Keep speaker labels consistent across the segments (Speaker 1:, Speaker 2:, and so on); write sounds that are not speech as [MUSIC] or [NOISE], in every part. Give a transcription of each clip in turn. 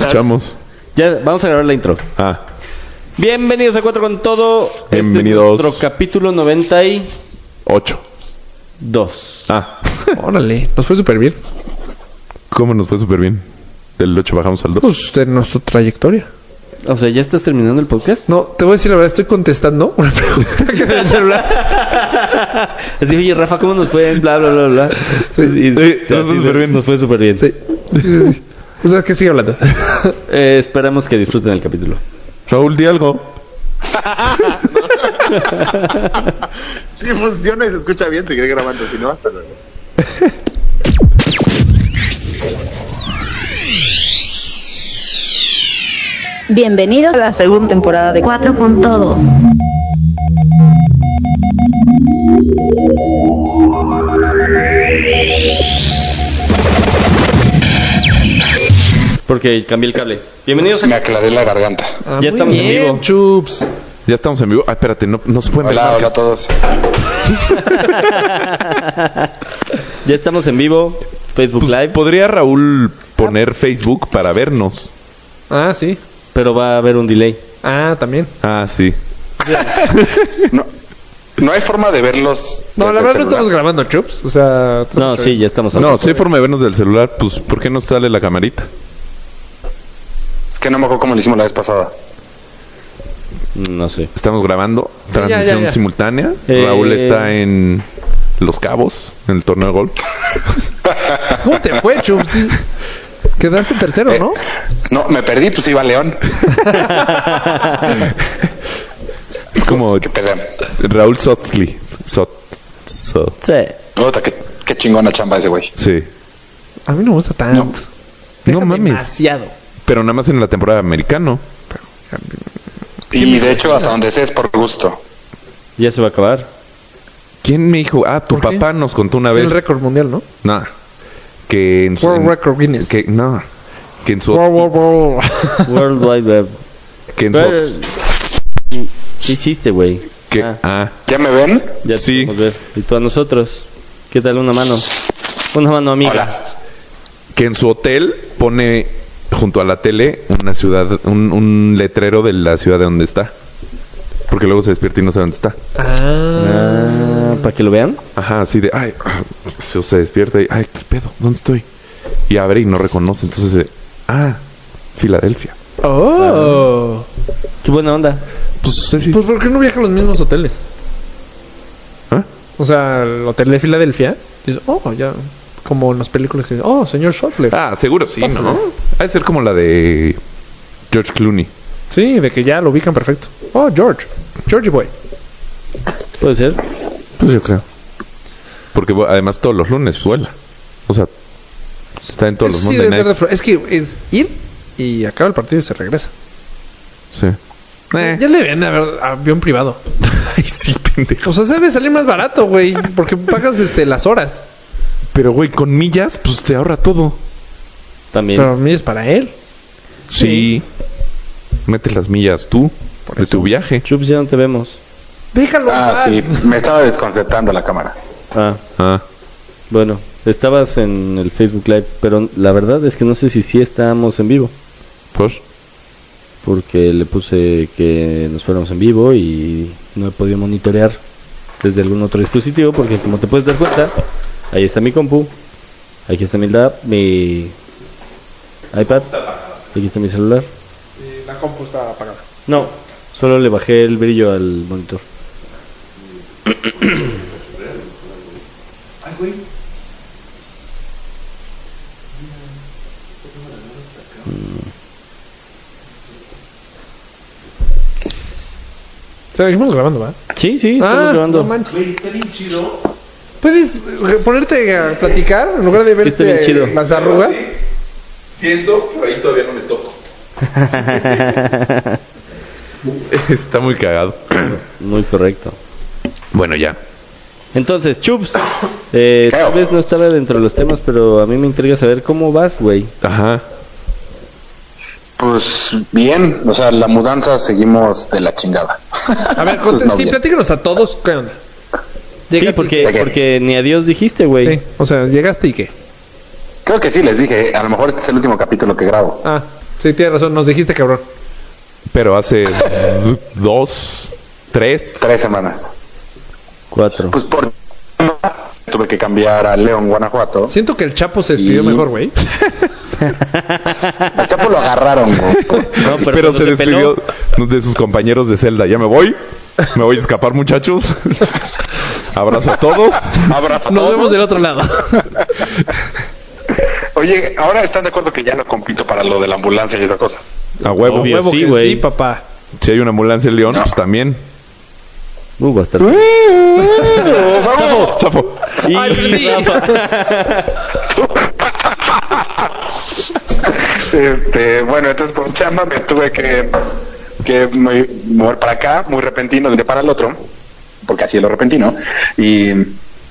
Speaker 1: escuchamos.
Speaker 2: Ya, vamos a grabar la intro.
Speaker 1: Ah,
Speaker 2: Bienvenidos a Cuatro con Todo.
Speaker 1: Bienvenidos.
Speaker 2: Este es nuestro capítulo 92.
Speaker 1: 8. Ah,
Speaker 3: Órale, nos fue súper bien.
Speaker 1: ¿cómo nos fue súper bien? Del 8 bajamos al 2.
Speaker 3: Pues de nuestra trayectoria.
Speaker 2: O sea, ¿ya estás terminando el
Speaker 1: [LAUGHS]
Speaker 2: podcast?
Speaker 3: No, te voy a decir la verdad, estoy contestando una pregunta que en el celular.
Speaker 2: Así, oye, Rafa, ¿cómo nos fue? Bla, bla, bla, bla. Y-
Speaker 1: sí,
Speaker 2: o sea,
Speaker 1: nos fue
Speaker 2: sí,
Speaker 1: súper bien.
Speaker 2: Nos fue súper bien.
Speaker 3: Sí. Sí, sí. O sea, que sigue hablando.
Speaker 2: Eh, esperamos que disfruten el capítulo.
Speaker 1: Raúl, di algo.
Speaker 4: Si funciona y se escucha bien, seguiré grabando. Si no, hasta luego.
Speaker 5: Bienvenidos a la segunda temporada de Cuatro con Todo.
Speaker 2: Porque cambié el cable. Bienvenidos a...
Speaker 6: Me aclaré la garganta.
Speaker 3: Ah,
Speaker 2: Ya
Speaker 3: muy
Speaker 2: estamos en
Speaker 3: bien,
Speaker 2: vivo.
Speaker 3: Chups.
Speaker 1: Ya estamos en vivo. Ah, espérate, no, no se puede
Speaker 6: Hola, hola a
Speaker 1: meter.
Speaker 6: todos.
Speaker 2: Ya estamos en vivo. Facebook
Speaker 1: Pues,
Speaker 2: Live.
Speaker 1: Podría Raúl poner Facebook para vernos.
Speaker 3: Ah, sí.
Speaker 2: Pero va a haber un delay.
Speaker 1: pues,
Speaker 3: Ah, también.
Speaker 1: Ah, sí.
Speaker 6: No, no hay forma de verlos.
Speaker 3: No,
Speaker 6: desde
Speaker 3: la
Speaker 6: el
Speaker 3: verdad no
Speaker 6: celular.
Speaker 3: estamos grabando, Chups. O sea,
Speaker 2: No, sí, ya estamos.
Speaker 1: No, si hay forma de vernos del celular, pues ¿por qué no sale la camarita?
Speaker 6: Es que no me acuerdo cómo lo hicimos la vez pasada.
Speaker 2: No sé.
Speaker 1: Estamos grabando
Speaker 3: ya,
Speaker 1: transmisión
Speaker 3: ya, ya.
Speaker 1: simultánea.
Speaker 2: Eh.
Speaker 1: Raúl está en Los Cabos, en el torneo de golf.
Speaker 3: ¿Cómo te fue, Chups? Quedaste tercero, ¿no?
Speaker 6: No, me perdí, pues iba León.
Speaker 1: Es como
Speaker 6: Qué pelea.
Speaker 1: Raúl Sotli. Sot, Sot-
Speaker 2: Sí.
Speaker 6: Puta, qué, qué chingona chamba ese güey.
Speaker 1: sí.
Speaker 3: A mí no me gusta tanto.
Speaker 6: No.
Speaker 1: No
Speaker 3: Deja
Speaker 1: mames.
Speaker 3: Demasiado.
Speaker 1: Pero nada más en la temporada de americano.
Speaker 6: Y de hecho, hasta donde sé es por gusto.
Speaker 2: Ya se va a acabar.
Speaker 1: ¿Quién me dijo? Ah, tu
Speaker 3: ¿Por qué?
Speaker 1: papá nos contó una
Speaker 3: Fue
Speaker 1: vez.
Speaker 3: el récord mundial, ¿no?
Speaker 1: No. Que en su-
Speaker 3: World
Speaker 1: en-
Speaker 3: Record Guinness.
Speaker 1: Que no. Que en su,
Speaker 3: Wow, wow, wow.
Speaker 2: World Wide Web.
Speaker 1: que en su-
Speaker 2: Pero- ¿Qué hiciste, güey?
Speaker 1: que-
Speaker 2: Ah.
Speaker 1: ah,
Speaker 6: ¿Ya me ven?
Speaker 2: Ya
Speaker 1: Sí.
Speaker 2: sí. Ver. Y tú a nosotros. ¿Qué tal una mano? Una mano amiga.
Speaker 6: Hola.
Speaker 1: que en su hotel pone junto a la tele una ciudad, un, un letrero de la ciudad de donde está. Porque luego se despierta y no sabe dónde está.
Speaker 3: Ah,
Speaker 2: Ah, Para que lo vean.
Speaker 1: Ajá, así de, ay, ah, se, se despierta y, ay, qué pedo, ¿dónde estoy? Y abre y no reconoce, entonces, eh, ah, Filadelfia.
Speaker 3: oh.
Speaker 2: Qué buena onda.
Speaker 1: Pues, sí.
Speaker 3: Pues, ¿por qué no viajan a los mismos hoteles?
Speaker 1: ¿Ah?
Speaker 3: O sea, el hotel de Filadelfia. Dices, oh, ya. Como en las películas que oh, señor Schoffler.
Speaker 1: Ah, seguro sí, ¿no? Ha de ser como la de George Clooney.
Speaker 3: Sí, de que ya lo ubican perfecto. Oh, George. Georgie Boy.
Speaker 2: Puede ser.
Speaker 1: Pues yo creo. Porque bu- además todos los lunes vuela. O sea, está en todos
Speaker 3: Eso
Speaker 1: los
Speaker 3: sí
Speaker 1: Monday
Speaker 3: debe ser de
Speaker 1: Nights.
Speaker 3: Flor- Es que es ir y acaba el partido y se regresa.
Speaker 1: Sí. Eh,
Speaker 3: Ya le deben haber avión privado.
Speaker 1: [LAUGHS] Ay, sí, pendejo.
Speaker 3: O sea, se debe salir más barato, güey. Porque pagas este, las horas.
Speaker 1: Pero, güey, con millas, pues te ahorra todo.
Speaker 2: También.
Speaker 3: Pero a mí es para él.
Speaker 1: Sí. Mete las millas tú de tu viaje.
Speaker 2: Chups, ya no te vemos.
Speaker 3: Déjalo.
Speaker 6: Ah,
Speaker 3: paz.
Speaker 6: sí. Me estaba desconcertando la cámara.
Speaker 2: Ah,
Speaker 1: Ah,
Speaker 2: bueno. Estabas en el Facebook Live, pero la verdad es que no sé si sí estábamos en vivo.
Speaker 1: pues.
Speaker 2: Porque le puse que nos fuéramos en vivo y no he podido monitorear desde algún otro dispositivo. Porque como te puedes dar cuenta, ahí está mi compu. Aquí está mi lap, mi iPad. Aquí está mi celular.
Speaker 3: La compu está apagada.
Speaker 2: No, solo le bajé el brillo al monitor.
Speaker 3: Seguimos grabando, ¿va?
Speaker 2: Sí, sí, estamos
Speaker 3: Ah,
Speaker 2: grabando.
Speaker 3: no manches. Puedes eh, ponerte a platicar en lugar de
Speaker 2: Está
Speaker 3: verte
Speaker 2: bien chido.
Speaker 3: las arrugas.
Speaker 1: Siento, pero ahí todavía no me toco. [LAUGHS] Está muy cagado.
Speaker 2: Muy correcto.
Speaker 1: Bueno, ya.
Speaker 2: Entonces, Chups, eh, tal vez no estaba dentro de los temas, pero a mí me intriga saber cómo vas, güey.
Speaker 1: Ajá.
Speaker 6: Pues bien, o sea, la mudanza seguimos de la chingada.
Speaker 3: A
Speaker 6: [LAUGHS]
Speaker 2: Ah,
Speaker 3: ver,
Speaker 6: Entonces,
Speaker 3: conte-
Speaker 6: no
Speaker 3: sí,
Speaker 6: bien.
Speaker 3: platícanos a todos. ¿Qué onda?
Speaker 2: Sí,
Speaker 3: Llegaste-
Speaker 2: porque,
Speaker 6: ¿De qué?
Speaker 2: porque ni adiós dijiste,
Speaker 3: Sí,
Speaker 2: güey.
Speaker 3: o sea, llegaste y qué.
Speaker 6: Creo que sí, les dije. A lo mejor este es el último capítulo que grabo.
Speaker 3: Ah, sí, tienes razón. Nos dijiste, cabrón.
Speaker 1: Pero [LAUGHS] hace d- dos, tres.
Speaker 6: Tres semanas.
Speaker 2: Cuatro.
Speaker 6: Pues por. Tuve que cambiar a León, Guanajuato.
Speaker 3: Siento que el Chapo se despidió
Speaker 6: Y-
Speaker 3: mejor, güey.
Speaker 6: Al Chapo lo agarraron,
Speaker 2: [LAUGHS]
Speaker 6: güey.
Speaker 2: No,
Speaker 1: Pero,
Speaker 2: cuando
Speaker 1: se despidió
Speaker 2: peló,
Speaker 1: de sus compañeros de celda. Ya me voy. Me voy a escapar, muchachos. Abrazo a todos.
Speaker 6: Abrazo.
Speaker 3: Nos vemos del otro lado.
Speaker 6: Oye, ahora están de acuerdo que ya no compito para lo de la ambulancia y esas cosas.
Speaker 1: A huevo.
Speaker 2: Obvio.
Speaker 3: Huevo
Speaker 2: sí,
Speaker 3: que
Speaker 2: güey.
Speaker 3: sí, papá.
Speaker 1: Si hay una ambulancia en León, pues también.
Speaker 2: Uh, va a estar-
Speaker 1: ¡Sapo! ¡Sapo!
Speaker 2: Y
Speaker 3: Ay, perdí.
Speaker 2: Rafa,
Speaker 6: Este, bueno, entonces con chamba me tuve que, que me- mover para acá, muy repentino, de un día para el otro, porque así es lo repentino. Y,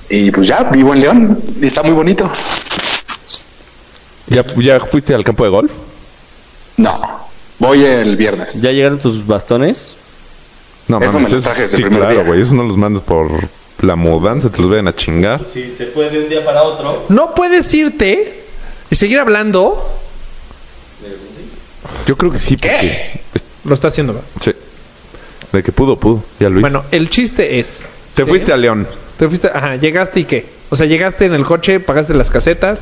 Speaker 6: y pues ya, vivo en León y está muy bonito.
Speaker 1: ¿Ya, ¿Ya fuiste al campo de golf?
Speaker 6: No, voy el viernes.
Speaker 2: ¿Ya llegaron tus bastones?
Speaker 1: No,
Speaker 6: Eso me los
Speaker 1: es-
Speaker 6: traje desde
Speaker 1: Sí,
Speaker 6: el primer
Speaker 1: claro,
Speaker 6: día.
Speaker 1: güey. Eso no los mandas por la mudanza. Te los vayan a chingar.
Speaker 2: Si se fue de un día para otro.
Speaker 3: No puedes irte y seguir hablando.
Speaker 1: Yo creo que sí, porque...
Speaker 3: Lo está haciendo, ¿verdad?
Speaker 1: Sí. De que pudo, pudo. Ya lo hizo.
Speaker 3: Bueno, el chiste es.
Speaker 1: Te fuiste a León.
Speaker 3: Te fuiste, ajá, llegaste y qué. O sea, llegaste en el coche, pagaste las casetas.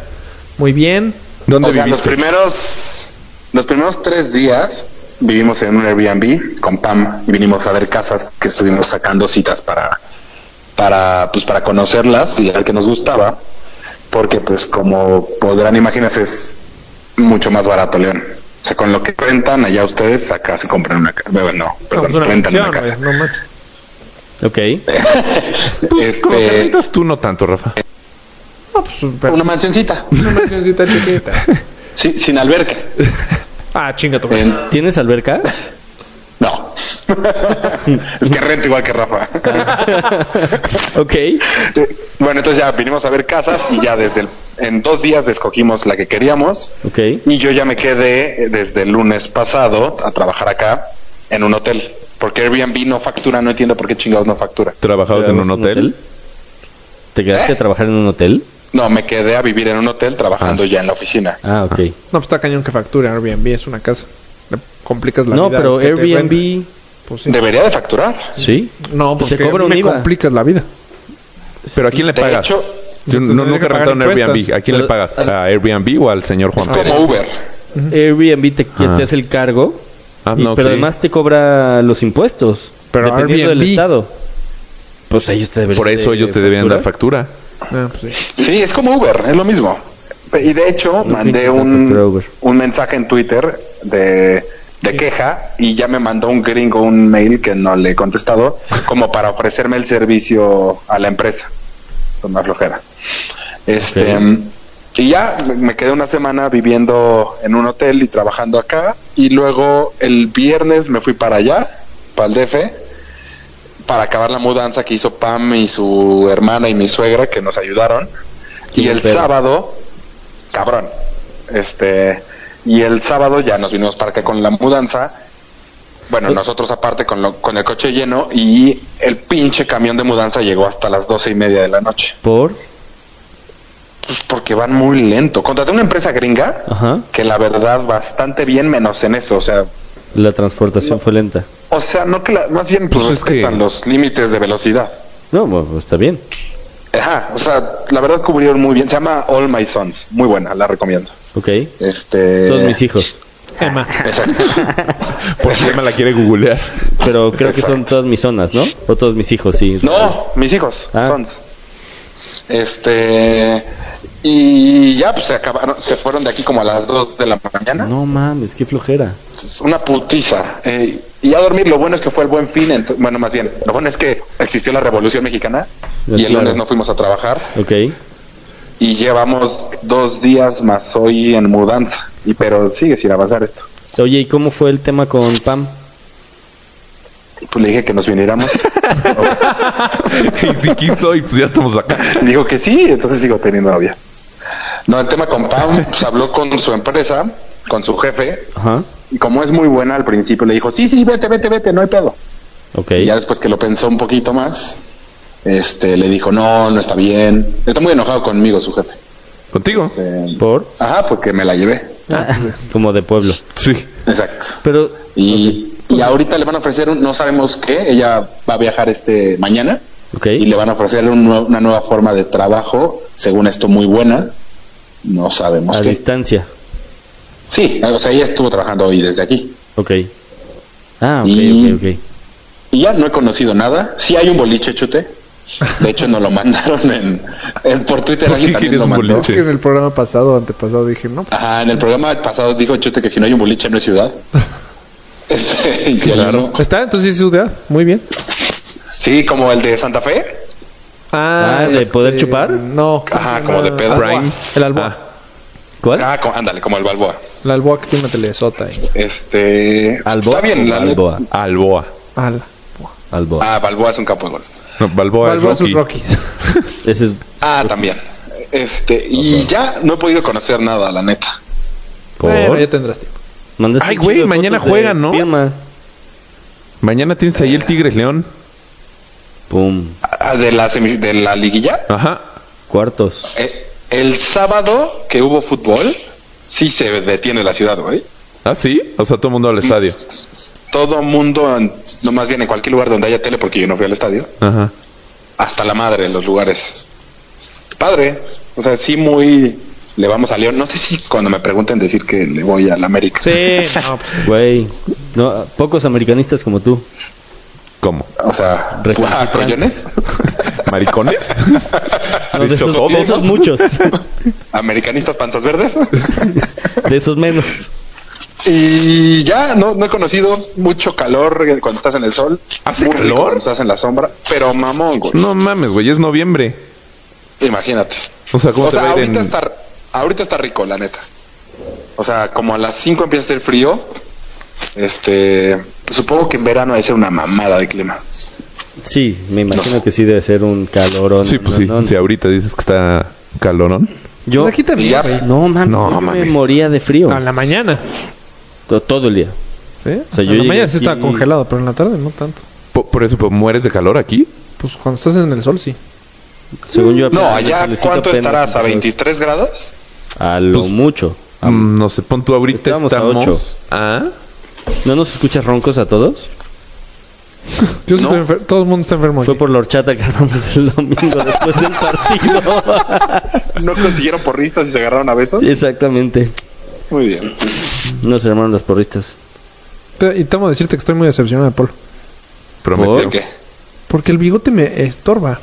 Speaker 3: Muy bien.
Speaker 1: ¿Dónde
Speaker 6: O sea, los
Speaker 1: viviste?
Speaker 6: primeros, los primeros tres días vivimos en un Airbnb con Pam y vinimos a ver casas que estuvimos sacando citas para, para, pues, para conocerlas y ver que nos gustaba, porque pues como podrán imaginarse es mucho más barato León. O sea, con lo que rentan allá ustedes, acá se compran una casa. No,
Speaker 3: No,
Speaker 6: perdón,
Speaker 3: pues una
Speaker 6: rentan una
Speaker 3: mansión,
Speaker 6: casa.
Speaker 3: güey, no manches.
Speaker 2: Ok.
Speaker 1: Pues, con
Speaker 6: Este,
Speaker 1: carnitas tú no tanto, Rafa.
Speaker 3: No, pues pero-
Speaker 6: una mansioncita,
Speaker 3: una mansioncita chiquita. [LAUGHS]
Speaker 6: sí, sin alberca.
Speaker 3: Ah, chinga tu madre.
Speaker 6: En-
Speaker 2: ¿Tienes alberca?
Speaker 6: no. es que rento igual que Rafa.
Speaker 2: Ok.
Speaker 6: Eh, Bueno, entonces ya vinimos a ver casas y ya desde el- en dos días escogimos la que queríamos
Speaker 2: Ok.
Speaker 6: y yo ya me quedé eh, desde el lunes pasado a trabajar acá en un hotel porque Airbnb no factura, no entiendo por qué chingados no factura.
Speaker 1: ¿Trabajabas en un hotel?
Speaker 2: ¿Te quedaste a trabajar en un hotel?
Speaker 6: No, me quedé a vivir en un hotel trabajando ya en la oficina.
Speaker 2: Ah, ok.
Speaker 3: No, pues está cañón que factura Airbnb, es una casa. Le complicas la
Speaker 2: no,
Speaker 3: vida.
Speaker 2: pero
Speaker 3: al que te renta.
Speaker 2: Airbnb.
Speaker 3: Pues sí.
Speaker 6: Debería de facturar.
Speaker 2: Sí.
Speaker 3: No, pues
Speaker 2: Te
Speaker 3: que
Speaker 2: cobra un
Speaker 3: me
Speaker 2: IVA.
Speaker 3: complicas la vida.
Speaker 1: ¿Pero a quién le
Speaker 6: De
Speaker 1: pagas?
Speaker 6: hecho,
Speaker 1: Yo
Speaker 3: Entonces,
Speaker 1: no,
Speaker 3: hay que
Speaker 1: nunca he
Speaker 3: pagar
Speaker 1: rentado un
Speaker 3: impuestos.
Speaker 1: Airbnb. ¿A quién le
Speaker 2: Pero-
Speaker 1: pagas? ¿A Airbnb o al señor Juan Pérez?
Speaker 6: como Uber.
Speaker 2: Airbnb te,
Speaker 1: Ah.
Speaker 2: te hace el cargo.
Speaker 1: Ah,
Speaker 2: y-
Speaker 1: no,
Speaker 2: Pero
Speaker 1: ok.
Speaker 2: además te cobra los impuestos.
Speaker 3: Pero
Speaker 2: dependiendo del
Speaker 3: Airbnb.
Speaker 2: estado. Pues ellos te deberían.
Speaker 1: Por eso
Speaker 2: de-
Speaker 1: ellos te debían dar factura.
Speaker 3: Ah, pues sí.
Speaker 6: Sí, es como Uber, es lo mismo. Y de hecho, mandé
Speaker 2: tiene tanta factura
Speaker 6: un,
Speaker 2: Uber.
Speaker 6: un mensaje en Twitter de, de queja y ya me mandó un gringo un mail que no le he contestado, como para ofrecerme el servicio a la empresa. Con más flojera. Este, Y ya me- me quedé una semana viviendo en un hotel y trabajando acá. Y luego el viernes me fui para allá, para el DF, para acabar la mudanza que hizo Pam y su hermana y mi suegra que nos ayudaron. Y
Speaker 2: Qué
Speaker 6: el
Speaker 2: pedo.
Speaker 6: sábado, cabrón, este, y el sábado ya nos vinimos para acá con la mudanza. Bueno, nosotros aparte con, lo- con el coche lleno y el pinche camión de mudanza llegó hasta las doce y media de la noche.
Speaker 2: Por.
Speaker 6: Pues porque van muy lento. Contraté una empresa gringa
Speaker 2: Ajá.
Speaker 6: que la verdad bastante bien menos en eso. O sea,
Speaker 2: La transportación fue lenta.
Speaker 6: o sea, no que la, más bien pues,
Speaker 1: Pues es que-
Speaker 6: respetan los límites de velocidad.
Speaker 2: No, bueno, está bien.
Speaker 6: Ajá, o sea, la verdad cubrieron muy bien. Se llama All My Sons, muy buena, la recomiendo.
Speaker 2: Ok.
Speaker 6: Este.
Speaker 2: Todos mis hijos.
Speaker 3: Emma.
Speaker 6: Exacto.
Speaker 1: ¿Por qué me la quiere googlear?
Speaker 2: [LAUGHS]
Speaker 1: [LAUGHS]
Speaker 2: Pero creo que son todas mis zonas, ¿no? O todos mis hijos, sí.
Speaker 6: No, mis hijos,
Speaker 2: Ah.
Speaker 6: Sons. Este. Y ya, pues se acabaron, se fueron de aquí como a las 2 de la mañana.
Speaker 2: No mames, qué flojera.
Speaker 6: Una putiza. eh, y a dormir, lo bueno es que fue el buen fin. ento- bueno, más bien, lo bueno es que existió la revolución mexicana
Speaker 2: Ya,
Speaker 6: y el
Speaker 2: claro.
Speaker 6: lunes no fuimos a trabajar.
Speaker 2: Ok.
Speaker 6: Y llevamos dos días más hoy en mudanza. Y pero sigue sin avanzar esto.
Speaker 2: Oye, ¿y cómo fue el tema con Pam?
Speaker 6: Pues le dije que nos viniéramos.
Speaker 1: Y si quiso, y pues ya estamos acá.
Speaker 6: Digo que sí, entonces sigo teniendo novia. No, el tema con Pam, pues habló con su empresa, con su jefe,
Speaker 2: Ajá.
Speaker 6: y como es muy buena al principio le dijo, sí, sí, sí, vete, vete, vete, no hay pedo.
Speaker 2: Ok.
Speaker 6: Y ya después que lo pensó un poquito más, este, le dijo, no, no está bien. Está muy enojado conmigo su jefe.
Speaker 1: ¿Contigo?
Speaker 6: Eh,
Speaker 2: ¿Por?
Speaker 1: [LAUGHS]
Speaker 6: ajá, porque me la llevé.
Speaker 2: Como de pueblo.
Speaker 1: Sí.
Speaker 6: Exacto.
Speaker 2: Pero,
Speaker 6: Y, y ahorita le van a ofrecer, un- no sabemos qué, ella va a viajar este mañana
Speaker 2: ok.
Speaker 6: y le van a ofrecer un nue- una nueva forma de trabajo, según esto muy buena. No sabemos
Speaker 2: A
Speaker 6: qué.
Speaker 2: distancia.
Speaker 6: Sí, o sea, ella estuvo trabajando hoy desde aquí.
Speaker 2: Ok. Ah, ok,
Speaker 6: Y-
Speaker 2: ok, ok.
Speaker 6: Y ya no he conocido nada. Sí hay un boliche chute. De hecho, nos lo [LAUGHS] mandaron en, en- por Twitter.
Speaker 1: ¿Por
Speaker 6: Alguien
Speaker 1: qué
Speaker 6: también
Speaker 1: quieres
Speaker 6: lo
Speaker 1: un
Speaker 6: mandó.
Speaker 1: boliche?
Speaker 3: Es que en el programa pasado, antepasado, dije, no, pues,
Speaker 6: Ajá, en el programa pasado dijo Chute que si no hay un boliche no hay [LAUGHS] ciudad. Este, y si hay uno-
Speaker 3: Está, entonces sí es ciudad. Muy bien.
Speaker 6: Sí, como el de Santa Fe.
Speaker 2: Ah, ¿de poder chupar?
Speaker 3: este, No. Ah,
Speaker 6: Ajá, como de pedo.
Speaker 1: Prime.
Speaker 3: El alboa.
Speaker 2: ¿Cuál?
Speaker 6: Ah, co- ándale, como el Balboa.
Speaker 3: El alboa que tiene una telesota. Y...
Speaker 6: Este.
Speaker 2: Alboa.
Speaker 6: Está bien,
Speaker 2: o
Speaker 6: la-
Speaker 2: Alboa.
Speaker 1: Alboa.
Speaker 2: Ah,
Speaker 3: Ala.
Speaker 2: Alboa.
Speaker 6: Ah, Balboa es un capo de gol.
Speaker 1: No, Balboa,
Speaker 3: Alboa
Speaker 1: es Rocky.
Speaker 3: [LAUGHS]
Speaker 2: Ese es
Speaker 6: Ah, también. Este, y ya no he podido conocer nada, la neta.
Speaker 2: por.
Speaker 3: Bueno, ya tendrás tiempo.
Speaker 2: Mandaste
Speaker 1: Ay,
Speaker 2: un chingo
Speaker 1: güey,
Speaker 2: de
Speaker 1: mañana
Speaker 2: fotos de
Speaker 1: juegan, ¿no?
Speaker 2: Firmas.
Speaker 1: Mañana tienes ahí el Tigres León.
Speaker 2: Pum.
Speaker 6: Ah, de la, semi- de la liguilla.
Speaker 1: Ajá.
Speaker 2: Cuartos.
Speaker 6: Eh, el sábado que hubo fútbol, sí se detiene la ciudad, güey.
Speaker 1: Ah, sí. O sea, todo el mundo al estadio.
Speaker 6: Todo mundo, en- no más bien en cualquier lugar donde haya tele, porque yo no fui al estadio,
Speaker 1: Ajá.
Speaker 6: hasta la madre en los lugares. Padre, o sea, sí muy le vamos a León. No sé si cuando me pregunten decir que le voy al América.
Speaker 2: [LAUGHS]
Speaker 3: Sí, no, pues,
Speaker 2: Güey. No, pocos americanistas como tú.
Speaker 1: ¿Cómo?
Speaker 6: O sea, ¿a collones?
Speaker 1: ¿Maricones? [LAUGHS]
Speaker 2: No, de,
Speaker 1: Dicho
Speaker 2: esos,
Speaker 1: todos.
Speaker 2: de
Speaker 1: [LAUGHS]
Speaker 2: esos muchos. de
Speaker 6: ¿Americanistas panzas verdes?
Speaker 2: esos menos.
Speaker 6: Y ya, no, no he conocido mucho calor cuando estás en el sol.
Speaker 1: ¿Hace
Speaker 6: Muy rico
Speaker 1: calor?
Speaker 6: Cuando estás en la sombra. Pero mamón, güey.
Speaker 1: No mames, güey. Es noviembre.
Speaker 6: Imagínate.
Speaker 1: O sea, ¿cómo
Speaker 6: O
Speaker 1: te va
Speaker 6: sea,
Speaker 1: a ir
Speaker 6: ahorita,
Speaker 1: en-
Speaker 6: está, ahorita está rico, la neta. O sea, como a las 5 empieza a hacer frío. Este. Supongo que en verano debe ser una mamada de clima.
Speaker 2: Sí, me imagino que sí debe ser un calorón.
Speaker 1: Sí, pues
Speaker 2: no,
Speaker 1: sí.
Speaker 2: no, no.
Speaker 1: Si ahorita dices que está calorón.
Speaker 2: Yo,
Speaker 3: pues aquí
Speaker 6: Y
Speaker 3: también.
Speaker 6: ya.
Speaker 3: güey.
Speaker 2: no mames,
Speaker 1: No,
Speaker 2: yo me
Speaker 1: mames.
Speaker 2: moría de frío.
Speaker 3: A la mañana.
Speaker 2: To- Todo el día.
Speaker 3: ¿eh?
Speaker 2: O sea, yo
Speaker 3: a la
Speaker 2: llegué
Speaker 3: mañana sí estaba
Speaker 2: aquí-
Speaker 3: congelado, pero en la tarde no tanto.
Speaker 1: Po- por eso, pues, ¿mueres de calor aquí?
Speaker 3: Pues cuando estás en el sol, sí.
Speaker 2: Según yo,
Speaker 6: No,
Speaker 2: apenas
Speaker 6: allá,
Speaker 2: solicito
Speaker 6: ¿cuánto
Speaker 2: apenas
Speaker 6: estarás? ¿A
Speaker 2: empezó-
Speaker 6: 23 grados? [LAUGHS]
Speaker 2: A lo
Speaker 1: Pues-
Speaker 2: mucho. A-
Speaker 1: Mm, no sé, pon tú ahorita
Speaker 2: Estábamos
Speaker 1: estamos...
Speaker 2: a
Speaker 1: Ah,
Speaker 2: ¿No nos escuchas roncos a todos?
Speaker 3: Yo sí
Speaker 6: No.
Speaker 3: estoy enfer- todo el mundo está enfermo.
Speaker 2: Fue
Speaker 3: aquí.
Speaker 2: por la horchata que armamos el domingo después del partido.
Speaker 1: [LAUGHS]
Speaker 6: ¿No consiguieron porristas y se agarraron a besos?
Speaker 2: Exactamente.
Speaker 6: Muy bien.
Speaker 2: Nos armaron las porristas.
Speaker 3: Te- Y tengo que decirte que estoy muy decepcionado de Polo.
Speaker 1: prometeo.
Speaker 6: ¿Por qué?
Speaker 3: Porque el bigote
Speaker 1: [LAUGHS]
Speaker 3: me estorba.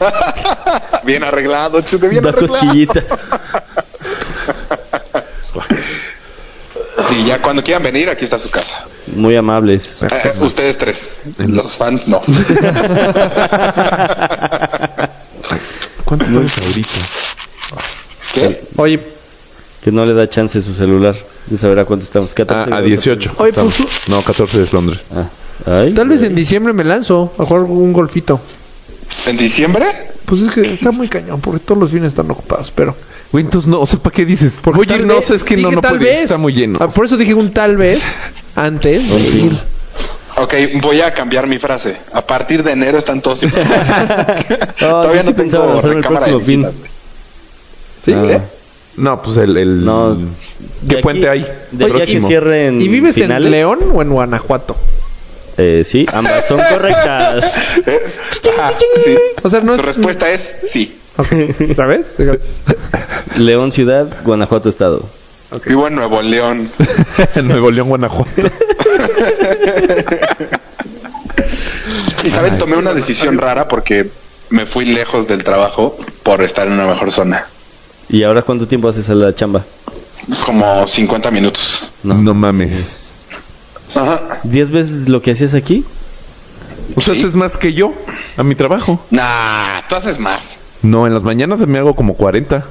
Speaker 6: Ah, Bien arreglado, chute, bien
Speaker 2: Da
Speaker 6: arreglado.
Speaker 2: cosquillitas.
Speaker 6: Y ya cuando quieran venir, aquí está su casa.
Speaker 2: Muy amables.
Speaker 6: Eh, ustedes tres. Los
Speaker 2: [LAUGHS]
Speaker 6: fans no.
Speaker 1: ¿Cuánto estamos ahorita?
Speaker 6: ¿Qué?
Speaker 3: Oye,
Speaker 2: Que no le da chance su celular de saber a cuánto estamos.
Speaker 1: Ah,
Speaker 2: 14
Speaker 1: a
Speaker 2: grados.
Speaker 1: 18.
Speaker 3: Oye, pues
Speaker 1: estamos. No, 14 es Londres.
Speaker 2: Ah. Ay,
Speaker 3: tal vez en diciembre me lanzo a jugar un golfito.
Speaker 6: ¿En diciembre?
Speaker 3: Pues es que está muy cañón, porque todos los fines están ocupados, pero...
Speaker 1: Güey, entonces no, o sea, ¿para qué dices?
Speaker 3: Porque
Speaker 1: Oye,
Speaker 3: tal
Speaker 1: no,
Speaker 3: vez-
Speaker 1: sé, es que no,
Speaker 3: dije
Speaker 1: no
Speaker 3: tal
Speaker 1: puede,
Speaker 3: vez.
Speaker 1: está muy lleno.
Speaker 3: Ah, por eso dije un tal vez antes.
Speaker 2: Un fin.
Speaker 6: Ok, voy a cambiar mi frase. A partir de enero están
Speaker 2: [LAUGHS]
Speaker 6: todos. [LAUGHS]
Speaker 2: yo sí pensaba lanzarme el
Speaker 6: recámara de
Speaker 2: próximo fin.
Speaker 6: visitas, güey.
Speaker 1: ¿Sí?
Speaker 2: Ah.
Speaker 1: ¿Qué? No, pues el... el-
Speaker 2: No.
Speaker 1: ¿Qué
Speaker 2: De
Speaker 1: puente
Speaker 2: aquí-
Speaker 1: hay?
Speaker 2: De aquí a que
Speaker 1: Próximo.
Speaker 2: cierren
Speaker 3: ¿Y vives
Speaker 2: finales.
Speaker 3: en León o en Guanajuato?
Speaker 2: Eh, sí, ambas son correctas.
Speaker 6: Eh, ajá, sí.
Speaker 3: O sea, no
Speaker 6: Tu
Speaker 2: Pues,
Speaker 3: es- [LAUGHS]
Speaker 6: respuesta es sí.
Speaker 3: ¿Otra vez?
Speaker 2: León ciudad, Guanajuato estado.
Speaker 6: Vivo en Nuevo León.
Speaker 1: En [LAUGHS] Nuevo León, Guanajuato.
Speaker 6: Y saben, tomé una decisión rara porque me fui lejos del trabajo por estar en una mejor zona.
Speaker 2: ¿Y ahora cuánto tiempo haces a la chamba?
Speaker 6: Como 50 minutos.
Speaker 1: No, mames.
Speaker 6: Ajá.
Speaker 2: ¿Diez veces lo que hacías aquí?
Speaker 1: O sea, haces más que yo a mi trabajo.
Speaker 6: Nah, tú haces más.
Speaker 1: No, en las mañanas me hago como 40.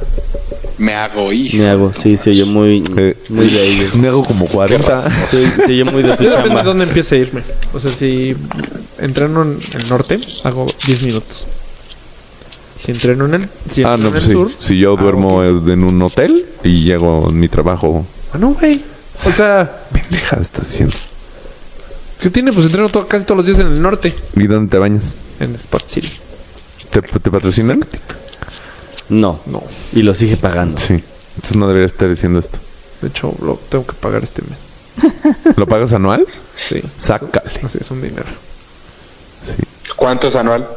Speaker 6: Me hago hijo.
Speaker 2: Me hago, sí, se oyó muy,
Speaker 1: Eh, ah.
Speaker 2: Mm. muy de
Speaker 1: [LAUGHS]
Speaker 2: ahí.
Speaker 1: me hago como 40.
Speaker 2: Se, se oyó muy de su
Speaker 3: [LAUGHS] Yo depende de
Speaker 2: chamba.
Speaker 3: dónde empiece a irme. O sea, si entreno en el norte, hago 10 minutos. Si entreno en el, si
Speaker 1: Ah, no,
Speaker 3: entreno en el
Speaker 1: pues sí.
Speaker 3: sur...
Speaker 1: Si yo
Speaker 3: hago
Speaker 1: duermo
Speaker 3: 15.
Speaker 1: en un hotel y llego a mi trabajo.
Speaker 3: Ah, no, güey. O sea,
Speaker 1: Pendeja, estás haciendo.
Speaker 3: ¿qué tiene? Pues entreno todo- casi todos los días en el norte.
Speaker 1: ¿Y dónde te bañas?
Speaker 3: En Spot City.
Speaker 1: ¿Te, te patrocinan?
Speaker 2: No.
Speaker 3: No.
Speaker 2: Y lo sigue pagando.
Speaker 1: Sí. Entonces no debería estar diciendo esto.
Speaker 3: De hecho, lo tengo que pagar este mes.
Speaker 1: ¿Lo pagas anual?
Speaker 3: Sí.
Speaker 1: Sácale.
Speaker 3: Así es un dinero.
Speaker 1: Sí.
Speaker 6: ¿Cuánto es anual?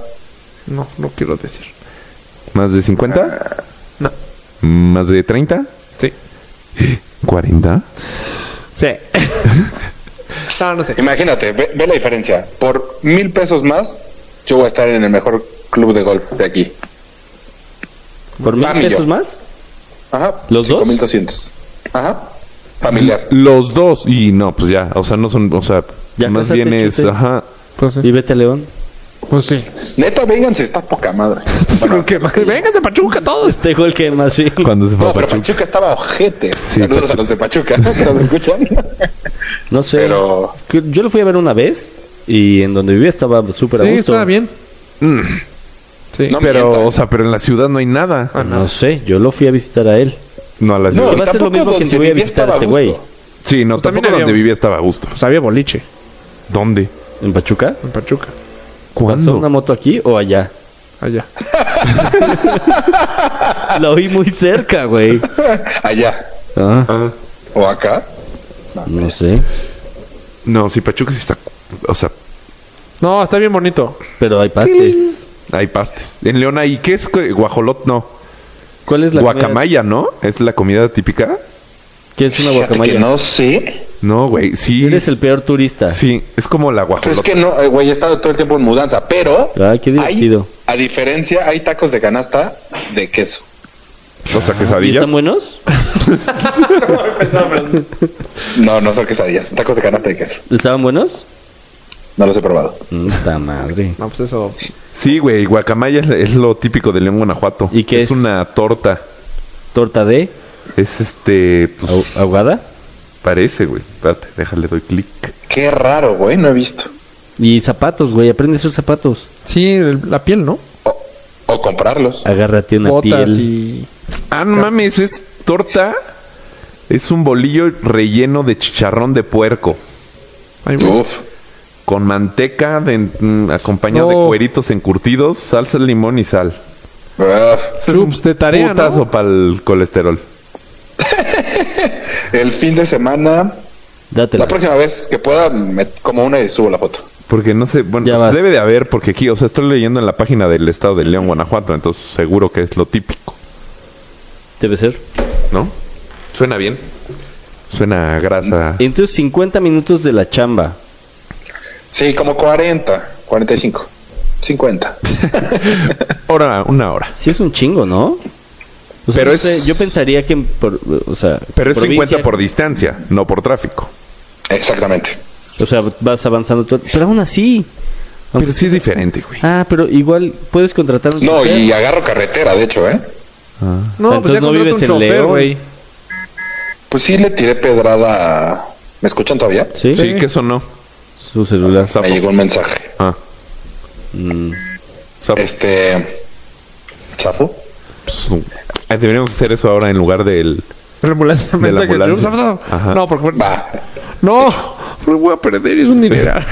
Speaker 3: No, no quiero decir.
Speaker 1: ¿Más de 50?
Speaker 3: No.
Speaker 1: ¿Más de 30?
Speaker 3: Sí.
Speaker 1: ¿40?
Speaker 3: Sí. [LAUGHS] no, no sé.
Speaker 6: Imagínate, ve, ve la diferencia. Por mil pesos más, yo voy a estar en el mejor club de golf de aquí.
Speaker 2: ¿Por mil
Speaker 6: Papi, yo.
Speaker 2: pesos más?
Speaker 6: Ajá.
Speaker 2: ¿Los dos?
Speaker 6: 5200. Ajá. Familiar.
Speaker 1: Los dos. Y no, pues ya. O sea, no son. O sea,
Speaker 2: Ya
Speaker 1: más
Speaker 2: cásate,
Speaker 1: bien es.
Speaker 2: chute.
Speaker 1: Ajá.
Speaker 3: Pues sí.
Speaker 2: Y vete a León.
Speaker 3: Pues sí.
Speaker 6: Neta, vénganse, está poca [LAUGHS] madre. Bueno,
Speaker 3: Venga, se pachuca todos.
Speaker 2: Este gol que más, sí.
Speaker 1: Cuando se fue
Speaker 6: no,
Speaker 1: a
Speaker 6: pero
Speaker 1: Pachuca.
Speaker 6: Pachuca estaba ojete.
Speaker 1: Sí,
Speaker 6: Saludos
Speaker 1: Pachuca.
Speaker 6: a los de Pachuca [LAUGHS] que nos escuchan.
Speaker 2: No sé.
Speaker 6: Pero-
Speaker 2: Es que Yo lo fui a ver una vez y en donde vivía estaba súper a
Speaker 3: Sí,
Speaker 2: gusto.
Speaker 3: está bien. Sí.
Speaker 6: No, Ah.
Speaker 1: Pero,
Speaker 6: mientan.
Speaker 1: o sea, pero en la ciudad no hay nada.
Speaker 2: No sé, yo lo fui a visitar a él.
Speaker 1: No, a la ciudad.
Speaker 2: No, va a ser lo
Speaker 6: tampoco
Speaker 2: mismo que
Speaker 6: donde
Speaker 2: si voy a
Speaker 6: vivía
Speaker 2: visitar a
Speaker 6: estaba
Speaker 2: este
Speaker 6: a gusto.
Speaker 2: güey.
Speaker 1: Sí, no,
Speaker 3: Pues también
Speaker 1: tampoco
Speaker 3: había-
Speaker 1: donde vivía estaba a gusto.
Speaker 3: Pues había boliche
Speaker 1: ¿Dónde?
Speaker 2: ¿En Pachuca?
Speaker 3: en Pachuca.
Speaker 2: ¿Pasó
Speaker 1: ¿Cuándo?
Speaker 2: una moto aquí o allá?
Speaker 3: Allá. Ah.
Speaker 2: La oí muy cerca,
Speaker 3: [LAUGHS]
Speaker 2: güey.
Speaker 6: Allá.
Speaker 2: Ah,
Speaker 6: ¿O acá?
Speaker 2: no sé.
Speaker 1: No, sí, Pachuca sí está. O sea,
Speaker 3: No, está bien bonito.
Speaker 2: Pero hay pastes.
Speaker 1: hay pastes. En León hay. ¿Qué es? Guajolot, no.
Speaker 2: ¿Cuál es la comida?
Speaker 1: Guacamaya, ¿no? ¿Es la comida típica?
Speaker 2: ¿Qué es una
Speaker 6: Fíjate que
Speaker 2: guacamaya?
Speaker 6: no sé.
Speaker 1: No, güey. Sí.
Speaker 2: Eres el peor turista.
Speaker 1: Sí, es como la
Speaker 6: Pues es
Speaker 1: guajolota.
Speaker 6: que no, eh, güey, he estado todo el tiempo en mudanza, pero.
Speaker 2: Ay, Ah, qué divertido.
Speaker 6: hay- a diferencia, hay tacos de canasta de queso.
Speaker 1: O sea,
Speaker 2: Ah, ¿Y
Speaker 1: quesadillas.
Speaker 2: están buenos?
Speaker 6: No, no son quesadillas, son tacos de canasta de queso.
Speaker 2: ¿Estaban buenos?
Speaker 6: No los he probado.
Speaker 2: Puta madre.
Speaker 3: No, pues eso.
Speaker 1: Sí, güey. Guacamaya es, es lo típico de León, Guanajuato.
Speaker 2: ¿Y qué es?
Speaker 1: una torta.
Speaker 2: ¿Torta de?
Speaker 1: Es este. Pues
Speaker 2: ahu- ¿Ahogada?
Speaker 1: parece, güey. Espérate, déjale, doy clic.
Speaker 6: Qué raro, güey, no he visto.
Speaker 2: Y zapatos, güey. Aprende a hacer zapatos.
Speaker 3: Sí, el- la piel, ¿no?
Speaker 6: O, o comprarlos.
Speaker 2: Agárrate una
Speaker 3: Botas
Speaker 2: piel.
Speaker 3: y.
Speaker 1: Ah, no mames, es torta. Es un bolillo relleno de chicharrón de puerco.
Speaker 3: Ay, güey.
Speaker 6: Uf.
Speaker 1: Con manteca, de, mm, acompañado de
Speaker 2: Oh.
Speaker 3: No.
Speaker 1: cueritos encurtidos, salsa, limón y sal.
Speaker 6: Uf.
Speaker 1: Ese es un
Speaker 3: Chups, de tarea, ¿no?
Speaker 1: Putazo para el colesterol.
Speaker 6: El fin de semana.
Speaker 2: Dátela.
Speaker 6: La próxima vez que pueda, me- como una y subo la foto.
Speaker 1: Porque no sé, bueno, pues,
Speaker 2: Ya vas.
Speaker 1: debe de haber, porque aquí, o sea, estoy leyendo en la página del estado de León, Guanajuato, entonces seguro que es lo típico,
Speaker 2: Debe ser.
Speaker 1: ¿no? Suena bien. Suena a grasa.
Speaker 2: Entonces, 50 minutos de la chamba.
Speaker 6: Sí, como 40, 45, 50.
Speaker 1: Hora, una hora.
Speaker 2: Sí es un chingo, ¿no? O sea,
Speaker 1: Pero
Speaker 2: no
Speaker 1: es-
Speaker 2: sé, yo pensaría que, en por- o sea,
Speaker 1: Pero es
Speaker 2: provincia-
Speaker 1: 50 por distancia, no por tráfico.
Speaker 6: Exactamente.
Speaker 2: o sea, vas avanzando, todo, pero aún así,
Speaker 1: Pero sí es diferente, güey.
Speaker 2: ah, pero igual puedes contratar un
Speaker 6: No,
Speaker 2: chofer.
Speaker 6: y agarro carretera, de hecho, ¿eh?
Speaker 1: Ah.
Speaker 3: No,
Speaker 2: Entonces,
Speaker 3: pues ya
Speaker 2: ¿no
Speaker 3: no
Speaker 2: vives
Speaker 3: un
Speaker 2: en
Speaker 3: chofer,
Speaker 2: León?
Speaker 3: güey.
Speaker 6: Pues sí le tiré pedrada. a- ¿Me escuchan todavía?
Speaker 2: ¿Sí?
Speaker 1: Sí, que eso no.
Speaker 2: su celular.
Speaker 1: Sapo.
Speaker 6: Me llegó un mensaje.
Speaker 1: Ah,
Speaker 2: Mm,
Speaker 1: sapo.
Speaker 6: Este. ¿Chafo?
Speaker 1: Pues, eh, deberíamos hacer eso ahora en lugar del...
Speaker 3: La ambulancia.
Speaker 1: De la
Speaker 3: mensaje,
Speaker 1: ambulancia.
Speaker 3: chups, chups, chups.
Speaker 1: Ajá.
Speaker 3: No, [LAUGHS] porque.
Speaker 6: Va.
Speaker 3: No, porque voy a perder y es un dineral.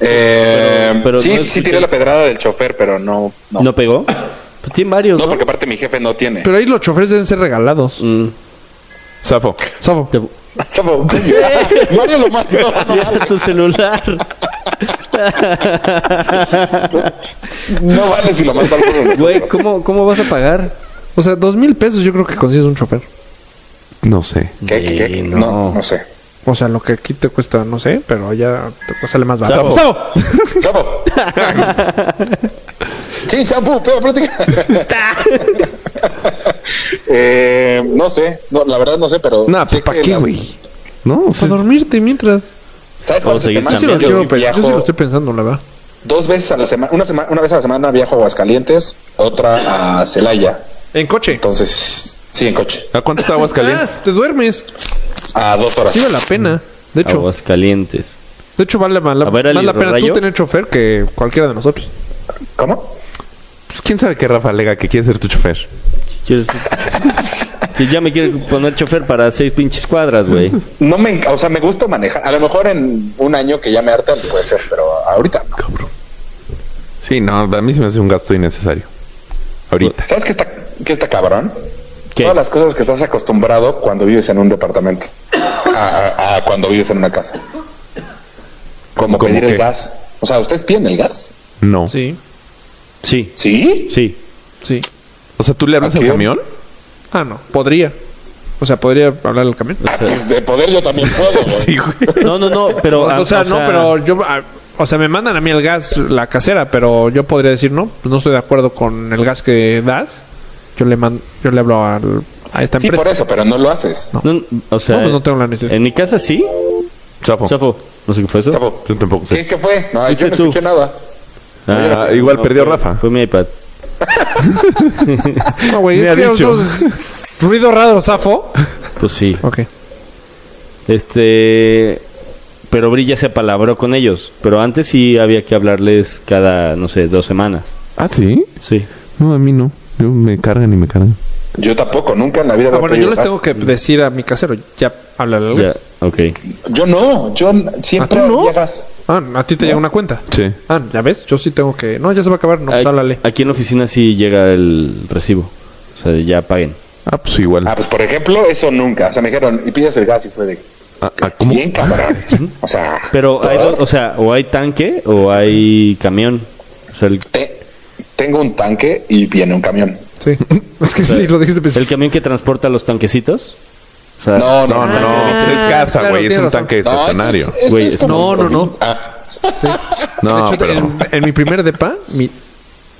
Speaker 6: Eh,
Speaker 2: Pero- pero
Speaker 6: sí,
Speaker 2: no
Speaker 6: sí
Speaker 2: escuché.
Speaker 6: tiré la pedrada del chofer, pero no. No,
Speaker 2: no.
Speaker 6: no,
Speaker 2: pegó? Pues tiene varios, ¿no?
Speaker 6: porque aparte mi jefe no tiene.
Speaker 3: Pero ahí los choferes deben ser regalados.
Speaker 2: Mm,
Speaker 1: Sapo.
Speaker 3: Sabo.
Speaker 2: te-
Speaker 6: [LAUGHS] Chafo, [LAUGHS] Mario lo mandó.
Speaker 2: Mira
Speaker 1: [LAUGHS]
Speaker 2: tu celular.
Speaker 6: No vale si lo manda alguno de nosotros.
Speaker 2: Güey, ¿cómo, ¿cómo vas a pagar?
Speaker 3: O sea, dos mil pesos yo creo que consigues un chofer.
Speaker 1: No sé.
Speaker 6: ¿Qué, qué, qué?
Speaker 2: Eh,
Speaker 6: No. no, sé.
Speaker 3: O sea, lo que aquí te cuesta, no sé, pero allá te sale más barato.
Speaker 2: Sapo. [LAUGHS]
Speaker 6: Chapo. sí, chapo,
Speaker 2: [LAUGHS]
Speaker 6: pero práctica. eh, no sé, no, la verdad no sé, pero.
Speaker 1: Nah,
Speaker 6: sé
Speaker 1: pues ¿para
Speaker 6: que
Speaker 1: qué,
Speaker 6: las-
Speaker 1: güey? No, o sea,
Speaker 3: eh, Para dormirte mientras.
Speaker 6: ¿Sabes cuál
Speaker 2: Vamos
Speaker 6: es
Speaker 2: a
Speaker 6: el
Speaker 2: seguir
Speaker 6: tema?
Speaker 3: pues Yo sí,
Speaker 2: chambeando.
Speaker 3: lo quiero
Speaker 6: Yo sí
Speaker 3: pe- yo sí
Speaker 6: viajo
Speaker 3: lo estoy pensando, la verdad.
Speaker 6: dos veces a la semana, una, semana, una vez a la semana viajo a Aguascalientes, otra a Celaya.
Speaker 3: En coche.
Speaker 6: Entonces, sí, en coche.
Speaker 1: ¿a cuánto está Aguascalientes?
Speaker 3: Ah, te duermes.
Speaker 6: A dos horas.
Speaker 3: Sí vale la pena. De hecho,
Speaker 2: Aguascalientes.
Speaker 3: de hecho vale más la,
Speaker 2: A ver, Ali
Speaker 3: más la pena
Speaker 2: Rayo.
Speaker 3: tú tener chofer que cualquiera de nosotros.
Speaker 6: ¿Cómo?
Speaker 1: Pues quién sabe qué Rafa alega que quiere ser tu chofer.
Speaker 2: ¿Quieres? Que ya me quiere poner chofer para seis pinches cuadras, güey.
Speaker 6: No me, enc- o sea, me gusta manejar. A lo mejor en un año que ya me harta puede ser, pero ahorita no.
Speaker 1: Sí, no, a mí se me hace un gasto innecesario. Ahorita.
Speaker 6: ¿Sabes qué está, qué está cabrón?
Speaker 2: ¿Qué?
Speaker 6: Todas las cosas que estás acostumbrado cuando vives en un departamento, a, a- a cuando vives en una casa.
Speaker 1: ¿Cómo
Speaker 6: Como pedir
Speaker 1: qué?
Speaker 6: el gas. O sea, ¿ustedes piden el gas?
Speaker 1: No.
Speaker 3: Sí,
Speaker 2: Sí,
Speaker 1: [LAUGHS]
Speaker 6: ¿Sí?
Speaker 2: sí.
Speaker 3: sí.
Speaker 1: O sea, ¿tú le hablas
Speaker 6: ¿A
Speaker 1: al
Speaker 6: quién?
Speaker 1: camión?
Speaker 3: Ah, no, podría. O sea, podría hablar al camión.
Speaker 6: Ah, pues De poder yo también puedo,
Speaker 1: [LAUGHS]
Speaker 6: güey.
Speaker 1: Sí, güey.
Speaker 2: No, no, no, pero...
Speaker 3: o, sea, no, pero yo... ah, o sea, me mandan a mí el gas, la casera, pero yo podría decir, no, pues no estoy de acuerdo con el gas que das. Yo le mando, yo le hablo al- a esta
Speaker 6: Sí,
Speaker 3: empresa.
Speaker 6: por eso, pero no lo haces.
Speaker 3: No.
Speaker 2: No, o sea,
Speaker 3: No, pues no tengo la necesidad.
Speaker 2: en mi casa sí.
Speaker 1: Chapo.
Speaker 2: Chafo, no sé qué fue eso.
Speaker 6: Chapo,
Speaker 1: Yo tampoco sé.
Speaker 6: ¿Qué, qué fue? No, yo
Speaker 2: Fuiste
Speaker 6: no
Speaker 2: tú.
Speaker 6: escuché nada.
Speaker 1: Ah, igual perdió
Speaker 2: fue-
Speaker 1: Rafa.
Speaker 2: Fue mi iPad.
Speaker 3: No, güey,
Speaker 1: Me
Speaker 3: es
Speaker 1: ha
Speaker 3: que yo-
Speaker 1: dicho.
Speaker 3: ruido raro, zafo.
Speaker 2: Pues sí.
Speaker 3: Ok.
Speaker 2: Este. Pero Brilla se apalabró con ellos. Pero antes sí había que hablarles cada, no sé, dos semanas.
Speaker 1: Ah, sí.
Speaker 2: Sí.
Speaker 1: No, a mí no. Yo me cargan y me cargan.
Speaker 6: Yo tampoco, nunca en la vida
Speaker 3: Ah,
Speaker 6: había
Speaker 3: bueno,
Speaker 6: pedido
Speaker 3: yo les
Speaker 6: gas.
Speaker 3: tengo que decir a mi casero, ya háblale al
Speaker 2: Ya,
Speaker 3: gas.
Speaker 2: ok.
Speaker 6: Ah, Yo no, yo n- siempre
Speaker 3: ¿Ah, tú no?
Speaker 6: había gas.
Speaker 3: Ah, a ti te llega una cuenta.
Speaker 1: Sí.
Speaker 3: Ah, ya ves, yo sí tengo que. No, ya se va a acabar, no, pues háblale.
Speaker 2: Aquí en la oficina sí llega el recibo. O sea, ya paguen.
Speaker 1: Ah, pues igual.
Speaker 6: Ah, pues por ejemplo, eso nunca. O sea, me dijeron, y pides el gas y fue de...
Speaker 1: Ah, ah, ¿Cómo?
Speaker 6: Bien, cabrón. O sea,
Speaker 2: Pero, hay dos- o sea, o hay tanque o hay camión. O sea, el,
Speaker 6: te- tengo un tanque y viene un camión.
Speaker 3: Sí. [LAUGHS] Es que sí, lo dijiste pensé.
Speaker 2: el camión que transporta los tanquecitos. O sea,
Speaker 6: Ah, No,
Speaker 1: No, no,
Speaker 6: no,
Speaker 1: no. pues es casa,
Speaker 3: claro,
Speaker 1: güey. es
Speaker 3: tienes
Speaker 1: un
Speaker 3: razón.
Speaker 1: tanque
Speaker 6: No,
Speaker 1: estacionario.
Speaker 6: eso es- eso
Speaker 2: Güey,
Speaker 6: es
Speaker 2: es-
Speaker 6: como-
Speaker 3: No, no, no.
Speaker 6: Ah,
Speaker 1: No,
Speaker 3: De hecho,
Speaker 1: pero.
Speaker 3: en, en mi primer depa, mi,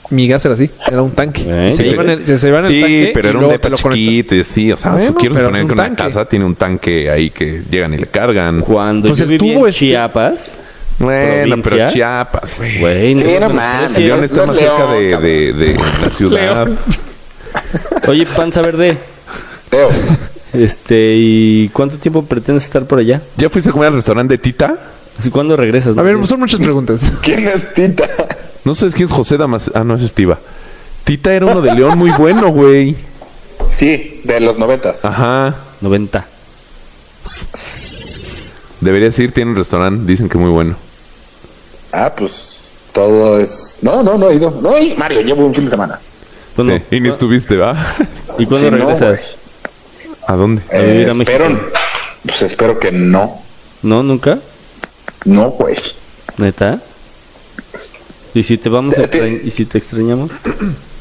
Speaker 3: mi gas era así, era un tanque.
Speaker 2: ¿Eh?
Speaker 3: Se,
Speaker 2: Sí,
Speaker 3: iban en- se llevaban el tanque.
Speaker 1: Sí, pero
Speaker 3: y
Speaker 1: era un
Speaker 3: luego
Speaker 1: depa
Speaker 3: te lo conectan.
Speaker 1: chiquito y sí, o sea, si
Speaker 3: Bueno,
Speaker 1: quieres
Speaker 3: pero
Speaker 1: poner
Speaker 3: es
Speaker 1: que
Speaker 3: un
Speaker 1: una
Speaker 3: tanque.
Speaker 1: casa tiene un tanque ahí que llegan y le cargan.
Speaker 2: Cuando
Speaker 3: Pues
Speaker 2: yo
Speaker 3: el
Speaker 2: vivía
Speaker 3: tubo
Speaker 2: en
Speaker 3: este-
Speaker 2: Chiapas,
Speaker 1: Bueno, pero
Speaker 2: ¿Provincia?
Speaker 1: Chiapas, güey.
Speaker 2: güey,
Speaker 6: Sí,
Speaker 2: no
Speaker 6: no
Speaker 2: me
Speaker 6: mames.
Speaker 2: mereces.
Speaker 1: León está
Speaker 6: no es
Speaker 1: más cerca de,
Speaker 6: León,
Speaker 1: de, de [LAUGHS] la ciudad.
Speaker 3: León.
Speaker 2: Oye, panza verde,
Speaker 6: Teo.
Speaker 2: este, ¿y cuánto tiempo pretendes estar por allá?
Speaker 1: ¿Ya fuiste a comer al restaurante de Tita?
Speaker 2: ¿Así cuándo regresas?
Speaker 3: A ver,
Speaker 2: Matías?
Speaker 3: son
Speaker 1: [LAUGHS]
Speaker 3: muchas preguntas.
Speaker 6: ¿Quién es Tita? [LAUGHS]
Speaker 1: No sabes quién es José Damas. Ah, no, es Estiva. Tita era uno de León muy bueno, güey.
Speaker 6: Sí, de los noventas.
Speaker 1: Ah. Ajá.
Speaker 3: pues,
Speaker 2: 90.
Speaker 1: Deberías ir, tiene un restaurante. Dicen que muy bueno.
Speaker 6: Ah, pues todo es... No, no, no he ido. No, y Mario, llevo un fin de semana.
Speaker 2: Bueno,
Speaker 1: Sí, Y ni estuviste, ¿va?
Speaker 2: ¿Y cuándo
Speaker 6: Sí, no,
Speaker 2: regresas?
Speaker 1: ¿A dónde?
Speaker 2: A
Speaker 6: Eh,
Speaker 2: vivir a
Speaker 6: espero...
Speaker 2: México.
Speaker 6: Pues espero que no.
Speaker 2: No, nunca.
Speaker 6: No, pues, güey.
Speaker 2: ¿Neta? ¿Y si te vamos a
Speaker 6: Eh, Te-
Speaker 2: extrañ- y si te extrañamos?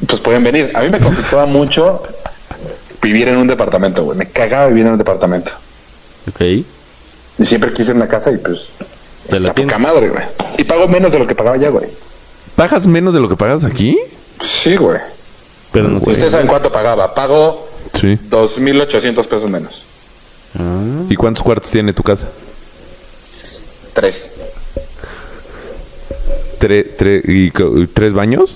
Speaker 6: Pues pueden venir. A mí me conflictaba mucho vivir en un departamento, güey. Me cagaba vivir en un departamento.
Speaker 2: Ok.
Speaker 6: Y siempre quise en la casa y pues...
Speaker 2: Te la
Speaker 6: Está poca
Speaker 2: tienes.
Speaker 6: madre, güey. Y pago menos de lo que pagaba ya, güey.
Speaker 1: ¿Pagas menos de lo que pagas aquí?
Speaker 6: Sí, güey.
Speaker 2: Pero no
Speaker 6: ¿Ustedes
Speaker 2: tienes.
Speaker 6: saben cuánto pagaba? Pago
Speaker 1: Sí.
Speaker 6: 2.800 pesos menos.
Speaker 2: Ah,
Speaker 1: ¿Y cuántos cuartos tiene tu casa?
Speaker 6: Tres.
Speaker 1: ¿Tres, tres, y, co- ¿Tres baños?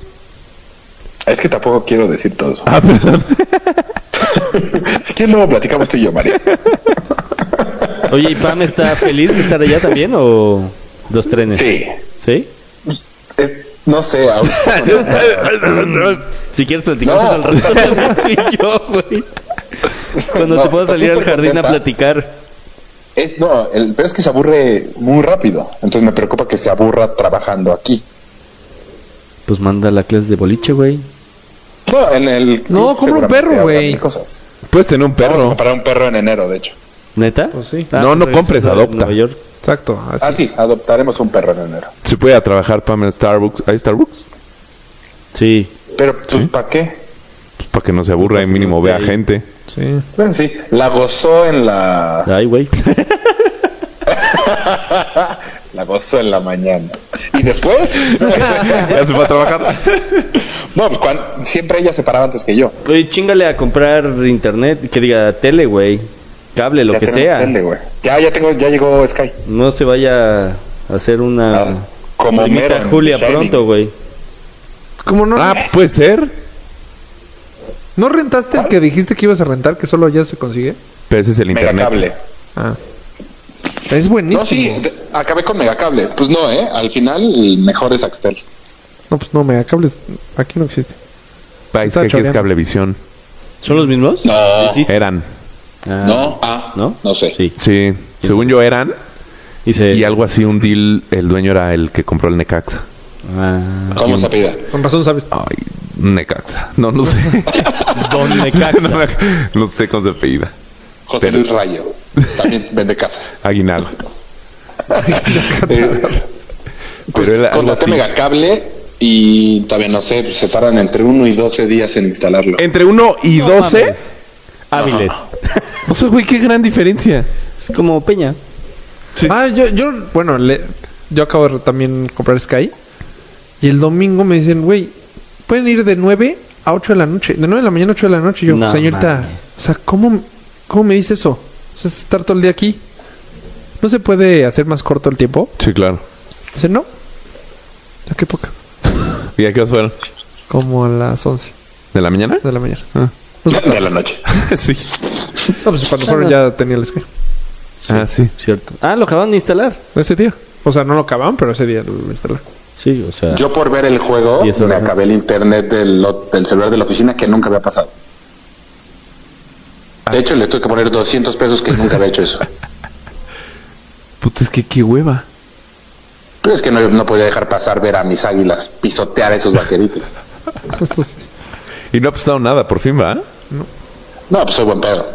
Speaker 6: Es que tampoco quiero decir todo [LAUGHS] eso.
Speaker 1: Ah, perdón.
Speaker 6: Si quieres luego platicamos tú y yo, María.
Speaker 2: Oye, ¿y Pam está feliz de estar allá también o dos trenes?
Speaker 6: Sí.
Speaker 2: ¿Sí?
Speaker 6: Es- Eh, no sé, aún- [LAUGHS]
Speaker 2: Si quieres platicamos
Speaker 6: No.
Speaker 2: al rato tú y [LAUGHS] yo, güey. Cuando
Speaker 6: No,
Speaker 2: te puedas salir al
Speaker 6: súper
Speaker 2: jardín a
Speaker 6: contenta.
Speaker 2: platicar.
Speaker 6: es, no, el peor es que se aburre muy rápido. Entonces me preocupa que se aburra trabajando aquí.
Speaker 2: Pues manda la clase de boliche, güey.
Speaker 6: No, en el...
Speaker 3: No, compra un
Speaker 6: seguramente
Speaker 3: perro,
Speaker 6: habrá
Speaker 3: güey.
Speaker 6: mil Cosas.
Speaker 1: Puedes tener un perro.
Speaker 6: Para un perro en enero, de hecho.
Speaker 2: ¿Neta?
Speaker 3: Pues sí.
Speaker 1: No, no
Speaker 2: regresando
Speaker 1: compres,
Speaker 2: de
Speaker 1: adopta.
Speaker 2: Nueva York.
Speaker 3: Exacto. así.
Speaker 6: Ah, sí, adoptaremos un perro en enero.
Speaker 1: Se puede ir a trabajar Pam en Starbucks. ¿Hay Starbucks?
Speaker 2: Sí.
Speaker 6: Pero, pues, ¿para qué?
Speaker 1: Pues para que no se aburra y mínimo vea
Speaker 2: Ahí.
Speaker 1: gente.
Speaker 3: Sí.
Speaker 6: Bueno, sí, la gozó en la...
Speaker 2: Ay, güey.
Speaker 6: [LAUGHS] La gozo en la mañana. Y después,
Speaker 1: Ya se va a trabajar.
Speaker 6: no, pues, cuan- siempre ella se paraba antes que yo.
Speaker 2: Oye, chingale a comprar internet, que diga tele, güey. Cable, lo
Speaker 6: Ya
Speaker 2: que
Speaker 6: tenemos
Speaker 2: sea.
Speaker 6: tele, güey. ya, ya tengo, ya llegó Sky.
Speaker 2: No se vaya a hacer una
Speaker 6: Ah, como
Speaker 2: primita
Speaker 6: Homero en
Speaker 2: Julia
Speaker 6: The Shining.
Speaker 2: pronto, güey.
Speaker 3: ¿Cómo no?
Speaker 1: Ah, puede ser.
Speaker 3: ¿No rentaste el que dijiste que ibas a rentar, que solo allá se consigue?
Speaker 1: Pero ese es el internet.
Speaker 6: Megacable.
Speaker 3: Ah. Es buenísimo.
Speaker 6: No, sí, de- acabé con Megacable. Pues no, ¿eh? Al final, el mejor es Axtel.
Speaker 3: No, pues no, megacables aquí no existe.
Speaker 1: Pa, es
Speaker 3: Está
Speaker 1: que aquí es
Speaker 3: choreando.
Speaker 1: Cablevisión.
Speaker 2: ¿Son los mismos?
Speaker 6: No.
Speaker 2: ¿Sí?
Speaker 1: Eran.
Speaker 2: Ah,
Speaker 6: No, ah,
Speaker 2: ¿No?
Speaker 6: no, sé.
Speaker 2: Sí.
Speaker 1: Sí. Según yo eran.
Speaker 2: Dice.
Speaker 6: Eh.
Speaker 1: Y algo así, un deal. El dueño era el que compró el Necaxa.
Speaker 2: Ah,
Speaker 6: ¿Cómo se pide?
Speaker 3: Con razón sabes.
Speaker 1: Ay, Necaxa. No, no
Speaker 6: [LAUGHS]
Speaker 1: sé.
Speaker 2: Don Necaxa.
Speaker 1: No, me- [LAUGHS] no sé cómo se apellida.
Speaker 6: José Luis Rayo. También vende
Speaker 1: [LAUGHS]
Speaker 6: casas.
Speaker 1: Aguinaldo.
Speaker 6: Eh, pues,
Speaker 1: Pero era algo
Speaker 6: contraté
Speaker 1: así.
Speaker 6: megacable y todavía no sé, pues, se tardan entre 1 y 12 días en instalarlo.
Speaker 1: Entre 1 y 12.
Speaker 2: mames. [LAUGHS] Hábiles.
Speaker 1: o sea, güey, qué gran diferencia.
Speaker 2: Es como Peña.
Speaker 3: Ah, yo, yo, bueno, le- yo acabo de también comprar Sky. Y el domingo me dicen, güey, pueden ir de 9 a 8 de la noche. De 9 de la mañana a 8 de la noche. Y Yo,
Speaker 2: No
Speaker 3: señorita,
Speaker 2: mames.
Speaker 3: o sea, ¿cómo, ¿cómo me dice eso? O sea, estar todo el día aquí. ¿No se puede hacer más corto el tiempo?
Speaker 1: Sí, claro.
Speaker 3: Dice, no. ¿A qué poca?
Speaker 1: ¿Y a qué hora fueron?
Speaker 3: Como a las 11
Speaker 1: ¿De la mañana?
Speaker 3: de la mañana.
Speaker 1: Ah.
Speaker 6: De la noche.
Speaker 1: [LAUGHS] sí.
Speaker 3: No, pues cuando fueron ya tenía el Sky.
Speaker 1: Ah, sí.
Speaker 2: Cierto. Ah, lo acaban de instalar.
Speaker 3: Ese día. O sea, no lo acababan, pero ese día lo instalaron.
Speaker 2: Sí, o sea.
Speaker 6: Yo por ver el juego
Speaker 2: Diez horas,
Speaker 6: me
Speaker 2: ¿no?
Speaker 6: acabé el internet del, lo- del celular de la oficina que nunca había pasado. De hecho, le tuve que poner 200 pesos que nunca había hecho eso.
Speaker 1: Puta, es que qué hueva.
Speaker 6: Pero es que no, no podía dejar pasar ver a mis águilas pisotear a esos vaqueritos. [LAUGHS]
Speaker 3: Eso sí.
Speaker 1: Y no ha pasado nada, por fin va.
Speaker 6: No, pues soy buen pedo.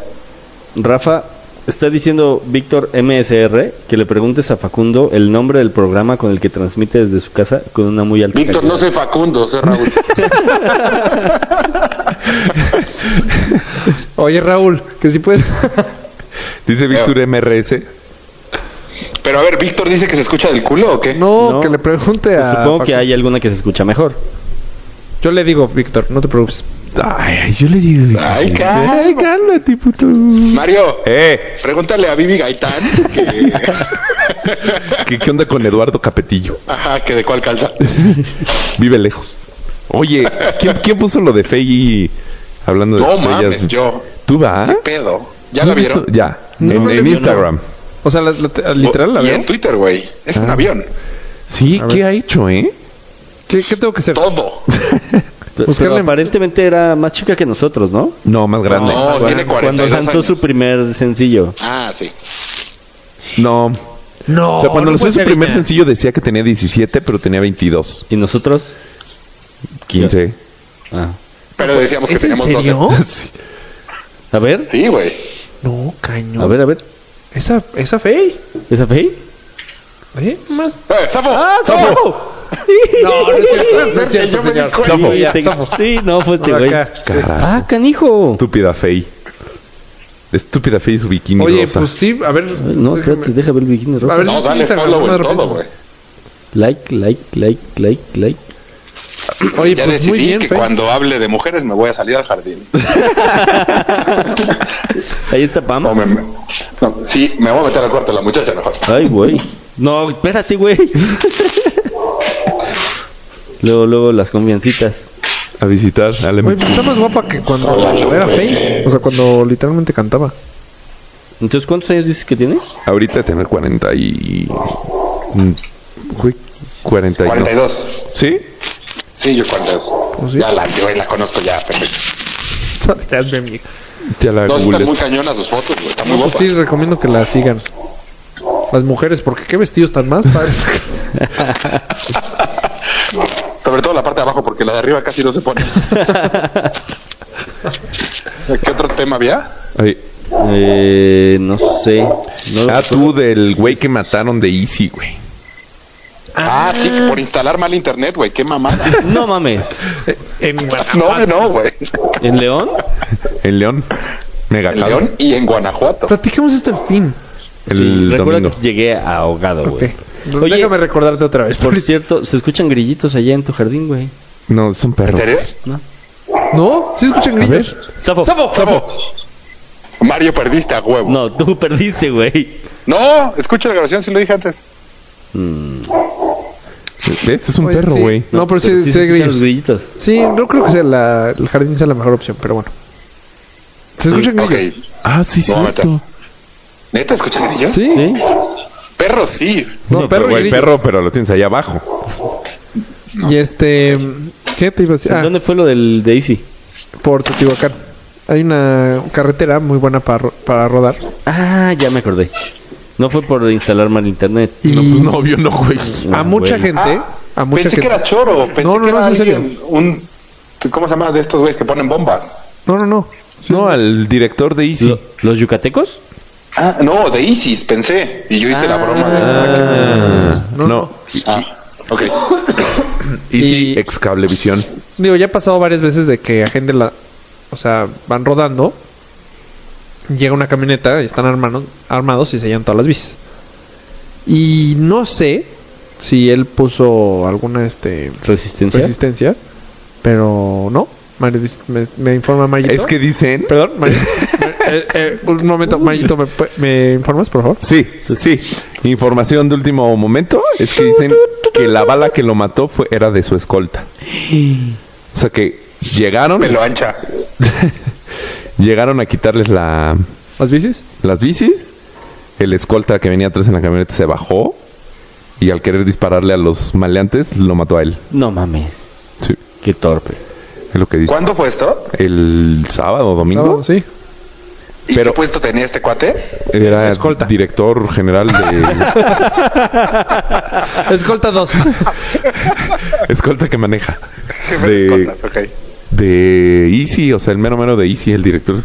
Speaker 2: Rafa, está diciendo Víctor MSR que le preguntes a Facundo el nombre del programa con el que transmite desde su casa con una muy alta
Speaker 6: Víctor, no
Speaker 2: calidad.
Speaker 6: soy Facundo, soy Raúl.
Speaker 3: Oye, Raúl, que si puedes. [LAUGHS]
Speaker 1: Dice Víctor MRS.
Speaker 6: [LAUGHS] Pero a ver, Víctor dice que se escucha del culo o qué?
Speaker 3: No,
Speaker 2: No.
Speaker 3: que le pregunte
Speaker 2: Pues
Speaker 3: a.
Speaker 2: supongo que
Speaker 3: Facu-
Speaker 2: hay alguna que se escucha mejor.
Speaker 3: Yo le digo, Víctor, no te preocupes.
Speaker 1: Ay, yo le digo.
Speaker 6: Ay, ca-
Speaker 1: Ay, cálmate, puto.
Speaker 6: Mario,
Speaker 1: Eh,
Speaker 6: pregúntale a Vivi Gaitán [LAUGHS] que,
Speaker 1: ¿qué, qué onda con Eduardo Capetillo?
Speaker 6: ajá, que de cuál calza.
Speaker 1: Vive lejos. Oye, ¿quién, quién puso lo de Fey hablando de
Speaker 6: No
Speaker 1: estrellas?
Speaker 6: mames, yo.
Speaker 1: ¿Tú va?
Speaker 6: Pedo. ¿Ya la vieron?
Speaker 1: Ya, en,
Speaker 3: no la
Speaker 1: en
Speaker 3: vi,
Speaker 1: Instagram.
Speaker 3: O sea, la- la- literal, la
Speaker 6: y
Speaker 3: veo.
Speaker 6: en Twitter, güey. Es un avión.
Speaker 1: Sí,
Speaker 3: A
Speaker 1: ¿qué
Speaker 3: ver.
Speaker 1: ha hecho, eh?
Speaker 3: ¿Qué, qué tengo que hacer?
Speaker 6: [LAUGHS] Todo.
Speaker 2: Pero,
Speaker 3: Buscarle
Speaker 2: pero
Speaker 3: en-
Speaker 2: aparentemente era más chica que nosotros, ¿no?
Speaker 1: No, más grande.
Speaker 6: No,
Speaker 2: cuando,
Speaker 6: tiene 42
Speaker 2: cuando lanzó
Speaker 6: años.
Speaker 2: su primer sencillo.
Speaker 6: Ah, sí.
Speaker 1: No.
Speaker 3: No.
Speaker 1: O sea, cuando lanzó
Speaker 3: fue
Speaker 1: su primer sencillo decía que tenía 17, pero tenía 22.
Speaker 2: ¿Y nosotros?
Speaker 1: 15.
Speaker 2: Ah.
Speaker 6: Pero decíamos que
Speaker 3: ¿Es en
Speaker 6: teníamos
Speaker 3: serio?
Speaker 6: 12.
Speaker 1: [LAUGHS] Sí.
Speaker 2: A ver,
Speaker 6: Sí, güey.
Speaker 3: No, caño.
Speaker 2: a ver, a ver.
Speaker 3: Esa, esa fey.
Speaker 2: ¿Esa Fey?
Speaker 3: ¿Eh? Más.
Speaker 6: Eh, ¡Sapo!
Speaker 3: [LAUGHS] No, no es cierto. No
Speaker 4: Yo
Speaker 3: es cierto,
Speaker 4: me di cuenta.
Speaker 3: señor.
Speaker 2: Sí,
Speaker 3: Sapo.
Speaker 2: te- sí, no, fue este
Speaker 3: Por
Speaker 2: güey.
Speaker 3: acá.
Speaker 1: Carajo.
Speaker 2: Ah, canijo.
Speaker 1: Estúpida Fey. Estúpida Fey y su bikini
Speaker 3: Oye,
Speaker 1: rosa.
Speaker 3: pues sí, a ver.
Speaker 2: A ver, No, espérate, deja ver el bikini rojo.
Speaker 3: A ver,
Speaker 6: No,
Speaker 3: sí,
Speaker 6: dale
Speaker 3: Instagram,
Speaker 6: follow
Speaker 3: no
Speaker 6: en
Speaker 3: me
Speaker 6: todo,
Speaker 3: arrepiento.
Speaker 6: güey.
Speaker 2: Like, like, like, like, like.
Speaker 3: Oye,
Speaker 6: Ya
Speaker 3: pues
Speaker 6: decidí
Speaker 3: muy bien,
Speaker 6: que
Speaker 3: Fey.
Speaker 6: cuando hable de mujeres me voy a salir al jardín.
Speaker 2: Ahí está Pam.
Speaker 6: No, me- me- no, sí, me voy a meter al cuarto de la muchacha mejor.
Speaker 2: Ay, güey. No, espérate, güey. [LAUGHS] luego, luego las confiancitas.
Speaker 1: A visitar a la em-
Speaker 3: Oye, pues está más guapa que cuando era fey. O sea, cuando literalmente cantaba.
Speaker 2: Entonces, ¿cuántos años dices que tiene?
Speaker 1: Ahorita tener 40 y... Mm, Güey, 40 y...
Speaker 6: 42.
Speaker 1: ¿Sí?
Speaker 6: Sí, yo 42.
Speaker 3: Pues sí.
Speaker 6: Ya la, yo la conozco ya, perfecto.
Speaker 3: Ya es mi amiga.
Speaker 1: Ya la
Speaker 6: No, están
Speaker 1: googleé.
Speaker 6: muy cañonas sus fotos, güey. Está muy
Speaker 3: No, pues
Speaker 6: guapa.
Speaker 3: sí, recomiendo que la sigan. Las mujeres, porque qué vestidos tan más
Speaker 2: [LAUGHS]
Speaker 3: padres.
Speaker 6: [LAUGHS] Sobre todo la parte de abajo, porque la de arriba casi no se
Speaker 3: [LAUGHS]
Speaker 6: pone. ¿Qué otro tema había?
Speaker 1: Ay.
Speaker 2: Eh, no sé. No lo
Speaker 1: Ah,
Speaker 2: recuerdo.
Speaker 1: tú del güey que mataron de Easy, güey.
Speaker 6: Ah, sí, que por instalar mal internet, güey. Qué mamada.
Speaker 2: [LAUGHS] No mames.
Speaker 3: en
Speaker 6: No, no, güey.
Speaker 2: ¿En León?
Speaker 1: En León. Mega
Speaker 6: En
Speaker 1: cabrón.
Speaker 6: León y en Guanajuato.
Speaker 3: Platiquemos esto al fin.
Speaker 1: El
Speaker 2: sí, recuerda
Speaker 1: domingo.
Speaker 2: que llegué ahogado, güey. Oye,
Speaker 3: Déjame recordarte otra vez.
Speaker 2: por cierto, se escuchan grillitos allá en tu jardín, güey.
Speaker 1: No, es un perro.
Speaker 6: ¿En serio?
Speaker 2: ¿No?
Speaker 3: ¿No? ¿Sí escuchan grillos?
Speaker 2: ¡Safo!
Speaker 6: Mario, perdiste a huevo. No,
Speaker 2: No, tú perdiste, güey.
Speaker 6: escucha la grabación, si lo dije antes.
Speaker 2: Mm,
Speaker 1: ¿Ves? Es un
Speaker 3: Oye,
Speaker 1: perro,
Speaker 3: sí.
Speaker 1: güey.
Speaker 3: No, pero sí,
Speaker 2: pero
Speaker 3: sí,
Speaker 2: se
Speaker 3: hay
Speaker 2: escuchan
Speaker 3: grillos.
Speaker 2: los grillitos.
Speaker 3: Sí, no creo que sea la, el jardín sea la mejor opción, pero bueno. ¿Se escuchan
Speaker 6: Ok.
Speaker 3: grillos?
Speaker 1: Ah, sí,
Speaker 6: No,
Speaker 1: cierto.
Speaker 6: ¿Neta escucha grillo?
Speaker 3: Sí.
Speaker 2: ¿Sí?
Speaker 6: Perro, sí.
Speaker 3: No,
Speaker 2: Sí,
Speaker 3: perro,
Speaker 1: Güey,
Speaker 3: y, grillo.
Speaker 1: perro, pero lo tienes allá abajo.
Speaker 3: Y este. ¿Qué te iba a decir? Ah,
Speaker 2: ¿Dónde fue lo del Daisy?
Speaker 3: por Teotihuacán. Hay una carretera muy buena para, ro- para rodar.
Speaker 2: Ah, ya me acordé. No fue por instalar mal internet.
Speaker 3: Y
Speaker 1: No, pues no, obvio no, güey.
Speaker 3: a mucha
Speaker 2: Bueno.
Speaker 3: gente.
Speaker 6: Ah,
Speaker 3: a mucha
Speaker 6: pensé
Speaker 3: gente.
Speaker 6: que era choro. Pensé
Speaker 3: No, no,
Speaker 6: que
Speaker 3: no,
Speaker 6: era
Speaker 3: es en
Speaker 6: alguien, un ¿Cómo se llama de estos güeyes que ponen bombas?
Speaker 3: No, no, no.
Speaker 1: No, al director de Easy.
Speaker 2: Lo- ¿Los yucatecos?
Speaker 6: Ah, no, de ISIS, pensé. Y yo hice la broma de...
Speaker 1: Ah,
Speaker 3: No,
Speaker 1: no.
Speaker 3: no.
Speaker 6: Ah, ok.
Speaker 1: Easy
Speaker 3: Y-
Speaker 1: ex Cablevisión.
Speaker 3: Digo, ya ha pasado varias veces de que agente la. O sea, van rodando. Llega una camioneta y están armados, armados y sellan todas las bicis. Y no sé si él puso alguna este
Speaker 2: ¿Resistencia?
Speaker 3: resistencia, pero no. Mario dice- me, me informa Mayito.
Speaker 1: Es que dicen.
Speaker 3: Perdón, Mario. Eh, eh, un momento, Mayito, ¿me, pu- me informas, por favor?
Speaker 1: Sí, sí. Información de último momento es que dicen que la bala que lo mató fue era de su escolta. O sea que llegaron,
Speaker 6: Pelo ancha.
Speaker 1: llegaron a quitarles la,
Speaker 3: ¿Las bicis?
Speaker 1: las bicis. El escolta que venía atrás en la camioneta se bajó y al querer dispararle a los maleantes lo mató a él.
Speaker 2: No mames.
Speaker 1: Sí,
Speaker 2: Qué torpe.
Speaker 1: es lo que dice.
Speaker 6: ¿Cuándo fue esto?
Speaker 1: El sábado o domingo
Speaker 3: Sábado, Sí.
Speaker 6: ¿Y
Speaker 1: Pero-
Speaker 6: qué puesto tenía este cuate?
Speaker 1: era
Speaker 3: Escolta.
Speaker 1: director general de Ah.
Speaker 3: Escolta 2.
Speaker 1: [LAUGHS] escolta que maneja
Speaker 6: [LAUGHS]
Speaker 1: de,
Speaker 6: Escoltas, ok.
Speaker 1: de Easy, o sea, el mero mero de Easy, el director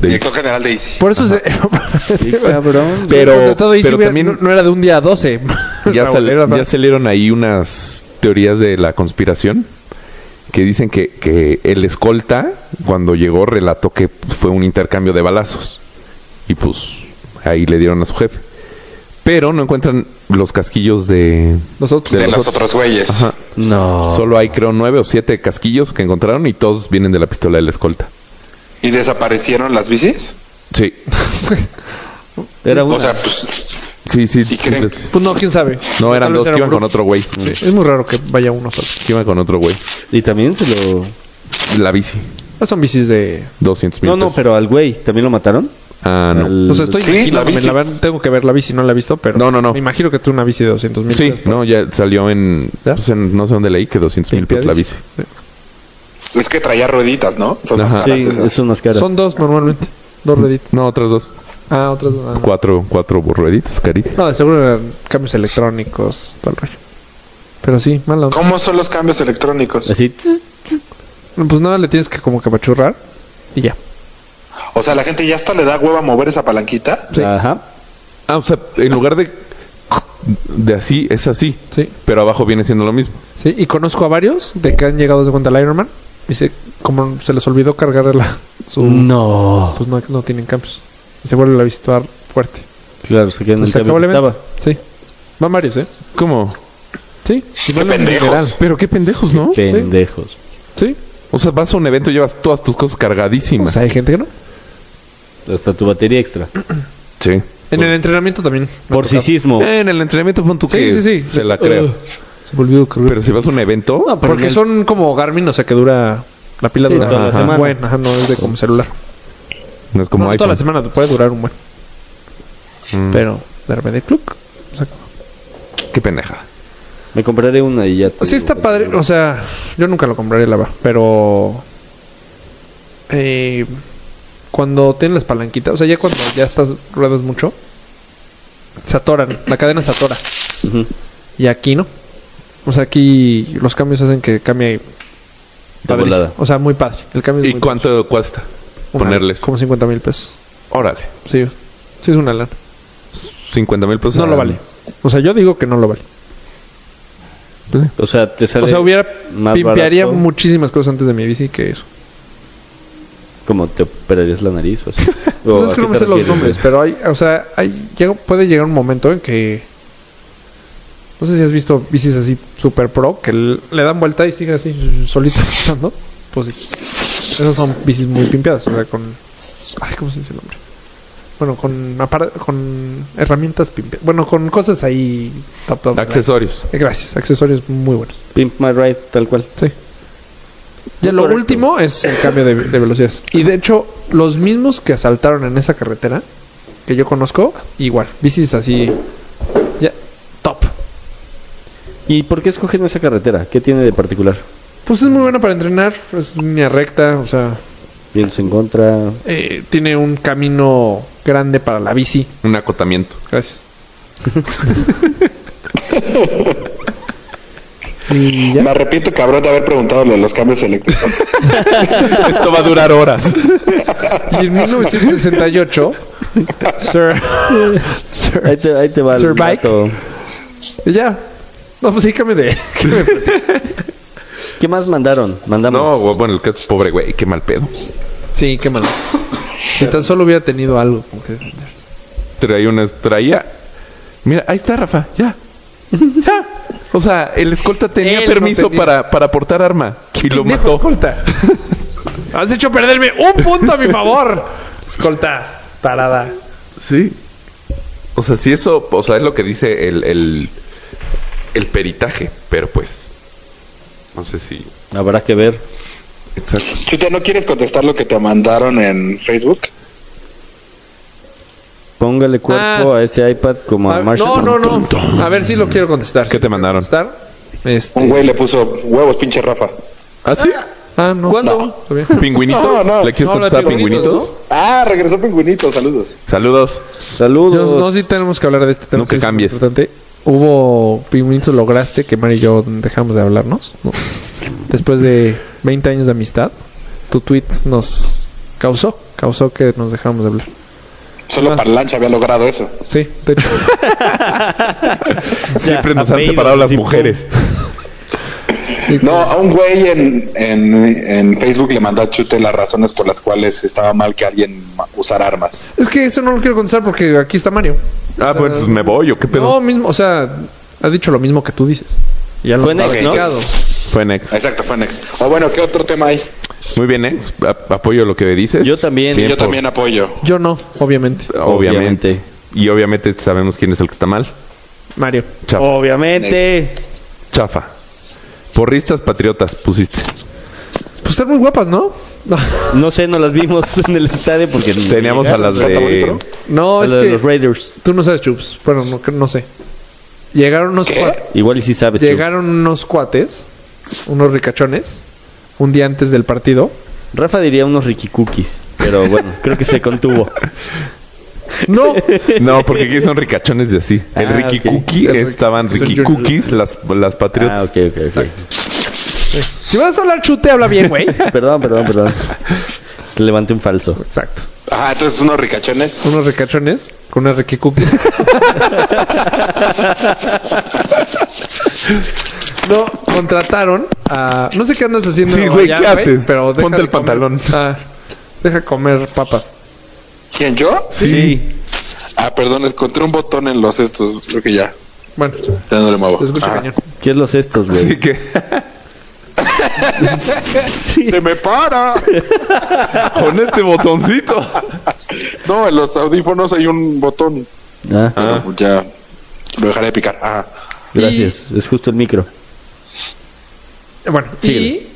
Speaker 1: de
Speaker 6: Director general de ISIS.
Speaker 3: Por eso se. [LAUGHS]
Speaker 2: Qué cabrón.
Speaker 1: Pero- pero
Speaker 3: Pero, también
Speaker 1: también-
Speaker 3: no, no era de un día a 12.
Speaker 1: [LAUGHS] ya,
Speaker 3: Raúl,
Speaker 1: sal-
Speaker 3: era-
Speaker 1: ya salieron ahí unas teorías de la conspiración que dicen que, que el escolta, cuando llegó, relató que fue un intercambio de balazos. Y pues ahí le dieron a su jefe. Pero no encuentran los casquillos de...
Speaker 3: Los otros.
Speaker 6: De,
Speaker 1: de
Speaker 6: los
Speaker 1: los
Speaker 6: otros güeyes.
Speaker 1: Ajá.
Speaker 2: No.
Speaker 1: Solo hay creo nueve o siete casquillos que encontraron y todos vienen de la pistola del escolta.
Speaker 6: ¿Y desaparecieron las bicis?
Speaker 1: Sí,
Speaker 2: Era una.
Speaker 6: O sea, pues...
Speaker 1: sí, sí.
Speaker 6: ¿Y
Speaker 1: sí,
Speaker 6: creen-
Speaker 1: sí.
Speaker 3: Pues no, quién sabe.
Speaker 1: No,
Speaker 3: Tal
Speaker 1: eran
Speaker 3: vez
Speaker 1: dos
Speaker 3: era
Speaker 1: que
Speaker 3: un
Speaker 1: iban con
Speaker 3: grupo.
Speaker 1: otro güey.
Speaker 3: Sí, Es muy raro que vaya uno solo.
Speaker 1: Que iban con otro güey.
Speaker 2: y también se lo...
Speaker 1: La bici.
Speaker 3: No son bicis de.
Speaker 1: 200 mil
Speaker 2: No, no, pero al güey, ¿también lo mataron?
Speaker 1: Ah, no.
Speaker 2: Al-
Speaker 3: O sea, estoy
Speaker 6: Sí,
Speaker 3: imaginándome,
Speaker 6: la bici.
Speaker 3: la verdad, tengo que ver la bici, no la he visto, pero.
Speaker 1: No, no, no.
Speaker 3: Me imagino que tuvo una bici de 200 mil.
Speaker 1: Sí, no, ya salió en,
Speaker 3: ¿Ya?
Speaker 1: pues, en- no sé dónde leí que 200 mil pesos la bici.
Speaker 6: Es que traía rueditas, ¿no? Son las
Speaker 1: Ajá.
Speaker 6: caras
Speaker 2: Sí,
Speaker 6: esas.
Speaker 2: es unas caras.
Speaker 3: Son dos normalmente. Dos reditas.
Speaker 1: No, otras dos.
Speaker 3: Ah, otras. ah, no.
Speaker 1: Cuatro, cuatro rueditas, carísimo.
Speaker 3: No, de seguro eran cambios electrónicos, todo el rollo. Pero sí, mala onda.
Speaker 6: ¿Cómo son los cambios electrónicos?
Speaker 2: Así. tss, tss.
Speaker 3: Pues nada, le tienes que como que apachurrar y ya.
Speaker 6: O sea, la gente ya hasta le da hueva mover esa palanquita.
Speaker 3: Sí.
Speaker 2: Ajá.
Speaker 1: Ah, o sea, en lugar de de así, es así.
Speaker 3: Sí.
Speaker 1: Pero abajo viene siendo lo mismo.
Speaker 3: Sí, y conozco a varios de que han llegado de cuenta al Ironman. Y se, como se les olvidó cargar la, su.
Speaker 2: No.
Speaker 3: Pues no, no tienen cambios. Y se vuelve a visitar fuerte.
Speaker 2: Claro, se quedan en
Speaker 3: Pues
Speaker 2: el
Speaker 3: se acabó
Speaker 2: tema
Speaker 3: el
Speaker 2: que
Speaker 3: evento.
Speaker 2: estaba.
Speaker 3: Sí. Van varios, ¿eh?
Speaker 1: ¿Cómo?
Speaker 3: Sí. Y
Speaker 6: Qué
Speaker 3: vale un
Speaker 6: pendejos.
Speaker 3: dineral.
Speaker 1: Pero qué pendejos, ¿no?
Speaker 2: Pendejos.
Speaker 3: Sí.
Speaker 1: O sea, vas a un evento y llevas todas tus cosas
Speaker 3: O
Speaker 1: cargadísimas.
Speaker 3: sea, hay gente que no.
Speaker 2: Hasta tu batería extra.
Speaker 1: sí.
Speaker 3: En el entrenamiento también. me ha
Speaker 2: Por
Speaker 3: tocado.
Speaker 2: sisismo.
Speaker 1: Eh, en el entrenamiento pon tú
Speaker 3: Sí,
Speaker 1: que
Speaker 3: sí, sí.
Speaker 1: se la creo.
Speaker 3: Uh, Se volvió cargar.
Speaker 1: Pero si vas a un evento,
Speaker 3: No, porque
Speaker 2: en el-
Speaker 3: son como Garmin, o sea que dura. La pila
Speaker 2: Sí,
Speaker 3: dura
Speaker 2: toda la
Speaker 3: ajá,
Speaker 2: semana.
Speaker 3: buen, ajá, no es de como celular.
Speaker 1: no es como
Speaker 3: no, toda
Speaker 1: iPhone.
Speaker 3: la semana te puede durar un buen.
Speaker 1: Mm,
Speaker 3: Pero de repente, cluck. O sea,
Speaker 1: qué pendeja.
Speaker 2: Me compraré una y ya. te digo.
Speaker 3: Sí está padre, o sea, yo nunca lo compraría la verdad, pero eh, cuando tienen las palanquitas, o sea, ya cuando ya estás ruedas mucho, se atoran, la cadena se atora,
Speaker 2: Ujú.
Speaker 3: y aquí no. O sea, aquí los cambios hacen que cambie
Speaker 2: De volada.
Speaker 3: O sea, muy padre. El cambio es
Speaker 1: ¿Y
Speaker 3: muy
Speaker 1: cuánto cuesta
Speaker 3: padre. Una-
Speaker 1: ponerles?
Speaker 3: Como 50 mil pesos.
Speaker 1: Órale.
Speaker 3: Sí, sí es una lana.
Speaker 1: 50 mil pesos.
Speaker 3: No lo vale. O sea, yo digo que no lo vale.
Speaker 2: O sea, te sale.
Speaker 3: O sea, hubiera
Speaker 2: más
Speaker 3: pimpearía
Speaker 2: barato.
Speaker 3: muchísimas cosas antes de mi bici que eso.
Speaker 2: Como te operarías la nariz
Speaker 3: [LAUGHS]
Speaker 2: o así. ¿O
Speaker 3: No
Speaker 2: a
Speaker 3: es que
Speaker 2: qué
Speaker 3: no
Speaker 2: te
Speaker 3: me sé los
Speaker 2: refieres?
Speaker 3: nombres, pero hay, o sea, hay, llega- puede llegar un momento en que. No sé si has visto bicis así super pro que l- le dan vuelta y sigue así solito [LAUGHS] pasando. Pues sí. Esas son bicis muy pimpeadas, o sea, con. Ay, ¿cómo se dice el nombre? Bueno, con, apara- con herramientas pimpeadas. Bueno, con cosas ahí. Top, top,
Speaker 1: Accesorios.
Speaker 3: Eh, Gracias, accesorios muy buenos.
Speaker 2: Pimp My Ride, tal cual.
Speaker 3: Sí. Ya lo
Speaker 2: Correcto.
Speaker 3: último es el cambio de, de velocidades. Y de hecho, los mismos que asaltaron en esa carretera, que yo conozco, igual, bicis así, ya, top.
Speaker 2: ¿Y por qué escogen esa carretera? ¿Qué tiene de particular?
Speaker 3: Pues es muy buena para entrenar, es línea recta, o sea,
Speaker 2: Vientos en contra.
Speaker 3: eh, tiene un camino grande para la bici.
Speaker 1: Un
Speaker 3: [LAUGHS]
Speaker 1: acotamiento.
Speaker 3: Gracias. Y ya.
Speaker 6: Me arrepiento, cabrón, de haber preguntado lo de los
Speaker 3: [LAUGHS]
Speaker 6: cambios eléctricos.
Speaker 1: Esto va a durar horas.
Speaker 3: Y en
Speaker 2: [LAUGHS]
Speaker 3: 1968, Sir. Sir.
Speaker 2: Ahí te, ahí te va
Speaker 3: Sir
Speaker 2: el
Speaker 3: Mike.
Speaker 2: dato.
Speaker 3: Y ya. No, pues sí, que me de. [LAUGHS] que me-
Speaker 2: ¿Qué más mandaron?
Speaker 1: [LAUGHS]
Speaker 2: Mandamos.
Speaker 1: No, güey, bueno, el que es pobre, güey, qué mal pedo.
Speaker 3: Sí, qué malo. Si tan solo hubiera tenido algo con que defender.
Speaker 1: Traía una, traía. Mira, ahí está Rafa,
Speaker 3: [LAUGHS]
Speaker 1: ya. Ya. O sea, el escolta tenía
Speaker 3: Él no
Speaker 1: permiso
Speaker 3: tenía.
Speaker 1: para, para portar arma y lo
Speaker 3: Pendejo,
Speaker 1: mató.
Speaker 3: Escolta. [LAUGHS] Has hecho perderme un punto a mi favor. Escolta, tarada.
Speaker 1: Sí. O sea, si eso, o sea, es lo que dice el, el, el peritaje, pero pues. No sé si.
Speaker 2: Habrá que ver.
Speaker 1: Exacto.
Speaker 6: Chuta, ¿no quieres contestar lo que te mandaron en Facebook?
Speaker 2: Póngale cuerpo a ese iPad como a
Speaker 3: A-
Speaker 2: Marshall.
Speaker 3: Ah. no, no, no. A ver si lo quiero contestar.
Speaker 1: ¿Qué te mandaron?
Speaker 3: ¿Contestar? Este,
Speaker 6: Un güey le puso huevos, pinche Rafa.
Speaker 1: ¿Ah, sí?
Speaker 3: Ah, no.
Speaker 6: ¿Cuándo?
Speaker 3: Está bien.
Speaker 1: ¿Pingüinitos?
Speaker 6: No, no.
Speaker 1: ¿Le quieres
Speaker 3: No, habla
Speaker 1: contestar a
Speaker 3: de pingüinitos,
Speaker 1: pingüinitos?
Speaker 6: Ah, regresó Pingüinito, saludos.
Speaker 1: Saludos.
Speaker 2: Saludos.
Speaker 3: Yo- no, sí tenemos que hablar de este tema.
Speaker 1: No que
Speaker 3: sí es
Speaker 1: cambies.
Speaker 3: Importante. Hubo pingüinitos lograste que Mari y yo dejamos de hablarnos. ¿no? Después de 20 años de amistad, tu tweet nos causó, causó que nos dejamos de hablar.
Speaker 6: Solo Parlancha había logrado eso.
Speaker 3: Sí, de hecho.
Speaker 1: [LAUGHS] Siempre nos han separado las mujeres.
Speaker 6: No, a un güey en, en, en Facebook le mandó a Chute las razones por las cuales estaba mal que alguien ma- usara armas.
Speaker 3: es que eso no lo quiero contestar porque aquí está Mario.
Speaker 1: Ah, bueno, pues me voy o qué pedo.
Speaker 3: No, mismo, o sea, ha dicho lo mismo que tú dices.
Speaker 2: Ya Fue Next,
Speaker 6: Ok,
Speaker 2: ¿no?
Speaker 6: claro.
Speaker 1: Fue Nex.
Speaker 6: Exacto, fue next. O bueno, ¿qué otro tema hay?
Speaker 1: Muy bien, Nex. A- apoyo lo que dices.
Speaker 2: Yo también.
Speaker 1: Sí,
Speaker 6: Yo
Speaker 1: por-
Speaker 6: también apoyo.
Speaker 3: Yo no, obviamente.
Speaker 1: Obviamente.
Speaker 2: Obviamente.
Speaker 1: Y obviamente sabemos quién es el que está mal.
Speaker 3: Mario.
Speaker 1: Chafa.
Speaker 3: Oh.
Speaker 2: Obviamente.
Speaker 1: Chafa. Porristas patriotas pusiste.
Speaker 3: Pues están muy guapas, ¿no? No,
Speaker 2: No sé, no las vimos [LAUGHS] en el estadio porque
Speaker 1: Teníamos a las de...
Speaker 3: [LAUGHS] no
Speaker 2: a
Speaker 3: es
Speaker 2: la de
Speaker 3: que
Speaker 2: los Raiders.
Speaker 3: tú no sabes, Chups. Bueno, no, no sé. Llegaron unos cua-
Speaker 2: Igual y sí sabes. tú.
Speaker 3: Llegaron unos cuates, unos ricachones, un día antes del partido.
Speaker 2: Rafa diría unos Ricky Cookies, pero bueno, creo que
Speaker 1: [LAUGHS]
Speaker 2: se contuvo.
Speaker 3: [LAUGHS] No,
Speaker 1: No, porque aquí son ricachones de así. El
Speaker 2: Ah,
Speaker 1: Ricky
Speaker 2: ok.
Speaker 1: Cookie,
Speaker 3: El Ricky-
Speaker 1: estaban
Speaker 3: son
Speaker 1: Ricky
Speaker 3: juniors.
Speaker 1: Cookies, las, las
Speaker 2: Ah,
Speaker 1: patriotas.
Speaker 2: ok, ok, ok.
Speaker 3: si vas a hablar chute, habla bien, güey.
Speaker 2: Perdón,
Speaker 1: [LAUGHS]
Speaker 2: perdón, perdón. Te levanté un falso.
Speaker 3: Exacto.
Speaker 6: Ah, entonces unos ricachones.
Speaker 3: Unos ricachones con una Ricky [LAUGHS] Cookie. no, contrataron a. No sé qué andas haciendo.
Speaker 1: Sí, güey,
Speaker 3: allá,
Speaker 1: ¿qué haces?
Speaker 3: Pero deja
Speaker 1: Ponte
Speaker 3: de
Speaker 1: el
Speaker 3: comer-
Speaker 1: pantalón.
Speaker 3: Ah, deja comer papas.
Speaker 6: ¿Quién, yo?
Speaker 1: Sí.
Speaker 6: Ah, perdón, encontré un botón en los estos. Creo que ya.
Speaker 3: Bueno,
Speaker 6: Ya no le muevo. Ah.
Speaker 3: se escucha
Speaker 6: Ajá.
Speaker 3: cañón.
Speaker 2: ¿Qué es los estos, güey?
Speaker 1: Así que
Speaker 6: [LAUGHS] ¡Se me para!
Speaker 1: con este botoncito.
Speaker 6: No, en los audífonos hay un botón.
Speaker 2: Ah,
Speaker 1: Ah.
Speaker 6: Pero Ya lo dejaré de picar. Ah, Ajá.
Speaker 2: gracias. Es justo el micro.
Speaker 3: Bueno,
Speaker 2: Sigue.
Speaker 3: y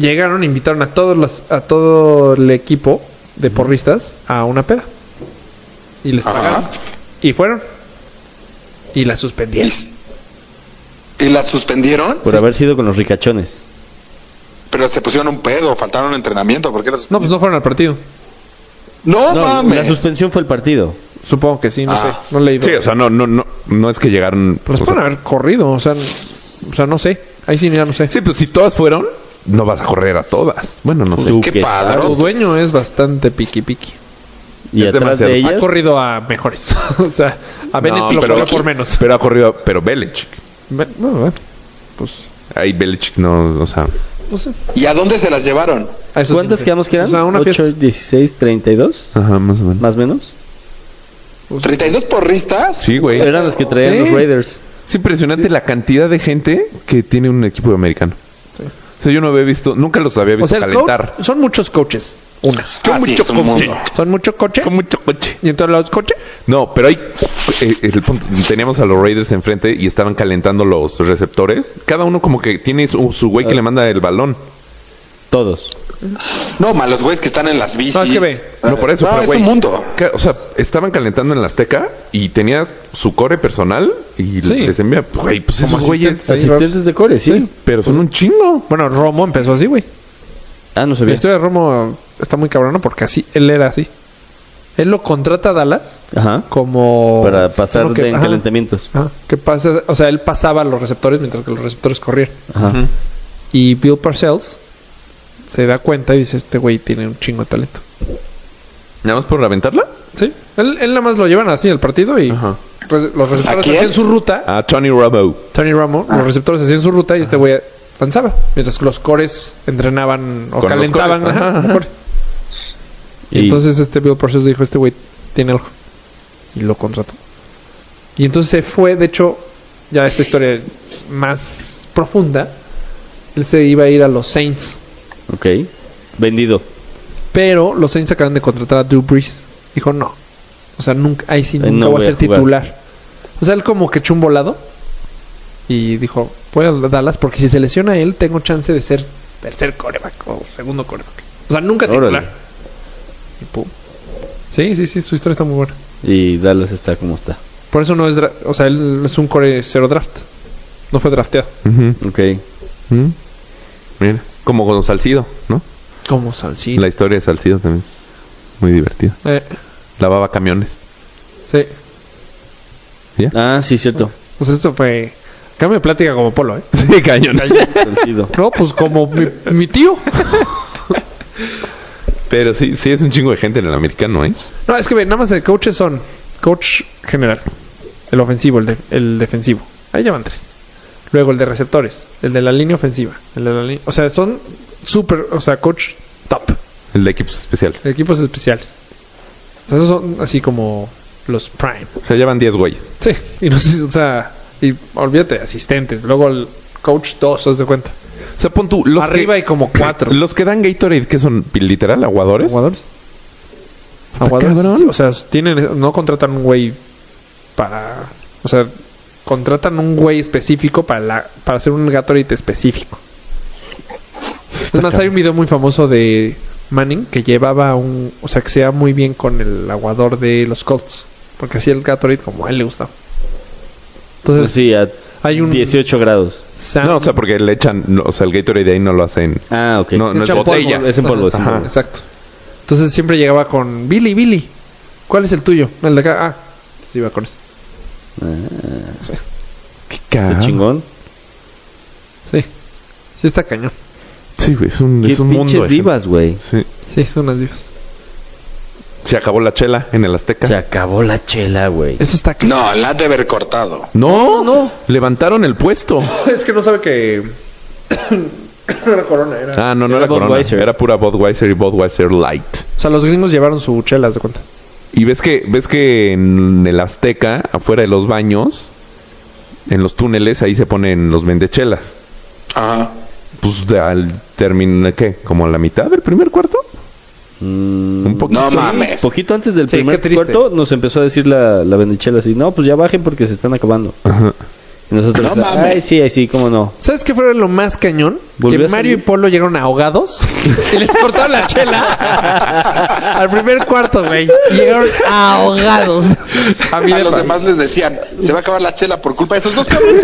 Speaker 3: llegaron, invitaron a todos los, a todo el equipo de porristas a una peda. Y
Speaker 6: Ah.
Speaker 3: les pagaron.
Speaker 6: Ajá.
Speaker 3: Y fueron. Y la suspendieron.
Speaker 6: ¿Y, y la suspendieron?
Speaker 2: Por haber sido con los ricachones.
Speaker 6: Pero se pusieron un pedo, faltaron entrenamiento. ¿Por qué la
Speaker 3: No, pues no fueron al partido.
Speaker 6: ¡No
Speaker 2: No, la
Speaker 6: mames!
Speaker 2: suspensión fue el partido.
Speaker 3: Supongo que sí, no
Speaker 6: Ah.
Speaker 3: sé. No leí.
Speaker 1: Sí, o sea, no, no, no, no es que llegaron.
Speaker 3: Los
Speaker 1: o
Speaker 3: Pues pueden
Speaker 1: sea-
Speaker 3: haber corrido, o sea, n- o sea, no sé. Ahí sí, ya no sé.
Speaker 1: sí, pues si todas fueron, no vas a correr a todas. Bueno, no sé.
Speaker 2: Tú
Speaker 6: ¡Qué
Speaker 2: que
Speaker 6: padre!
Speaker 3: Tu dueño es bastante piqui piqui.
Speaker 2: sabes. Y
Speaker 1: Es
Speaker 2: atrás
Speaker 1: demasiado.
Speaker 2: de
Speaker 3: Ha
Speaker 2: ellas.
Speaker 3: corrido a mejores. [LAUGHS] o sea, a Bennett
Speaker 1: No,
Speaker 3: lo
Speaker 1: pero-
Speaker 3: corrió por menos.
Speaker 1: Pero ha corrido, pero Belichick.
Speaker 3: Ve- bueno, bueno,
Speaker 1: Ahí Belichick no, o sea.
Speaker 3: no sé.
Speaker 6: ¿Y a dónde se las llevaron?
Speaker 3: A eso
Speaker 2: ¿Cuántas
Speaker 3: sí no
Speaker 2: quedamos
Speaker 3: sé.
Speaker 2: que eran?
Speaker 3: O sea, una
Speaker 2: 8,
Speaker 3: fiesta.
Speaker 2: 16, 32,
Speaker 1: Ajá, más o menos.
Speaker 2: más o menos.
Speaker 6: ¿32 porristas?
Speaker 1: Sí, güey.
Speaker 2: Eran las que traían
Speaker 3: Sí.
Speaker 2: los Raiders.
Speaker 1: Es impresionante la cantidad de gente que tiene un equipo de americano. O sea, yo no había visto, nunca los había visto
Speaker 3: O sea, el
Speaker 1: calentar.
Speaker 3: coach- son muchos coaches. Una.
Speaker 6: Ah, sí, es un mundo.
Speaker 3: Son muchos coches.
Speaker 1: Con mucho coche.
Speaker 3: Y en todos los coches.
Speaker 1: No, pero hay. eh, el punto- teníamos a los Raiders enfrente y estaban calentando los receptores. Cada uno como que tiene su, su güey que le manda el balón.
Speaker 2: Todos.
Speaker 6: No, malos güeyes que están en las bicis.
Speaker 3: No, es que ve.
Speaker 1: No, por eso,
Speaker 6: No,
Speaker 1: pero,
Speaker 6: es
Speaker 1: güey.
Speaker 6: un mundo.
Speaker 1: Ca- O sea, estaban calentando en la Azteca y tenía su core personal y
Speaker 3: Sí.
Speaker 1: les envía. Güey, pues esos güeyes.
Speaker 3: Sí,
Speaker 2: Asistentes de core, sí.
Speaker 1: Pero son un chingo.
Speaker 3: Bueno, Romo empezó así, güey.
Speaker 2: Ah, no
Speaker 3: La
Speaker 2: sabía.
Speaker 3: historia de Romo está muy cabrona porque así, él era así. Él lo contrata a Dallas
Speaker 2: Ajá.
Speaker 3: como...
Speaker 2: Para pasar
Speaker 3: como que-
Speaker 2: de en
Speaker 3: ajá,
Speaker 2: calentamientos.
Speaker 3: ajá, que pasa, o sea, él pasaba los receptores mientras que los receptores corrían.
Speaker 2: Ajá.
Speaker 3: Y Bill Parcells se da cuenta y dice, este güey tiene un chingo de talento.
Speaker 1: ¿Nada más por aventarla?
Speaker 3: Sí, él, él nada más lo llevan así el partido y
Speaker 1: Ajá.
Speaker 3: re- los
Speaker 6: ¿A
Speaker 3: receptores
Speaker 6: quién?
Speaker 3: hacían su ruta.
Speaker 1: A Tony Robo.
Speaker 3: Tony Ramo, los receptores hacían su ruta y este güey lanzaba. Mientras que los cores entrenaban o
Speaker 1: Con los
Speaker 3: calentaban.
Speaker 1: cores,
Speaker 3: ajá,
Speaker 1: ajá.
Speaker 3: los cores. Y,
Speaker 2: Y-
Speaker 3: entonces este Bill Parcells dijo, este güey tiene algo. Y lo contrató. Y entonces se fue, de hecho, ya esta historia más profunda, él se iba a ir a los Saints.
Speaker 2: Ok. Vendido.
Speaker 3: Pero los Saints acaban de contratar a Drew Brees. Dijo, no. O sea, nunca, ahí sí nunca
Speaker 2: no
Speaker 3: voy
Speaker 2: voy a
Speaker 3: a ser
Speaker 2: jugar.
Speaker 3: titular. O sea, él como que echó un volado. Y dijo, voy a Dallas porque si se lesiona él, tengo chance de ser tercer coreback o segundo coreback. O sea, nunca titular.
Speaker 2: Órale.
Speaker 3: Y pum. Sí, sí, sí, su historia está muy buena.
Speaker 2: Y Dallas está como está.
Speaker 3: Por eso no es... dra- O sea, él es un core cero draft. No fue drafteado.
Speaker 2: Ok.
Speaker 1: Mm. Mira, como con Salcido, ¿no?
Speaker 3: Como Salcido.
Speaker 1: La historia de Salcido también es muy divertida.
Speaker 3: Eh,
Speaker 1: Lavaba camiones.
Speaker 3: sí.
Speaker 1: ¿Ya?
Speaker 2: Ah, sí, cierto.
Speaker 3: O sea, esto fue... Cambio de plática como polo, ¿eh?
Speaker 1: [LAUGHS]
Speaker 3: [LAUGHS]
Speaker 1: Sí, cañón.
Speaker 2: Torcido.
Speaker 3: No, pues como mi, mi tío.
Speaker 1: Pero sí, sí es un chingo de gente en el americano, ¿eh?
Speaker 3: No, es que ve, nada más de coaches son coach general, el ofensivo, el, de- el defensivo. Ahí llevan tres. Luego el de receptores, el de la línea ofensiva, el de la línea. O sea, son súper, o sea, coach top,
Speaker 1: El de equipos especiales.
Speaker 3: equipos especiales. O sea, esos son así como los prime.
Speaker 1: O sea, llevan 10 güeyes.
Speaker 3: Sí, y no sé, o sea, y olvídate, asistentes. Luego el coach dos, haz de cuenta.
Speaker 1: O sea, pon tú. Los
Speaker 3: Arriba
Speaker 1: que-
Speaker 3: hay como cuatro.
Speaker 1: Los que dan Gatorade, que son literal aguadores.
Speaker 3: Aguadores. Aguadores.
Speaker 1: cabrón.
Speaker 3: sí, o sea, tienen, no contratan un güey para. O sea, contratan un güey específico para, la, para hacer un Gatorade específico. Es más, hay un video muy famoso de Manning que llevaba un. O sea, que se lleva muy bien con el aguador de los Colts. Porque así el Gatorade, como a él le gustaba. Entonces,
Speaker 2: Pues sí, a
Speaker 3: hay un.
Speaker 2: 18 grados.
Speaker 3: Sam-
Speaker 1: No, o sea, porque le echan. no, o sea, el Gatorade de ahí no lo hacen.
Speaker 2: Ah, ok.
Speaker 1: No, no es
Speaker 3: Echan polvo,
Speaker 1: botella.
Speaker 2: Es en polvo, es en
Speaker 1: Ajá.
Speaker 2: polvo.
Speaker 3: Exacto. Entonces siempre llegaba con Billy, Billy. ¿Cuál es el tuyo? El de acá. Ah, sí, iba con ese.
Speaker 2: Ah,
Speaker 1: Qué
Speaker 2: qué
Speaker 1: caro.
Speaker 2: chingón.
Speaker 3: Sí. Sí está cañón.
Speaker 1: Sí, güey, es un,
Speaker 2: Qué
Speaker 1: es un mundo.
Speaker 2: pinches
Speaker 1: de
Speaker 2: divas, güey.
Speaker 1: gente. Sí.
Speaker 3: Sí, son unas divas.
Speaker 1: Se acabó la chela en el Azteca.
Speaker 2: Se acabó la chela, güey.
Speaker 3: Eso está cañón.
Speaker 6: No, la han de haber cortado.
Speaker 1: No, no. Levantaron el puesto.
Speaker 3: Es que no sabe que... era corona, era...
Speaker 1: Ah, no, no
Speaker 2: Era
Speaker 1: era Corona.
Speaker 2: Budweiser.
Speaker 1: Era pura Budweiser y Budweiser Light.
Speaker 3: O sea, los gringos llevaron su chela, haz de cuenta.
Speaker 1: Y ves que ves que en el Azteca, afuera de los baños, en los túneles, ahí se ponen los vendechelas.
Speaker 6: Ajá.
Speaker 1: Pues de- al terminar, ¿qué? ¿Como a la mitad del primer cuarto?
Speaker 2: Mm,
Speaker 1: Un poquito.
Speaker 6: No mames.
Speaker 2: Poquito antes del
Speaker 3: Sí,
Speaker 2: primer
Speaker 3: qué triste.
Speaker 2: cuarto nos empezó a decir la, la bendichela así, no, pues ya bajen porque se están acabando.
Speaker 1: Ajá.
Speaker 2: Y nosotros,
Speaker 6: No mames.
Speaker 2: ay, sí, ay, sí, cómo no.
Speaker 3: ¿Sabes qué fue lo más cañón?
Speaker 2: Volvió
Speaker 3: que
Speaker 2: a
Speaker 3: Mario y
Speaker 2: salir.
Speaker 3: Polo llegaron ahogados y les cortaron la chela [LAUGHS] al primer cuarto, güey. Y Llegaron ahogados. A mi
Speaker 6: A los
Speaker 3: depa.
Speaker 6: demás les decían, se va a acabar la chela por culpa de esos dos cabrones.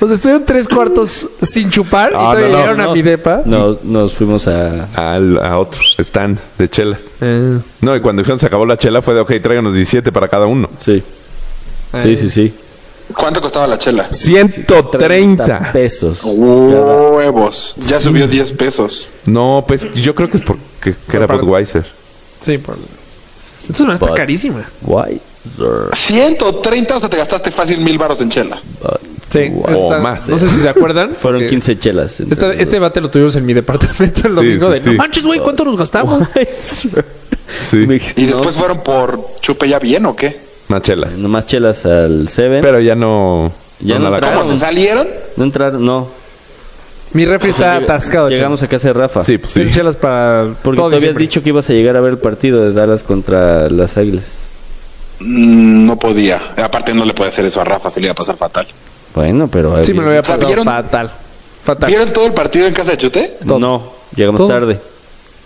Speaker 3: O sea, estuvieron tres cuartos sin chupar y
Speaker 1: Ah,
Speaker 3: todavía
Speaker 1: no, no,
Speaker 3: llegaron a
Speaker 2: no.
Speaker 3: mi depa.
Speaker 2: Nos, nos fuimos a...
Speaker 1: Al- a otros stand de chelas.
Speaker 3: Eh,
Speaker 1: No, y cuando dijeron se acabó la chela fue de, ok, tráiganos 17 para cada uno.
Speaker 2: Sí, sí,
Speaker 3: eh.
Speaker 2: sí, sí.
Speaker 6: ¿Cuánto costaba la chela?
Speaker 1: 130.
Speaker 2: pesos.
Speaker 3: Oh.
Speaker 6: Huevos. Ya subió 10 pesos.
Speaker 1: No, pues yo creo que es porque que era
Speaker 3: Aparte.
Speaker 1: Budweiser.
Speaker 3: Sí, por... Entonces, no, está
Speaker 2: But-
Speaker 3: carísima.
Speaker 2: Why?
Speaker 6: 130, o sea, te gastaste fácil mil baros en chela.
Speaker 3: Sí,
Speaker 2: Wow.
Speaker 1: O
Speaker 3: está-
Speaker 1: más.
Speaker 3: No sé si se acuerdan.
Speaker 2: eh. [LAUGHS] Fueron
Speaker 3: que
Speaker 2: 15 chelas. entre
Speaker 3: esta-
Speaker 2: los
Speaker 3: este debate lo tuvimos en mi departamento el domingo
Speaker 1: sí,
Speaker 3: de
Speaker 1: sí.
Speaker 3: no manches, güey, ¿cuánto nos gastamos? [LAUGHS]
Speaker 2: dos. [LAUGHS] Ay, sir.
Speaker 1: Sí.
Speaker 2: Me dijiste,
Speaker 6: Y
Speaker 2: no,
Speaker 6: después fueron por chupe ya bien o qué?
Speaker 1: Más chelas.
Speaker 2: nomás chelas al Seven.
Speaker 1: Pero ya no...
Speaker 2: ¿Eh? Ya no
Speaker 1: nada
Speaker 2: trago.
Speaker 6: ¿Cómo
Speaker 1: como-
Speaker 6: se salieron?
Speaker 2: No entraron, no.
Speaker 3: Mi refri está
Speaker 2: Llega-
Speaker 3: atascado.
Speaker 2: Llegamos a casa de Rafa.
Speaker 1: Sí, pues
Speaker 3: sí.
Speaker 1: sí.
Speaker 3: chelas para
Speaker 2: Porque
Speaker 3: todo
Speaker 2: tú habías
Speaker 3: diciembre.
Speaker 2: dicho que ibas a llegar a ver el partido de Dallas contra las Águilas.
Speaker 6: Mm, No podía. Aparte no le puede hacer eso a Rafa, se le iba a pasar fatal.
Speaker 2: Bueno, pero...
Speaker 3: Sí, me lo había
Speaker 6: O sea,
Speaker 3: pasado
Speaker 6: ¿vieron?
Speaker 3: fatal. Fatal.
Speaker 6: ¿Vieron todo el partido en casa de Chute?
Speaker 2: No, llegamos
Speaker 3: Todo.
Speaker 2: tarde.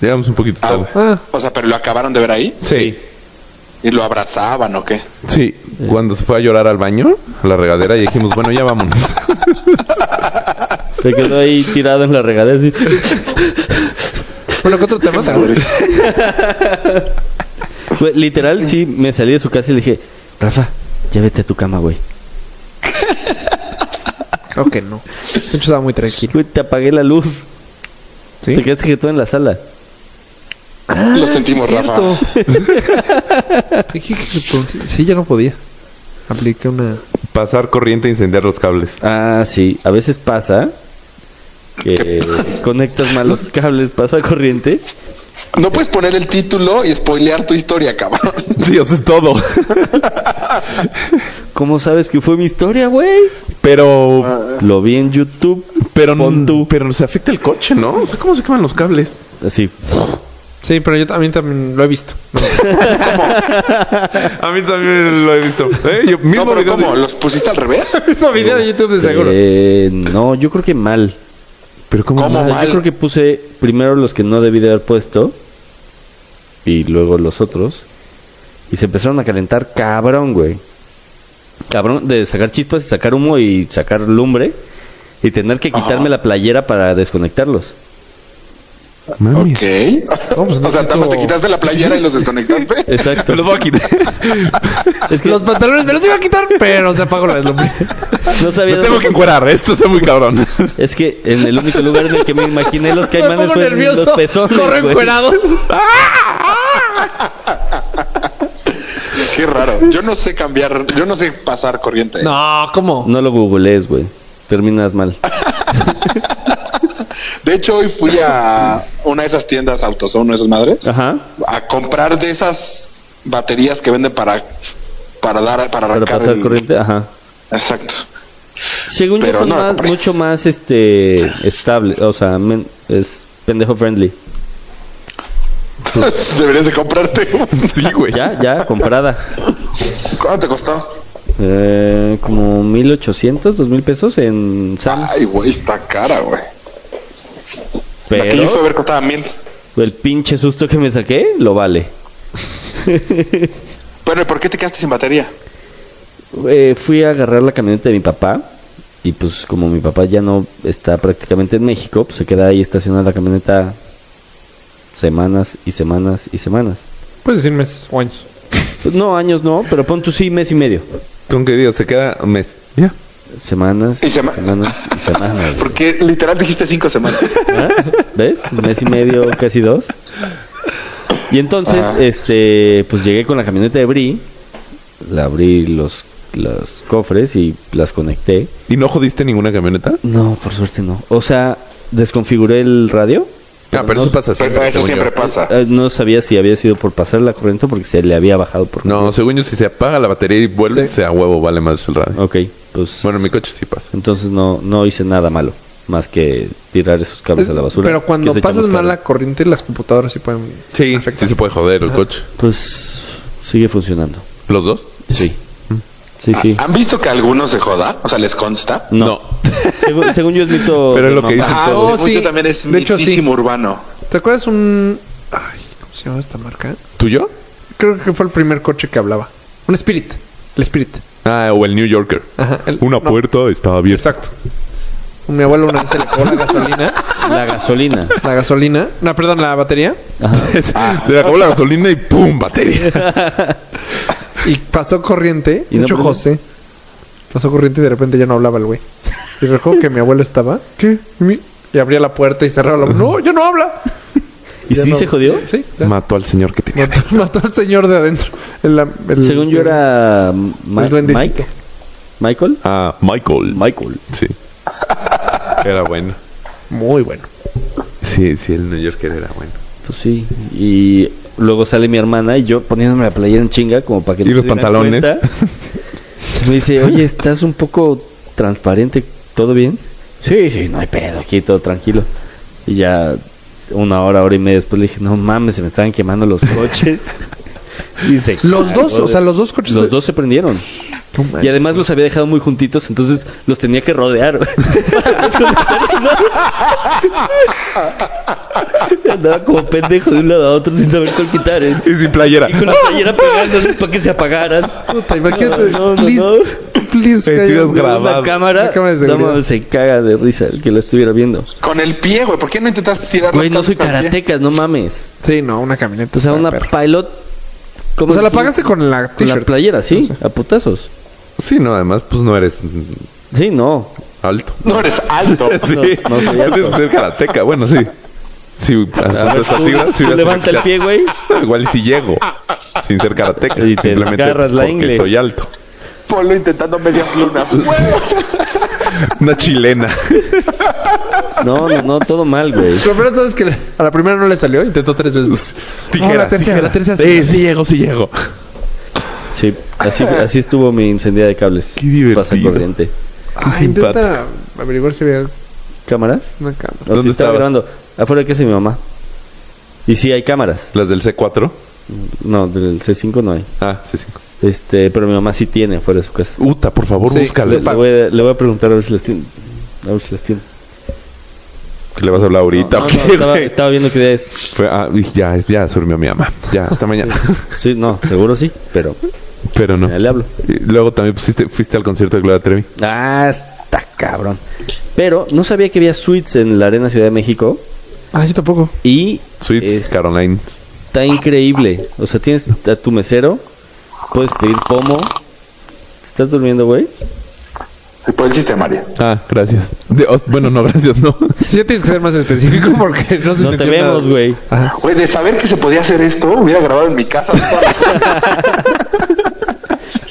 Speaker 1: Llegamos un poquito
Speaker 6: Ah,
Speaker 1: tarde.
Speaker 3: Ah,
Speaker 6: o sea, pero lo acabaron de ver ahí
Speaker 1: Sí.
Speaker 6: y lo abrazaban o qué.
Speaker 1: Sí, cuando se fue a llorar al baño, a la regadera, y dijimos, bueno, ya vámonos.
Speaker 2: [LAUGHS] Se quedó ahí tirado en la regadera. así.
Speaker 3: Bueno, ¿qué
Speaker 2: [LAUGHS]
Speaker 3: otro tema?
Speaker 6: Madre.
Speaker 2: Güey, literal, sí, me salí de su casa y le dije, Rafa, ya vete a tu cama, güey.
Speaker 3: Creo que no. De hecho, estaba muy tranquilo.
Speaker 2: Güey, te apagué la luz.
Speaker 3: ¿Sí?
Speaker 2: Te quedaste que todo en la sala.
Speaker 6: Lo sentimos, Rafa.
Speaker 3: Dije que entonces- Sí, ya no podía. Apliqué una.
Speaker 1: Pasar corriente e incendiar los
Speaker 2: [LAUGHS]
Speaker 1: cables.
Speaker 2: Ah, sí, a veces pasa [LAUGHS] que conectas mal los cables, pasa corriente.
Speaker 6: No puedes poner el título y spoilear tu historia, cabrón.
Speaker 1: Sí, o sea, todo.
Speaker 2: ¿Cómo sabes que fue mi historia, güey?
Speaker 1: Pero,
Speaker 2: Lo vi en YouTube,
Speaker 1: pero,
Speaker 2: pon tú.
Speaker 1: Mm, pero se afecta el coche, ¿no? O sea, ¿cómo se queman los cables?
Speaker 2: así.
Speaker 3: Sí, pero yo también, también lo he
Speaker 2: [LAUGHS]
Speaker 3: visto. No,
Speaker 1: A mí también lo he visto. [LAUGHS] Eh, yo mismo
Speaker 6: No, pero
Speaker 1: video de-
Speaker 6: ¿cómo? ¿Los pusiste al revés?
Speaker 3: Eso video de YouTube de seguro.
Speaker 2: Eh, no, yo creo que mal.
Speaker 1: Pero ¿cómo?
Speaker 2: O
Speaker 6: ¿Cómo
Speaker 2: sea,
Speaker 6: mal?
Speaker 2: Pues, Yo creo que puse primero los que no debí de haber puesto y luego los otros. Y se empezaron a calentar cabrón, güey. Cabrón de sacar chispas y sacar humo y sacar lumbre y tener que quitarme la playera para desconectarlos.
Speaker 1: Mami.
Speaker 6: Ok.
Speaker 3: No, pues, no
Speaker 6: [LAUGHS] o sea,
Speaker 3: sé
Speaker 6: nada más
Speaker 3: tú-
Speaker 6: te quitaste la playera y los
Speaker 2: [LAUGHS]
Speaker 6: desconectaste.
Speaker 2: Exacto.
Speaker 1: Los voy a quitar.
Speaker 2: Es que
Speaker 3: [LAUGHS] Los pantalones me los iba a quitar, pero se apagó la luz.
Speaker 2: no sabía.
Speaker 1: Me tengo que encuerar. Esto está muy cabrón. [LAUGHS]
Speaker 2: Es que en el único lugar [LAUGHS] en el que me imaginé los
Speaker 3: [LAUGHS] Me
Speaker 2: caimanes
Speaker 3: pongo
Speaker 2: fue en
Speaker 3: nervioso.
Speaker 2: los pezones.
Speaker 3: corro
Speaker 2: güey. [LAUGHS]
Speaker 3: encuerado.
Speaker 6: Qué raro. Yo no sé cambiar, yo no sé pasar corriente.
Speaker 3: No, ¿cómo?
Speaker 2: No lo googlees, güey. Terminas mal.
Speaker 6: De hecho, hoy fui a una de esas tiendas Autozone, una de esas madres,
Speaker 2: Ajá.
Speaker 6: a comprar de esas baterías que venden para para dar para
Speaker 2: Para
Speaker 6: arrancar
Speaker 2: pasar
Speaker 6: el-
Speaker 2: corriente, ajá.
Speaker 6: Exacto. [LAUGHS]
Speaker 2: Según yo
Speaker 6: Pero
Speaker 2: son
Speaker 6: no la
Speaker 2: más-
Speaker 6: compré.
Speaker 2: mucho más este estable, o sea, men- es pendejo friendly.
Speaker 6: Deberías de comprarte. uno.
Speaker 1: Sí, güey.
Speaker 2: Ya, ya comprada.
Speaker 6: ¿Cuánto te costó?
Speaker 2: Eh, como 1800, 2000 pesos en Sam's,
Speaker 6: Ay, güey, está cara, güey. La que yo fui a
Speaker 2: pero
Speaker 6: ver costaba mil.
Speaker 2: el pinche susto que me saqué lo vale.
Speaker 6: Bueno, ¿y por qué te quedaste sin batería?
Speaker 2: Eh, fui a agarrar la camioneta de mi papá y pues como mi papá ya no está prácticamente en México, pues se queda ahí estacionada la camioneta semanas y semanas y semanas.
Speaker 3: Puedes decirme meses o años.
Speaker 2: Pues, no, años no, pero pon tú sí mes y medio.
Speaker 1: Con que digo, se queda un mes. Ya.
Speaker 2: Semanas
Speaker 6: Y
Speaker 2: y
Speaker 6: sema-
Speaker 2: semanas
Speaker 1: [LAUGHS]
Speaker 2: y semanas. güey.
Speaker 6: Porque literal dijiste
Speaker 2: [LAUGHS]
Speaker 6: cinco semanas.
Speaker 2: ¿Ah? ¿Ves? Un mes y medio, casi dos. Y entonces, este, pues llegué con la camioneta de Bri, la abrí los, los cofres y las conecté.
Speaker 1: ¿Y no jodiste ninguna camioneta?
Speaker 2: No, por suerte no. O sea, desconfiguré el radio.
Speaker 1: Ah, pero
Speaker 2: no,
Speaker 1: eso pasa siempre.
Speaker 6: Pero eso
Speaker 1: según
Speaker 6: siempre
Speaker 1: yo.
Speaker 6: pasa.
Speaker 2: eh, no sabía si había sido por pasar la corriente o porque se le había bajado por...
Speaker 1: No, según yo, si se apaga la batería y vuelve,
Speaker 3: Sí.
Speaker 1: se a huevo vale más el radio.
Speaker 2: Ok, pues...
Speaker 1: Bueno, en mi coche sí pasa.
Speaker 2: Entonces no, no hice nada malo, más que tirar esos cables a la basura.
Speaker 3: Pero cuando
Speaker 2: que se
Speaker 3: pasas
Speaker 2: echan los
Speaker 3: mal
Speaker 2: cables.
Speaker 3: la corriente, las computadoras sí pueden.
Speaker 1: Sí, sí se puede joder el coche.
Speaker 2: Pues sigue funcionando.
Speaker 1: ¿Los dos?
Speaker 2: Sí. Sí, sí.
Speaker 6: ¿Han visto que algunos se joda? O sea, ¿les consta?
Speaker 2: No. Según, según yo es mito.
Speaker 1: [LAUGHS] Pero
Speaker 2: de
Speaker 1: es lo que
Speaker 2: mamá.
Speaker 1: dicen
Speaker 6: Ah,
Speaker 1: todos.
Speaker 3: oh, sí.
Speaker 6: mucho también es
Speaker 3: De hecho, sí.
Speaker 6: mitísimo urbano.
Speaker 3: ¿Te acuerdas un. Ay, ¿cómo se llama esta marca?
Speaker 1: ¿Tuyo?
Speaker 3: Creo que fue el primer coche que hablaba. Un Spirit. El Spirit.
Speaker 1: Ah, o el New Yorker.
Speaker 3: Ajá. el-
Speaker 1: Una
Speaker 3: no,
Speaker 1: puerta estaba abierta.
Speaker 3: Exacto. Mi abuelo una vez se le acabó [LAUGHS] la gasolina.
Speaker 2: La
Speaker 1: [LAUGHS]
Speaker 2: gasolina.
Speaker 3: La gasolina. No, perdón, la batería.
Speaker 1: Ah. se le acabó la gasolina y ¡pum!
Speaker 2: [LAUGHS]
Speaker 1: Batería.
Speaker 3: Y pasó corriente.
Speaker 2: ¿Y
Speaker 3: de
Speaker 2: no
Speaker 3: hecho,
Speaker 2: prende?
Speaker 3: José. Pasó corriente y de repente ya no hablaba el güey. Y recuerdo que mi abuelo estaba. ¿Qué? Mi- Y abría la puerta y cerraba la. No, ya no habla.
Speaker 2: ¿Y
Speaker 3: Ya
Speaker 2: sí
Speaker 3: no-
Speaker 2: se jodió?
Speaker 3: Sí. ya.
Speaker 1: Mató al señor que tenía.
Speaker 3: Mató, [LAUGHS] mató al señor de adentro. El- el-
Speaker 2: Según yo era. Ma-
Speaker 1: Pues
Speaker 3: El duendecito.
Speaker 2: Mike. Michael.
Speaker 1: Ah, Michael.
Speaker 2: Michael.
Speaker 1: Sí. Era bueno.
Speaker 3: Muy bueno.
Speaker 1: Sí, sí, el New Yorker era bueno.
Speaker 2: Pues sí. Y luego sale mi hermana y yo poniéndome la playera en chinga como para que
Speaker 1: Y los
Speaker 2: se dieran
Speaker 1: pantalones. [LAUGHS]
Speaker 2: cuenta. Me dice, oye, estás un poco transparente. ¿Todo bien? Sí, sí, no hay pedo. Aquí todo tranquilo. Y ya una hora, hora y media después le dije, no mames, se me estaban
Speaker 1: [LAUGHS]
Speaker 2: quemando los coches. Dice,
Speaker 3: Los dos, o sea, los dos coches.
Speaker 2: Los dos se prendieron. Y además los había dejado muy juntitos, entonces los tenía que rodear. güey, [LAUGHS] para desconectarlos, ¿no? Y Andaba como pendejo de un lado a otro sin saber cuál quitar. ¿eh?
Speaker 1: Y sin playera.
Speaker 2: Y con la playera pegándole para que se apagaran.
Speaker 3: Puta, imagínate.
Speaker 2: No, no, no.
Speaker 3: please, please,
Speaker 1: Eh,
Speaker 3: cállate.
Speaker 1: tuvieras grabado.
Speaker 2: Una cámara,
Speaker 3: La cámara de
Speaker 2: no,
Speaker 3: seguridad.
Speaker 2: mames, se caga de risa el que la estuviera viendo.
Speaker 6: Con el pie, güey. ¿Por qué no intentas tirar
Speaker 2: Güey,
Speaker 6: las
Speaker 2: no soy
Speaker 6: cosas con el pie?
Speaker 2: karatecas, no mames.
Speaker 3: Sí, no, una camioneta.
Speaker 2: O sea,
Speaker 3: está
Speaker 2: una
Speaker 3: perra.
Speaker 2: pilot. ¿cómo
Speaker 3: Ah, O sea,
Speaker 2: se
Speaker 3: la
Speaker 2: dice?
Speaker 3: pagaste con la
Speaker 2: Con la
Speaker 3: t-shirt.
Speaker 2: playera, sí, a putazos.
Speaker 1: Sí, no, además, pues no eres mm,
Speaker 2: Sí, no.
Speaker 1: alto.
Speaker 6: No eres
Speaker 2: [LAUGHS]
Speaker 6: alto.
Speaker 1: Sí,
Speaker 2: no soy alto.
Speaker 1: Debes ser karateca, bueno, sí. Si asaltas a
Speaker 2: Tú-
Speaker 1: tigre,
Speaker 2: tú
Speaker 1: Pues si hubieras-
Speaker 2: levanta el pie, güey.
Speaker 1: Igual y si llego, sin ser karateca,
Speaker 2: Y te
Speaker 1: simplemente
Speaker 2: agarras la
Speaker 1: porque
Speaker 2: ingle.
Speaker 1: soy alto.
Speaker 6: Polo intentando medias lunas.
Speaker 1: Una chilena.
Speaker 2: No, no, no, todo mal, güey.
Speaker 3: Lo peor de todo es que a la primera no le salió, intentó tres veces.
Speaker 1: Tijera.
Speaker 3: No, la tercera, la tercera sí.
Speaker 1: Sí, sí llego, sí llego.
Speaker 2: Sí,
Speaker 1: [LAUGHS]
Speaker 2: así, así estuvo mi incendia de cables.
Speaker 1: Qué divertido.
Speaker 2: Pasa corriente. [LAUGHS]
Speaker 3: Ah, intenta averiguar si había
Speaker 2: ¿Cámaras?
Speaker 3: una cámara.
Speaker 2: No,
Speaker 1: ¿Dónde
Speaker 2: sí estaba
Speaker 1: estabas?
Speaker 2: grabando. Afuera de casa de mi mamá. Y sí, hay cámaras.
Speaker 1: Las del C4.
Speaker 2: No, del C5 no hay.
Speaker 1: Ah, C5.
Speaker 2: Este, pero mi mamá sí tiene afuera de su casa.
Speaker 1: Uta, por favor,
Speaker 3: Sí,
Speaker 1: búscala.
Speaker 2: Le, le voy a, le voy a preguntar a ver si las tiene. A ver si las tiene.
Speaker 1: ¿Qué le vas a hablar ahorita? ¿o
Speaker 2: No, no,
Speaker 1: qué,
Speaker 2: estaba,
Speaker 1: güey?
Speaker 2: estaba viendo qué día es.
Speaker 1: Fue- ah, uy, ya, es- ya se durmió mi mamá. Ya, hasta mañana.
Speaker 2: Sí, no, seguro sí, pero
Speaker 1: Pero no.
Speaker 2: ya le hablo.
Speaker 1: Y Luego también pusiste, fuiste al concierto de Gloria Trevi.
Speaker 2: Ah, está cabrón. Pero no sabía que había suites en la Arena Ciudad de México.
Speaker 3: Ah, yo tampoco.
Speaker 2: Y
Speaker 1: Sweet
Speaker 2: Es-
Speaker 1: Caroline.
Speaker 2: está increíble. O sea, tienes a tu mesero, puedes pedir pomo. ¿Estás durmiendo, güey?
Speaker 6: Se puede el chiste, María.
Speaker 1: Ah, gracias. De- oh, bueno, no, gracias, no.
Speaker 3: Sí, ya tienes que ser más específico [LAUGHS] porque no se
Speaker 2: No te
Speaker 3: entendió nada.
Speaker 2: vemos, güey.
Speaker 6: Güey, de saber que se podía hacer esto, hubiera grabado en mi casa.
Speaker 2: [LAUGHS]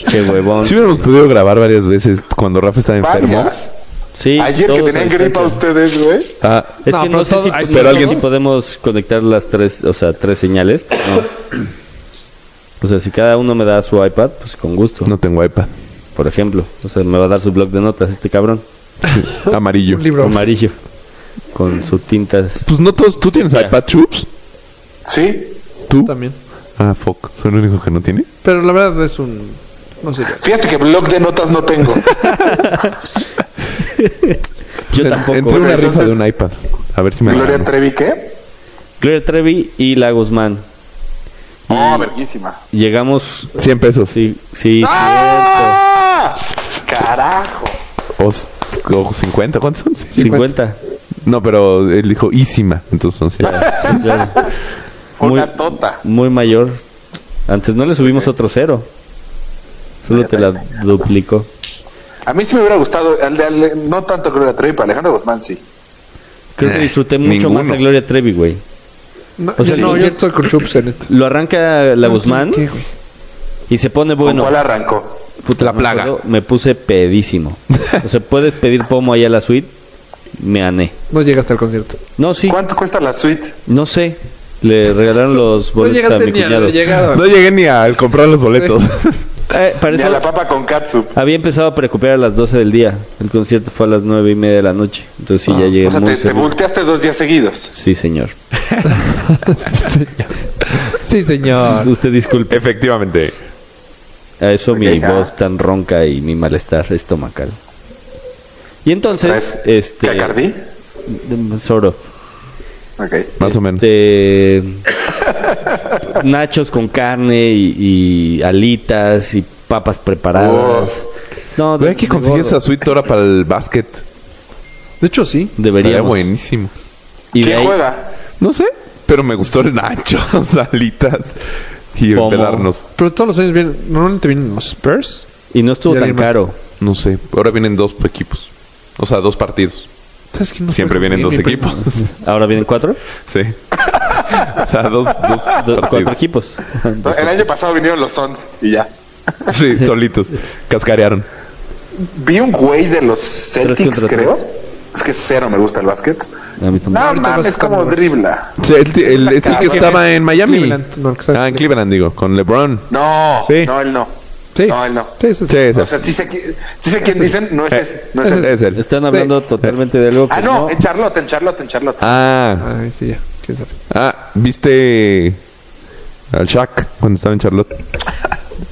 Speaker 2: Qué huevón.
Speaker 1: Si hubiéramos podido grabar varias veces cuando Rafa estaba enfermo.
Speaker 6: Varias.
Speaker 2: Sí,
Speaker 6: Ayer que
Speaker 2: todos a
Speaker 6: tenían gripa
Speaker 2: distancia.
Speaker 6: ustedes, güey.
Speaker 1: Ah,
Speaker 2: Es
Speaker 3: No,
Speaker 2: que no
Speaker 3: pero
Speaker 2: sé
Speaker 3: todos-
Speaker 2: si, pues,
Speaker 3: ay,
Speaker 2: no
Speaker 1: pero
Speaker 2: sé
Speaker 1: alguien-
Speaker 2: si podemos conectar las tres, o sea, tres señales. pues, no. O sea, si cada uno me da su iPad, pues con gusto.
Speaker 1: no tengo iPad.
Speaker 2: Por ejemplo, o sea, me va a dar su blog de notas este cabrón
Speaker 1: Amarillo.
Speaker 3: Un libro.
Speaker 2: amarillo con sus tintas.
Speaker 1: Pues no todos. ¿Tú tienes
Speaker 2: ya.
Speaker 1: iPad, Chups?
Speaker 6: Sí.
Speaker 1: ¿Tú?
Speaker 3: También.
Speaker 1: Ah, fuck. ¿Soy el único que no tiene?
Speaker 3: Pero la verdad es un. No sé.
Speaker 6: Fíjate que blog de notas no
Speaker 2: [LAUGHS]
Speaker 6: tengo.
Speaker 2: Yo
Speaker 1: En-
Speaker 2: tampoco.
Speaker 1: Entré una rifa
Speaker 6: Entonces-
Speaker 1: de un iPad. A ver si me la
Speaker 6: Gloria
Speaker 1: gano.
Speaker 6: Trevi, ¿qué?
Speaker 2: Gloria Trevi y La Guzmán. Mm.
Speaker 6: Oh, verguísima.
Speaker 2: Llegamos
Speaker 1: 100 pesos.
Speaker 2: Sí, sí,
Speaker 6: ¡Ah! Carajo.
Speaker 1: O, s- o 50, ¿cuántos son? Sí.
Speaker 2: 50.
Speaker 1: No, pero él dijo ísima, entonces son 100.
Speaker 6: Fue
Speaker 2: Muy-
Speaker 6: una tota.
Speaker 2: Muy mayor. Antes no le subimos otro cero. Solo te la duplicó.
Speaker 6: A mí sí me hubiera gustado, al de- al de- no tanto Gloria Trevi, pero Alejandro Guzmán sí.
Speaker 2: Creo que
Speaker 1: Eh,
Speaker 2: disfruté mucho
Speaker 1: ninguno.
Speaker 2: más a Gloria Trevi, güey.
Speaker 3: No,
Speaker 2: O sea,
Speaker 3: no,
Speaker 2: sí.
Speaker 3: yo estoy con chups en esto.
Speaker 2: Lo arranca la Guzmán
Speaker 3: ¿Qué, güey?
Speaker 2: y se pone
Speaker 6: ¿Con
Speaker 2: bueno.
Speaker 6: cuál arrancó?
Speaker 2: Puta,
Speaker 1: La
Speaker 2: me
Speaker 1: plaga.
Speaker 2: acuerdo, Me puse pedísimo. O sea, puedes pedir pomo ahí a la suite. Me ané.
Speaker 3: No llegaste al concierto.
Speaker 2: No, sí,
Speaker 6: ¿Cuánto cuesta la suite?
Speaker 2: no sé. Le regalaron los
Speaker 3: No
Speaker 2: boletos a
Speaker 3: llegaste
Speaker 2: mi
Speaker 3: ni a
Speaker 2: cuñado.
Speaker 3: la
Speaker 1: [LAUGHS]
Speaker 3: llegada.
Speaker 1: No llegué ni a comprar los [LAUGHS] boletos.
Speaker 2: Eh, para
Speaker 6: Ni a
Speaker 2: eso-
Speaker 6: la papa con katsup.
Speaker 2: Había empezado a preocupar a las 12 del día. El concierto fue a las 9 y media de la noche. Entonces sí, ya llegué
Speaker 6: Ah, O sea,
Speaker 2: muy
Speaker 6: te, te
Speaker 2: seguro.
Speaker 6: volteaste dos días seguidos.
Speaker 2: Sí, señor.
Speaker 3: Sí, señor.
Speaker 2: Usted disculpe.
Speaker 1: Efectivamente.
Speaker 2: A eso mi
Speaker 6: Ok, ah.
Speaker 2: voz tan ronca y mi malestar estomacal. Y entonces,
Speaker 6: ¿Traes
Speaker 2: este...
Speaker 6: ¿Cacardí?
Speaker 2: mm, Sort of.
Speaker 6: Ok.
Speaker 1: Más o menos.
Speaker 2: Este, [LAUGHS] nachos con carne y, y alitas y papas preparadas. No,
Speaker 1: Güey, hay que conseguir
Speaker 2: gordo.
Speaker 1: esa suite ahora para el básquet.
Speaker 3: De hecho, sí.
Speaker 1: Sería
Speaker 2: Deberíamos.
Speaker 1: buenísimo.
Speaker 2: Y de
Speaker 6: ¿Quién
Speaker 2: ahí,
Speaker 6: juega?
Speaker 1: No sé, pero me gustó el nacho, [LAUGHS] salitas y
Speaker 2: Pomo.
Speaker 1: empedarnos.
Speaker 3: Pero todos los años vienen. Normalmente vienen los Spurs.
Speaker 2: y no estuvo
Speaker 3: Y
Speaker 2: tan
Speaker 3: alguien más.
Speaker 2: caro.
Speaker 1: No sé, ahora vienen dos equipos. O sea, dos partidos.
Speaker 3: ¿Sabes que no
Speaker 1: Siempre
Speaker 3: fue
Speaker 1: vienen
Speaker 3: mi
Speaker 1: dos
Speaker 3: primo?
Speaker 1: equipos.
Speaker 2: Ahora vienen cuatro.
Speaker 1: Sí. O sea, dos, [LAUGHS] dos
Speaker 2: Do- cuatro
Speaker 1: partidos.
Speaker 2: equipos.
Speaker 6: No, eh, El año pasado vinieron los Sons y ya.
Speaker 1: Sí, solitos. Cascarearon.
Speaker 6: Vi un güey de los Celtics,
Speaker 2: contra tres.
Speaker 6: creo. Es que cero me gusta el básquet.
Speaker 2: A mí también.
Speaker 6: No,
Speaker 3: ahorita
Speaker 6: mames,
Speaker 3: no
Speaker 6: es
Speaker 3: está
Speaker 6: como
Speaker 3: muy-
Speaker 6: dribla.
Speaker 1: Sí, el, el- es el que estaba en Miami.
Speaker 3: Cleveland, no, el que está-
Speaker 1: ah, en Cleveland, digo, con LeBron.
Speaker 6: No,
Speaker 1: Sí.
Speaker 6: no, él no.
Speaker 3: Sí.
Speaker 6: No, él no.
Speaker 3: Sí, sí, sí.
Speaker 1: Sí, ese.
Speaker 6: O sea, Pues sí sé, qui- sí sé quién dicen, no es ese. No es
Speaker 1: Es
Speaker 6: él.
Speaker 1: el- es el.
Speaker 2: Están hablando totalmente de algo que
Speaker 6: Ah, no, en Charlotte, en Charlotte, en Charlotte.
Speaker 1: Ah,
Speaker 3: Ay, sí, ya. ¿Quién sabe?
Speaker 1: ah, viste al Shaq cuando estaba en Charlotte.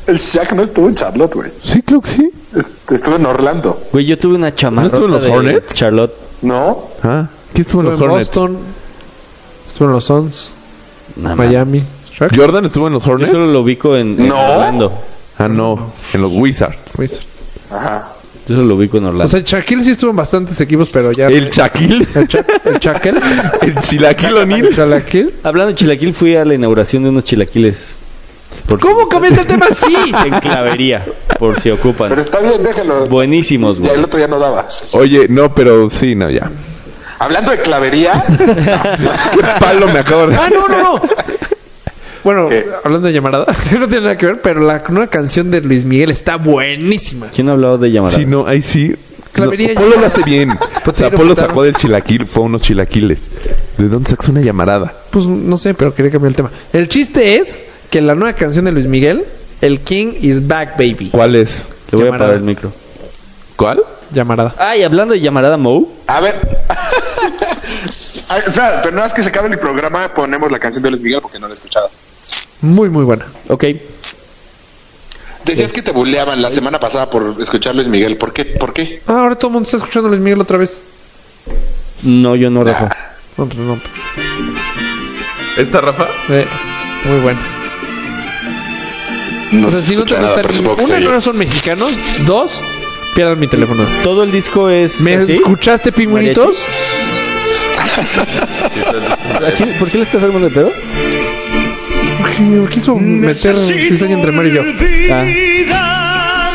Speaker 6: El Shaq no estuvo en Charlotte, güey.
Speaker 1: Sí, creo que sí.
Speaker 6: Est- Estuvo en Orlando.
Speaker 2: Güey, yo tuve una chamarra.
Speaker 1: estuvo en los Hornets?
Speaker 2: Charlotte.
Speaker 6: ¿No?
Speaker 1: Ah, ¿quién estuvo en los
Speaker 3: Estuvo en
Speaker 1: Hornets?
Speaker 3: Boston. Estuvo en los Suns.
Speaker 2: Nada más.
Speaker 3: Miami. Shaq,
Speaker 1: ¿Jordan estuvo en los
Speaker 2: Yo
Speaker 1: Hornets?
Speaker 2: solo lo ubico en, en
Speaker 6: No.
Speaker 2: Orlando.
Speaker 1: Ah, no, en los Wizards.
Speaker 3: Wizards.
Speaker 6: Ajá.
Speaker 2: Yo solo lo ubico en Orlando.
Speaker 3: O sea, Shaquille sí estuvo en bastantes equipos, pero ya.
Speaker 1: El Chaquil,
Speaker 3: el Shaquille.
Speaker 1: [LAUGHS] el Chilaquil
Speaker 3: El
Speaker 1: O'Neal.
Speaker 3: Shaquille.
Speaker 2: Hablando de chilaquil, fui a la inauguración de unos chilaquiles. Por
Speaker 3: ¿Cómo
Speaker 2: si-
Speaker 3: cambiaste el tema así?
Speaker 2: En clavería, por si ocupan.
Speaker 6: Pero está bien, déjalo.
Speaker 2: Buenísimos,
Speaker 6: Ya
Speaker 2: güey.
Speaker 6: el otro ya no daba.
Speaker 1: Oye, no, pero sí, no, ya.
Speaker 6: Hablando de [LAUGHS] clavería,
Speaker 1: ¿Qué palo me acabo de...
Speaker 3: Ah, no, no, no. Bueno,
Speaker 6: ¿Qué?
Speaker 3: hablando de llamarada, [LAUGHS] no tiene nada que ver, pero la nueva canción de Luis Miguel está buenísima.
Speaker 2: ¿Quién ha hablado de llamar?
Speaker 1: Sí, no, ahí sí.
Speaker 3: Clavería
Speaker 1: No,
Speaker 3: y-
Speaker 1: Polo lo hace
Speaker 3: [LAUGHS]
Speaker 1: bien. O sea,
Speaker 3: Potato,
Speaker 1: Polo
Speaker 3: potato.
Speaker 1: sacó del chilaquil, fue unos chilaquiles. ¿De dónde sacas una llamarada?
Speaker 3: Pues no sé, pero quería cambiar el tema. El chiste es que la nueva canción de Luis Miguel, El King is Back Baby.
Speaker 1: ¿Cuál es?
Speaker 2: Le voy a
Speaker 3: Llamarada.
Speaker 2: parar el micro.
Speaker 1: ¿Cuál?
Speaker 3: Llamarada.
Speaker 2: Ah, y hablando de llamarada Mou,
Speaker 6: a ver. [LAUGHS] A ver, espera, pero nada más que se acabe el programa, ponemos la canción de Luis Miguel porque no la he escuchado.
Speaker 3: Muy, muy buena.
Speaker 2: ok.
Speaker 6: Decías que te buleaban la semana pasada por escuchar Luis Miguel. ¿Por qué? ¿Por qué?
Speaker 3: Ah, ahora todo el mundo está escuchando a Luis Miguel otra vez.
Speaker 2: No, yo no, Rafa.
Speaker 3: No, pero no.
Speaker 1: ¿Esta, Rafa?
Speaker 3: Eh, muy buena.
Speaker 6: No
Speaker 3: O sea, si no te
Speaker 6: escucha nada,
Speaker 3: gusta,
Speaker 6: pero supongo que
Speaker 3: una,
Speaker 6: sí.
Speaker 3: no son mexicanos. Dos, pierdan mi teléfono.
Speaker 2: Todo el disco es.
Speaker 3: ¿Me
Speaker 2: así.
Speaker 3: escuchaste, pingüinitos?
Speaker 2: ¿A quién- ¿Por qué le estás armando de pedo?
Speaker 3: Me quiso meter cizaña entre Mario y yo.
Speaker 2: Ah,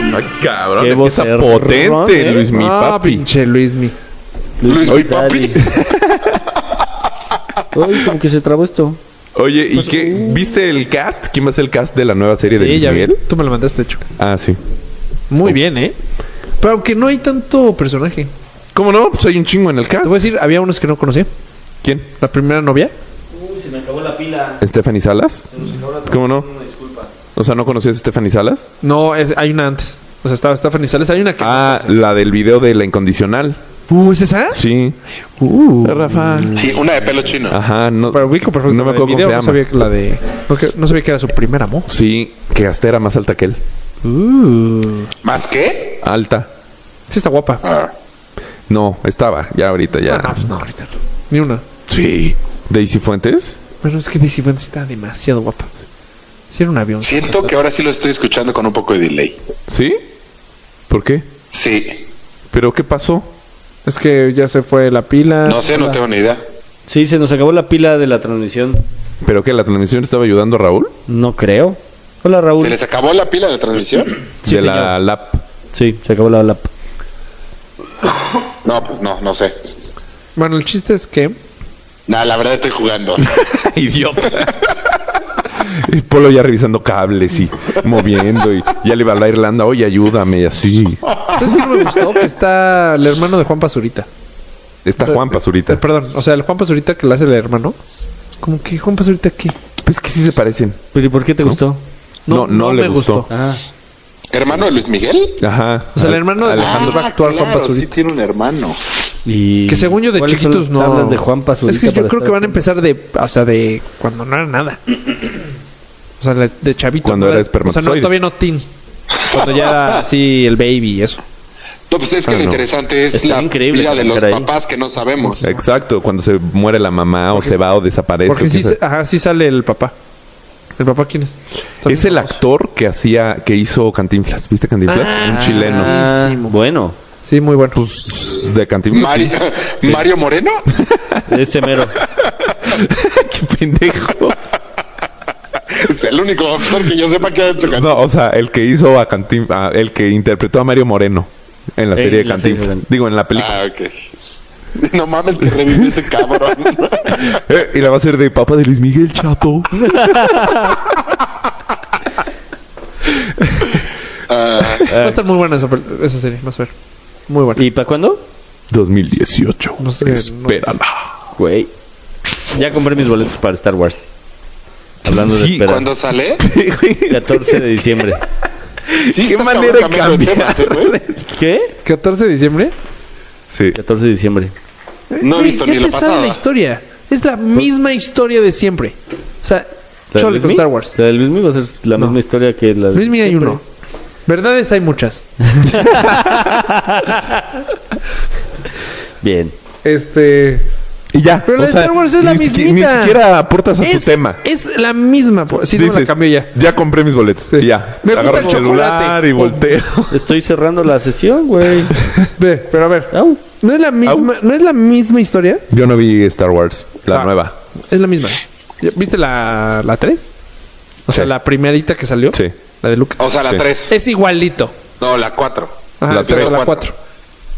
Speaker 1: Ay, cabrón.
Speaker 2: Qué
Speaker 1: Qué voz
Speaker 2: vocerrón,
Speaker 1: potente,
Speaker 2: ¿eh?
Speaker 1: Luis, mi
Speaker 3: ah,
Speaker 1: papi.
Speaker 3: pinche Luismi.
Speaker 6: Luis, mi
Speaker 2: Daddy.
Speaker 6: papi.
Speaker 2: Uy, como que se trabó esto.
Speaker 1: Oye, ¿y qué? ¿Viste el cast? ¿Quién va a ser el cast de la nueva serie de
Speaker 3: Pues, uh. Sí,
Speaker 1: Luis
Speaker 3: ya vi.
Speaker 1: Miguel?
Speaker 3: Tú me lo mandaste, de hecho.
Speaker 1: Ah, sí.
Speaker 3: Muy bien, ¿eh? Pero aunque no hay tanto personaje.
Speaker 1: ¿Cómo no? Pues hay un chingo en el
Speaker 3: Te
Speaker 1: cast.
Speaker 3: voy a decir, había unos que no conocía.
Speaker 1: ¿Quién?
Speaker 3: La primera novia.
Speaker 2: Uy, se me acabó la pila.
Speaker 1: ¿Stephanie Salas? ¿Cómo no? O sea, ¿no conocías a Stephanie Salas?
Speaker 3: No, es- hay una antes. O sea, estaba Stephanie Sales. Hay una que.
Speaker 1: Ah, la del video de La Incondicional.
Speaker 3: Uh, ¿es esa?
Speaker 1: Sí.
Speaker 3: Uh.
Speaker 1: Eh, Rafa.
Speaker 6: Sí, una de pelo chino.
Speaker 3: Ah.
Speaker 1: Ajá, no.
Speaker 3: Pero ubico perfecto.
Speaker 1: No me
Speaker 3: la de
Speaker 1: acuerdo cómo
Speaker 3: video,
Speaker 1: se
Speaker 3: No
Speaker 1: llama.
Speaker 3: sabía que la de. Porque no sabía que era su primer amor.
Speaker 1: Sí, que hasta era más alta que él.
Speaker 3: Uh.
Speaker 6: ¿Más qué?
Speaker 1: Alta.
Speaker 3: Sí, está guapa.
Speaker 6: Ah.
Speaker 1: No, estaba. Ya ahorita, ya.
Speaker 3: Ah, pues no, ahorita no. Ni una.
Speaker 1: Sí. ¿Daisy Fuentes?
Speaker 3: Bueno, es que Daisy Vance está demasiado guapa. Si era un avión.
Speaker 6: Siento que ahora sí lo estoy escuchando con un poco de delay.
Speaker 1: ¿Sí? ¿Por qué?
Speaker 6: Sí.
Speaker 1: ¿Pero qué pasó?
Speaker 3: Es que ya se fue la pila.
Speaker 6: No sé, no tengo ni idea.
Speaker 2: Sí, se nos acabó la pila de la transmisión.
Speaker 1: ¿Pero qué? ¿La transmisión estaba ayudando a Raúl?
Speaker 2: No creo. Hola, Raúl.
Speaker 6: ¿Se les acabó la pila de la transmisión?
Speaker 2: Sí,
Speaker 1: de la
Speaker 2: señor.
Speaker 3: [LAUGHS]
Speaker 1: lap.
Speaker 2: Sí, se acabó la la-
Speaker 6: No, pues no, no sé.
Speaker 3: Bueno, el chiste es que.
Speaker 6: Nada, la verdad
Speaker 3: [LAUGHS]
Speaker 6: estoy jugando.
Speaker 1: Idiota. El Polo ya revisando cables y moviendo y ya le iba a la Irlanda, oye, ayúdame y así.
Speaker 3: ¿Sabes qué me gustó? Que está el hermano de Juan Pazurita.
Speaker 1: Está Juan
Speaker 3: Eh,
Speaker 1: Pazurita.
Speaker 3: perdón, o sea, el Juan Pazurita que le hace el hermano. Como que Juan Pazurita qué?
Speaker 1: Pues que sí se parecen.
Speaker 2: ¿Pero y por qué te gustó?
Speaker 1: No, no, le
Speaker 3: me
Speaker 1: gustó.
Speaker 2: Ah,
Speaker 6: ¿Hermano de Luis Miguel?
Speaker 1: Ajá.
Speaker 3: O sea, el hermano de
Speaker 1: Alejandro.
Speaker 3: Ah, va a actuar Juan Pazurita.
Speaker 6: Ah, tiene un hermano.
Speaker 2: y...
Speaker 3: Que según yo de
Speaker 2: ¿Cuáles son
Speaker 3: chiquitos
Speaker 2: las
Speaker 3: no.
Speaker 2: tablas de Juan
Speaker 3: Es que yo creo que van a empezar de. O sea, de cuando no era nada. O sea, de, de chavito.
Speaker 1: Cuando
Speaker 3: no
Speaker 1: era
Speaker 3: O sea, no,
Speaker 1: espermatozoide.
Speaker 3: todavía no teen. Cuando ya era [LAUGHS] así el baby y eso.
Speaker 6: [LAUGHS] No, pues es que
Speaker 1: Ah,
Speaker 6: lo
Speaker 1: no.
Speaker 6: interesante es
Speaker 2: Está
Speaker 6: la
Speaker 2: increíble
Speaker 6: vida
Speaker 2: que
Speaker 6: de los
Speaker 2: caray.
Speaker 6: papás que no sabemos.
Speaker 1: Exacto, cuando se muere la mamá o se va o desaparece. o
Speaker 3: Porque
Speaker 1: quién
Speaker 3: sí,
Speaker 1: sabe.
Speaker 3: se- ajá, sí sale el papá. ¿El papá quién es? También
Speaker 1: es el
Speaker 3: famoso.
Speaker 1: actor que hacía, que hizo Cantinflas. ¿Viste Cantinflas?
Speaker 3: Ah,
Speaker 1: Un chileno.
Speaker 2: Ah, bueno,
Speaker 3: [LAUGHS] Sí, muy bueno.
Speaker 1: De Cantinflas.
Speaker 6: Mario, [LAUGHS]
Speaker 3: [LAUGHS]
Speaker 6: Mario Moreno.
Speaker 2: ese mero.
Speaker 1: Qué pendejo.
Speaker 6: Es el único actor que yo sepa que ha hecho cantar.
Speaker 1: No, o sea, el que hizo a Cantinflas, el que interpretó a Mario Moreno en la
Speaker 2: En
Speaker 1: serie de
Speaker 2: la serie de
Speaker 1: Cantinflas.
Speaker 2: Cantinflas.
Speaker 1: Digo, en la película.
Speaker 6: Ah, ok. [LAUGHS] No mames que revivió ese cabrón.
Speaker 1: Eh, y la va a ser de papá de Luis Miguel Chato.
Speaker 6: Ah,
Speaker 3: Va a estar muy buena esa, pel- esa serie, vas a ver. Muy buena.
Speaker 2: ¿Y para cuándo?
Speaker 1: 2018.
Speaker 3: No sé, no-
Speaker 1: Espérala.
Speaker 2: Güey. Ya compré mis boletos para Star Wars. Hablando de
Speaker 1: Sí,
Speaker 2: esperar. [LAUGHS]
Speaker 6: ¿Cuándo sale?
Speaker 1: [LAUGHS]
Speaker 2: 14 de diciembre.
Speaker 6: Sí,
Speaker 1: ¿Qué
Speaker 6: estás
Speaker 1: manera de
Speaker 6: cabrón cambiando de
Speaker 1: cambiar?
Speaker 6: temas, ¿eh, güey?
Speaker 2: ¿Qué?
Speaker 3: 14 de diciembre.
Speaker 1: Sí.
Speaker 2: 14 de diciembre.
Speaker 6: No he
Speaker 3: Güey,
Speaker 6: visto
Speaker 3: ya
Speaker 6: ni
Speaker 3: te
Speaker 6: lo
Speaker 3: sabe
Speaker 6: pasado.
Speaker 3: la historia. Es la misma historia de siempre. O sea,
Speaker 2: de
Speaker 3: choles con
Speaker 2: Luismi?
Speaker 3: Star Wars.
Speaker 2: La de Luismi va a ser la
Speaker 3: No.
Speaker 2: misma historia que la de
Speaker 3: Luis Miguel hay
Speaker 2: siempre.
Speaker 3: uno. Verdades hay muchas.
Speaker 2: Bien.
Speaker 3: Este.
Speaker 1: [LAUGHS] Y ya.
Speaker 3: Pero
Speaker 1: o
Speaker 3: la de
Speaker 1: sea,
Speaker 3: Star Wars es la
Speaker 1: ni siqui-
Speaker 3: mismita.
Speaker 1: Ni siquiera aportas a tu tema.
Speaker 3: Es la misma. por- Sí, no me la
Speaker 1: Dices,
Speaker 3: cambio ya.
Speaker 1: Ya compré mis boletos.
Speaker 3: Sí.
Speaker 1: Y ya.
Speaker 3: Me gusta
Speaker 1: Agarro
Speaker 3: el
Speaker 1: el celular
Speaker 3: chocolate.
Speaker 1: y volteo.
Speaker 2: Estoy cerrando la sesión, güey.
Speaker 3: [LAUGHS] Ve, pero a ver.
Speaker 2: Au.
Speaker 3: ¿No es la misma, ¿no es la misma historia?
Speaker 1: Yo no vi Star Wars, la
Speaker 3: Ah.
Speaker 1: nueva.
Speaker 3: Es la misma. ¿Viste la, la 3? O sea,
Speaker 1: Sí.
Speaker 3: la primerita que salió.
Speaker 1: Sí.
Speaker 3: La de Lucas.
Speaker 6: O sea, la
Speaker 1: Sí.
Speaker 6: 3.
Speaker 3: Es igualito.
Speaker 6: No, la 4.
Speaker 3: Ajá,
Speaker 1: La
Speaker 3: pero
Speaker 1: tres.
Speaker 3: la 4.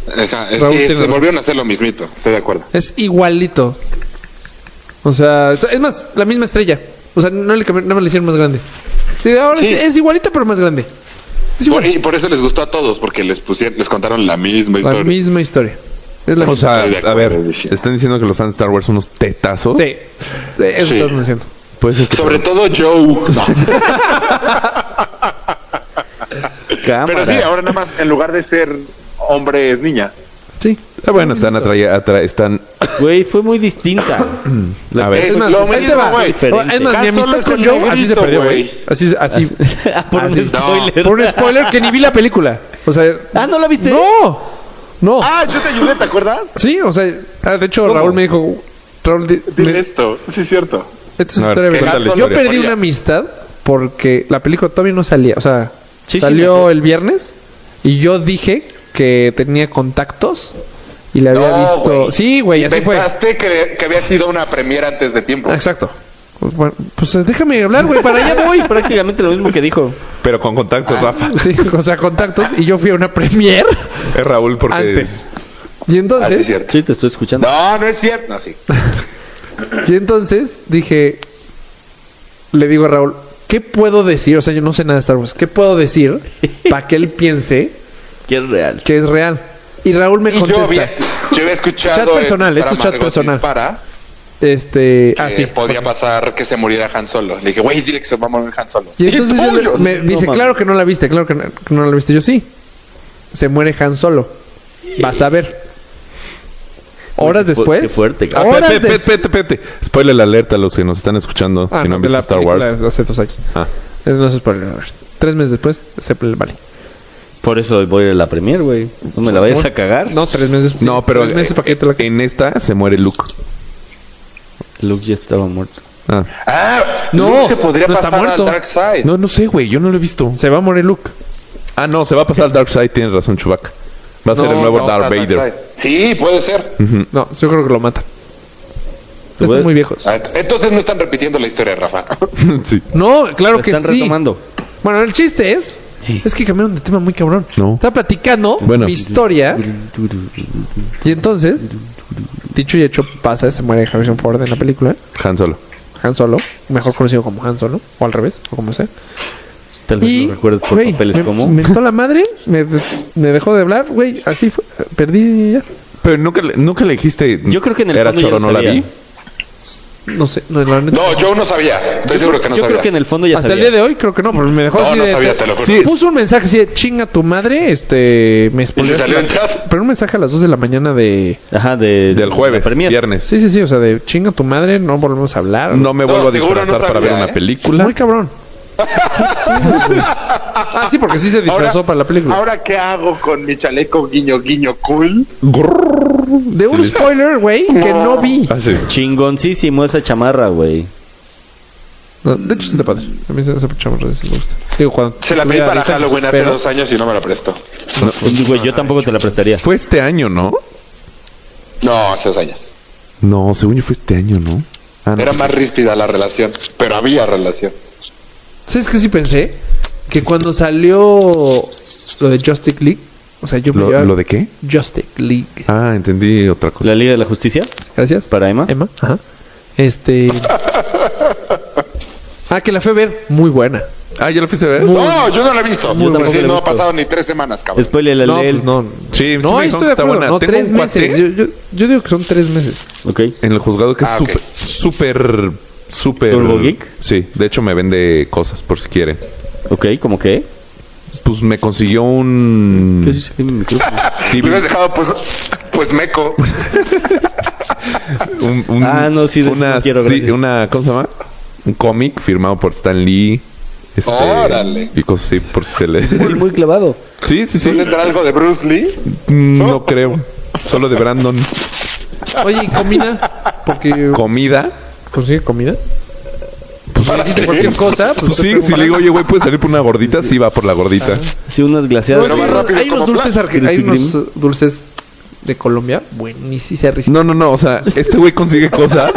Speaker 6: Ajá, es
Speaker 3: Raúl
Speaker 6: que
Speaker 3: tiene
Speaker 6: se
Speaker 3: razón.
Speaker 6: volvieron a hacer lo mismito. Estoy de acuerdo.
Speaker 3: Es igualito. O sea, es más, la misma estrella. O sea, no le cambi- nada más le hicieron más grande. Sí, ahora
Speaker 6: Sí.
Speaker 3: Es, es igualito, pero más grande. Es
Speaker 6: Por-
Speaker 3: igual.
Speaker 6: y por eso les gustó a todos, porque les pusieron, les contaron la misma
Speaker 3: La
Speaker 6: historia.
Speaker 3: misma historia. Es la
Speaker 1: O
Speaker 3: misma.
Speaker 1: sea,
Speaker 6: Estoy de acuerdo,
Speaker 1: a ver,
Speaker 6: dije.
Speaker 1: están diciendo que los fans de Star Wars son unos tetazos.
Speaker 3: Sí. Sí, Eso
Speaker 6: Sí.
Speaker 3: estamos diciendo.
Speaker 1: Puede ser que
Speaker 6: Sobre todo
Speaker 3: [LAUGHS]
Speaker 6: Joe. No.
Speaker 2: Cámara.
Speaker 6: Pero sí, ahora nada más, en lugar de ser hombre, es niña.
Speaker 3: Sí.
Speaker 1: Ah, bueno, están atrae, atra- están
Speaker 2: Güey, fue muy distinta.
Speaker 3: [LAUGHS]
Speaker 1: a ver.
Speaker 6: Es
Speaker 3: más,
Speaker 6: Pues lo
Speaker 3: ahí te
Speaker 6: mismo,
Speaker 3: va.
Speaker 6: güey.
Speaker 2: Diferente.
Speaker 3: Es más,
Speaker 6: Han
Speaker 3: mi
Speaker 6: Solo
Speaker 3: amistad
Speaker 6: es
Speaker 3: con
Speaker 6: el
Speaker 3: Joe así se
Speaker 6: negrito,
Speaker 3: perdió,
Speaker 6: güey.
Speaker 3: güey. Así, así.
Speaker 2: Ah, Por
Speaker 3: Así.
Speaker 2: un spoiler.
Speaker 3: Por un spoiler que ni vi la película. O sea.
Speaker 2: Ah, ¿no la viste?
Speaker 3: No. No.
Speaker 6: Ah, yo te ayudé, ¿te acuerdas?
Speaker 3: Sí, o sea. ah, De hecho, Raúl me dijo. Raúl, di-
Speaker 6: Dile
Speaker 3: me-
Speaker 6: esto. Sí, es cierto.
Speaker 3: Esta es
Speaker 1: A ver,
Speaker 3: historia
Speaker 1: ¿qué
Speaker 3: verídica.
Speaker 1: tal la
Speaker 3: Yo
Speaker 1: historia?
Speaker 3: perdí una amistad porque la película todavía no salía. O sea,
Speaker 2: Sí, sí, me
Speaker 3: salió el viernes y yo dije que tenía contactos y la había
Speaker 6: No,
Speaker 3: visto.
Speaker 6: güey.
Speaker 3: Sí, güey, así fue.
Speaker 6: Pensaste que, que había sido una premiera antes de tiempo.
Speaker 3: Exacto. Pues, bueno, pues eh, déjame hablar, güey,
Speaker 1: [LAUGHS]
Speaker 3: para allá voy.
Speaker 2: Prácticamente lo mismo que dijo.
Speaker 1: Pero con contactos, Rafa.
Speaker 3: Sí, o sea, contactos y yo fui a una premiere
Speaker 1: Es Raúl porque
Speaker 3: Ah. antes. Y
Speaker 6: Ah, sí, es
Speaker 3: entonces,
Speaker 6: cierto.
Speaker 2: Sí, te estoy escuchando.
Speaker 6: No, no es cierto. No, sí.
Speaker 3: y entonces dije, le digo a Raúl, ¿qué puedo decir? O sea, yo no sé nada de Star Wars. ¿Qué puedo decir para que él piense
Speaker 2: Que es real.
Speaker 3: que es real. Y Raúl me
Speaker 6: Y yo había,
Speaker 3: [LAUGHS] contesta,
Speaker 6: yo había escuchado.
Speaker 3: Chat personal,
Speaker 6: en
Speaker 3: esto es
Speaker 6: Trama
Speaker 3: chat
Speaker 6: de Gotis
Speaker 3: personal.
Speaker 6: Para
Speaker 3: este,
Speaker 6: que
Speaker 3: ah, sí.
Speaker 6: podía pasar que se muriera Han Solo. Le dije, güey, dile que se va a morir Han Solo.
Speaker 3: Y entonces yo le-
Speaker 6: pollos!
Speaker 3: me
Speaker 2: No
Speaker 3: dice,
Speaker 2: mames.
Speaker 3: claro que no la viste, claro que no, que no la viste. Yo sí. Se muere Han Solo. Vas a ver. Horas
Speaker 2: Qué fu-
Speaker 3: después.
Speaker 2: qué fuerte,
Speaker 1: Ah,
Speaker 2: cabrón.
Speaker 3: Horas
Speaker 1: pete,
Speaker 3: des-
Speaker 1: pete, pete, pete. Spoiler alerta a los que nos están escuchando
Speaker 3: Ah,
Speaker 1: que no
Speaker 3: no,
Speaker 1: han
Speaker 3: de
Speaker 1: visto
Speaker 3: la
Speaker 1: Star
Speaker 3: película
Speaker 1: Wars.
Speaker 3: de hace dos años.
Speaker 1: Ah.
Speaker 3: Eh, No se spoiler, a ver. Tres meses después, se vale.
Speaker 2: Por eso voy a la premier, güey. No me la vayas a cagar.
Speaker 3: No, tres meses.
Speaker 1: No, pero eh,
Speaker 3: Tres meses para que te la...
Speaker 1: en esta se muere Luke.
Speaker 2: Luke ya estaba muerto.
Speaker 1: Ah.
Speaker 6: Ah,
Speaker 3: No,
Speaker 6: Luke se podría
Speaker 3: no está
Speaker 6: pasar
Speaker 3: muerto.
Speaker 6: al Dark Side.
Speaker 1: No, no sé, güey, yo no lo he visto.
Speaker 3: Se va a morir Luke.
Speaker 1: Ah, no, se va a pasar al Dark Side, tienes razón, Chewbacca. Va a ser
Speaker 3: No,
Speaker 1: el nuevo
Speaker 3: no,
Speaker 1: Darth
Speaker 6: Al
Speaker 1: Vader.
Speaker 6: Side. Sí, puede ser.
Speaker 1: Ujú.
Speaker 3: No, yo creo que lo mata. Están
Speaker 2: ves?
Speaker 3: muy viejos.
Speaker 6: Ah, Entonces no están repitiendo la historia, Rafa.
Speaker 1: [LAUGHS] sí.
Speaker 3: No, claro
Speaker 2: La
Speaker 3: que
Speaker 2: están
Speaker 3: sí.
Speaker 2: retomando.
Speaker 3: Bueno, el chiste es. Es que cambiaron de tema muy cabrón.
Speaker 1: No.
Speaker 3: Está platicando
Speaker 1: Bueno.
Speaker 3: mi historia. Y entonces, dicho y hecho, pasa, se muere Harrison Ford en la película.
Speaker 1: Han Solo.
Speaker 3: Han Solo, mejor conocido como Han Solo, o al revés, o como sea.
Speaker 2: Tal vez
Speaker 3: Y.
Speaker 2: lo recuerdes por
Speaker 3: güey,
Speaker 2: papeles
Speaker 3: me,
Speaker 2: como.
Speaker 3: me mentó la madre, me, me dejó de hablar, güey, así fue, perdí ya.
Speaker 1: Pero nunca le, nunca le dijiste.
Speaker 2: Yo creo que en el
Speaker 1: Era
Speaker 2: fondo ya
Speaker 1: choro,
Speaker 2: lo
Speaker 1: no la
Speaker 2: sabía.
Speaker 1: vi.
Speaker 3: No sé, no, la neta.
Speaker 6: No, yo no sabía. Estoy seguro que no
Speaker 2: Yo
Speaker 6: sabía.
Speaker 2: creo que en el fondo ya
Speaker 3: Hasta el
Speaker 2: sabía.
Speaker 3: día de hoy creo que no, porque me dejó
Speaker 6: No,
Speaker 3: así
Speaker 6: no
Speaker 3: de-
Speaker 6: sabía, te lo juro.
Speaker 1: Sí.
Speaker 3: Puso un mensaje así de chinga tu madre, este, me
Speaker 6: Y se
Speaker 3: spoileaste
Speaker 6: salió
Speaker 3: la-
Speaker 6: en chat.
Speaker 3: Pero un mensaje a las 2 de la mañana de...
Speaker 2: Ajá, de,
Speaker 1: Del jueves,
Speaker 2: la premier.
Speaker 1: viernes.
Speaker 3: Sí, sí, sí, o sea, de chinga tu madre, no volvemos a hablar.
Speaker 1: No me
Speaker 6: No,
Speaker 1: vuelvo a
Speaker 6: seguro no
Speaker 1: disfrazar para
Speaker 6: sabía,
Speaker 1: ver una
Speaker 6: ¿eh?
Speaker 1: película.
Speaker 3: Muy cabrón. ah, sí, porque sí se disfrazó para la película.
Speaker 6: Ahora, ¿qué hago con mi chaleco guiño guiño cool?
Speaker 3: de un spoiler, güey, que no vi.
Speaker 1: Ah, sí.
Speaker 2: Chingoncísimo esa chamarra, güey.
Speaker 3: No, de hecho, está padre. A mí se me escuchamos me gusta. Digo, cuando
Speaker 6: Se la pedí
Speaker 3: tuviera
Speaker 6: para
Speaker 3: 10 años,
Speaker 6: Halloween hace
Speaker 3: pero-
Speaker 6: dos años y no me la prestó.
Speaker 2: Güey, yo tampoco te la prestaría.
Speaker 1: Fue este año, ¿no?
Speaker 6: No, hace dos años.
Speaker 1: No, según yo fue este año, ¿no? Ah, no.
Speaker 6: Era más ríspida la relación, pero había relación.
Speaker 3: ¿Sabes qué sí pensé? Que cuando salió lo de Justice League, o sea, yo me
Speaker 1: ¿Lo,
Speaker 3: llevaba-
Speaker 1: lo de qué?
Speaker 3: Justice League.
Speaker 1: Ah, entendí otra cosa.
Speaker 2: ¿La Liga de la Justicia?
Speaker 3: Gracias.
Speaker 2: ¿Para Emma?
Speaker 3: Emma, ajá. Este. [LAUGHS] Ah, que la fui a ver. Muy buena.
Speaker 1: Ah, ¿ya lo fuiste a ver?
Speaker 3: Muy-
Speaker 6: No, yo no la he visto.
Speaker 3: Muy bueno. Yo
Speaker 6: Recién
Speaker 3: tampoco la he
Speaker 6: no ha
Speaker 3: visto.
Speaker 6: pasado ni tres semanas, cabrón.
Speaker 2: Spoiler
Speaker 3: No,
Speaker 2: alert.
Speaker 3: pues no.
Speaker 1: Sí, sí
Speaker 3: no,
Speaker 1: me dijeron
Speaker 3: estoy
Speaker 1: que
Speaker 3: de
Speaker 1: está
Speaker 3: acuerdo.
Speaker 1: buena.
Speaker 3: No,
Speaker 1: Tengo
Speaker 3: tres
Speaker 1: un cuate-
Speaker 3: meses. Yo, yo- yo digo que son tres meses.
Speaker 2: Ok.
Speaker 1: En el juzgado que es
Speaker 6: Ah,
Speaker 1: súper,
Speaker 6: ok.
Speaker 1: súper, súper...
Speaker 2: ¿Turbo Geek?
Speaker 1: Sí, de hecho me vende cosas, por si quieren.
Speaker 2: Ok, ¿cómo qué?
Speaker 1: Pues me consiguió
Speaker 2: ¿Qué
Speaker 1: un...
Speaker 2: es eso que tiene el micrófono?
Speaker 6: Me
Speaker 1: Civil-
Speaker 6: hubieras dejado, pues, pues meco.
Speaker 1: un, un-
Speaker 2: Ah, no, sí, de eso
Speaker 1: una,
Speaker 2: Ah, no quiero,
Speaker 1: sí,
Speaker 2: gracias.
Speaker 1: una, ¿cómo se llama? un cómic firmado por Stan Lee. este,
Speaker 6: Órale.
Speaker 1: Y cosas así, por si se le...
Speaker 2: [LAUGHS] Sí, muy clavado.
Speaker 1: Sí, sí, sí.
Speaker 6: ¿Tendrá algo de Bruce Lee?
Speaker 1: No creo. Solo de Brandon.
Speaker 3: Oye, ¿y comida? Porque...
Speaker 1: Comida.
Speaker 3: ¿Consigue comida?
Speaker 1: Pues,
Speaker 6: ¿Para qué?
Speaker 3: Cualquier cosa.
Speaker 1: pues
Speaker 3: Pues,
Speaker 1: sí, si le digo, oye, güey, ¿puedes salir por una gordita? Sí, va por la gordita.
Speaker 2: Sí, unas glaseadas.
Speaker 6: Pero va rápido
Speaker 3: hay unos
Speaker 6: como
Speaker 3: dulces
Speaker 6: Flash.
Speaker 3: arge- hay
Speaker 2: Krispy
Speaker 3: unos eh, dulces de Colombia buenísimos.
Speaker 1: No, no, no, o sea, este güey consigue
Speaker 2: [LAUGHS]
Speaker 1: cosas.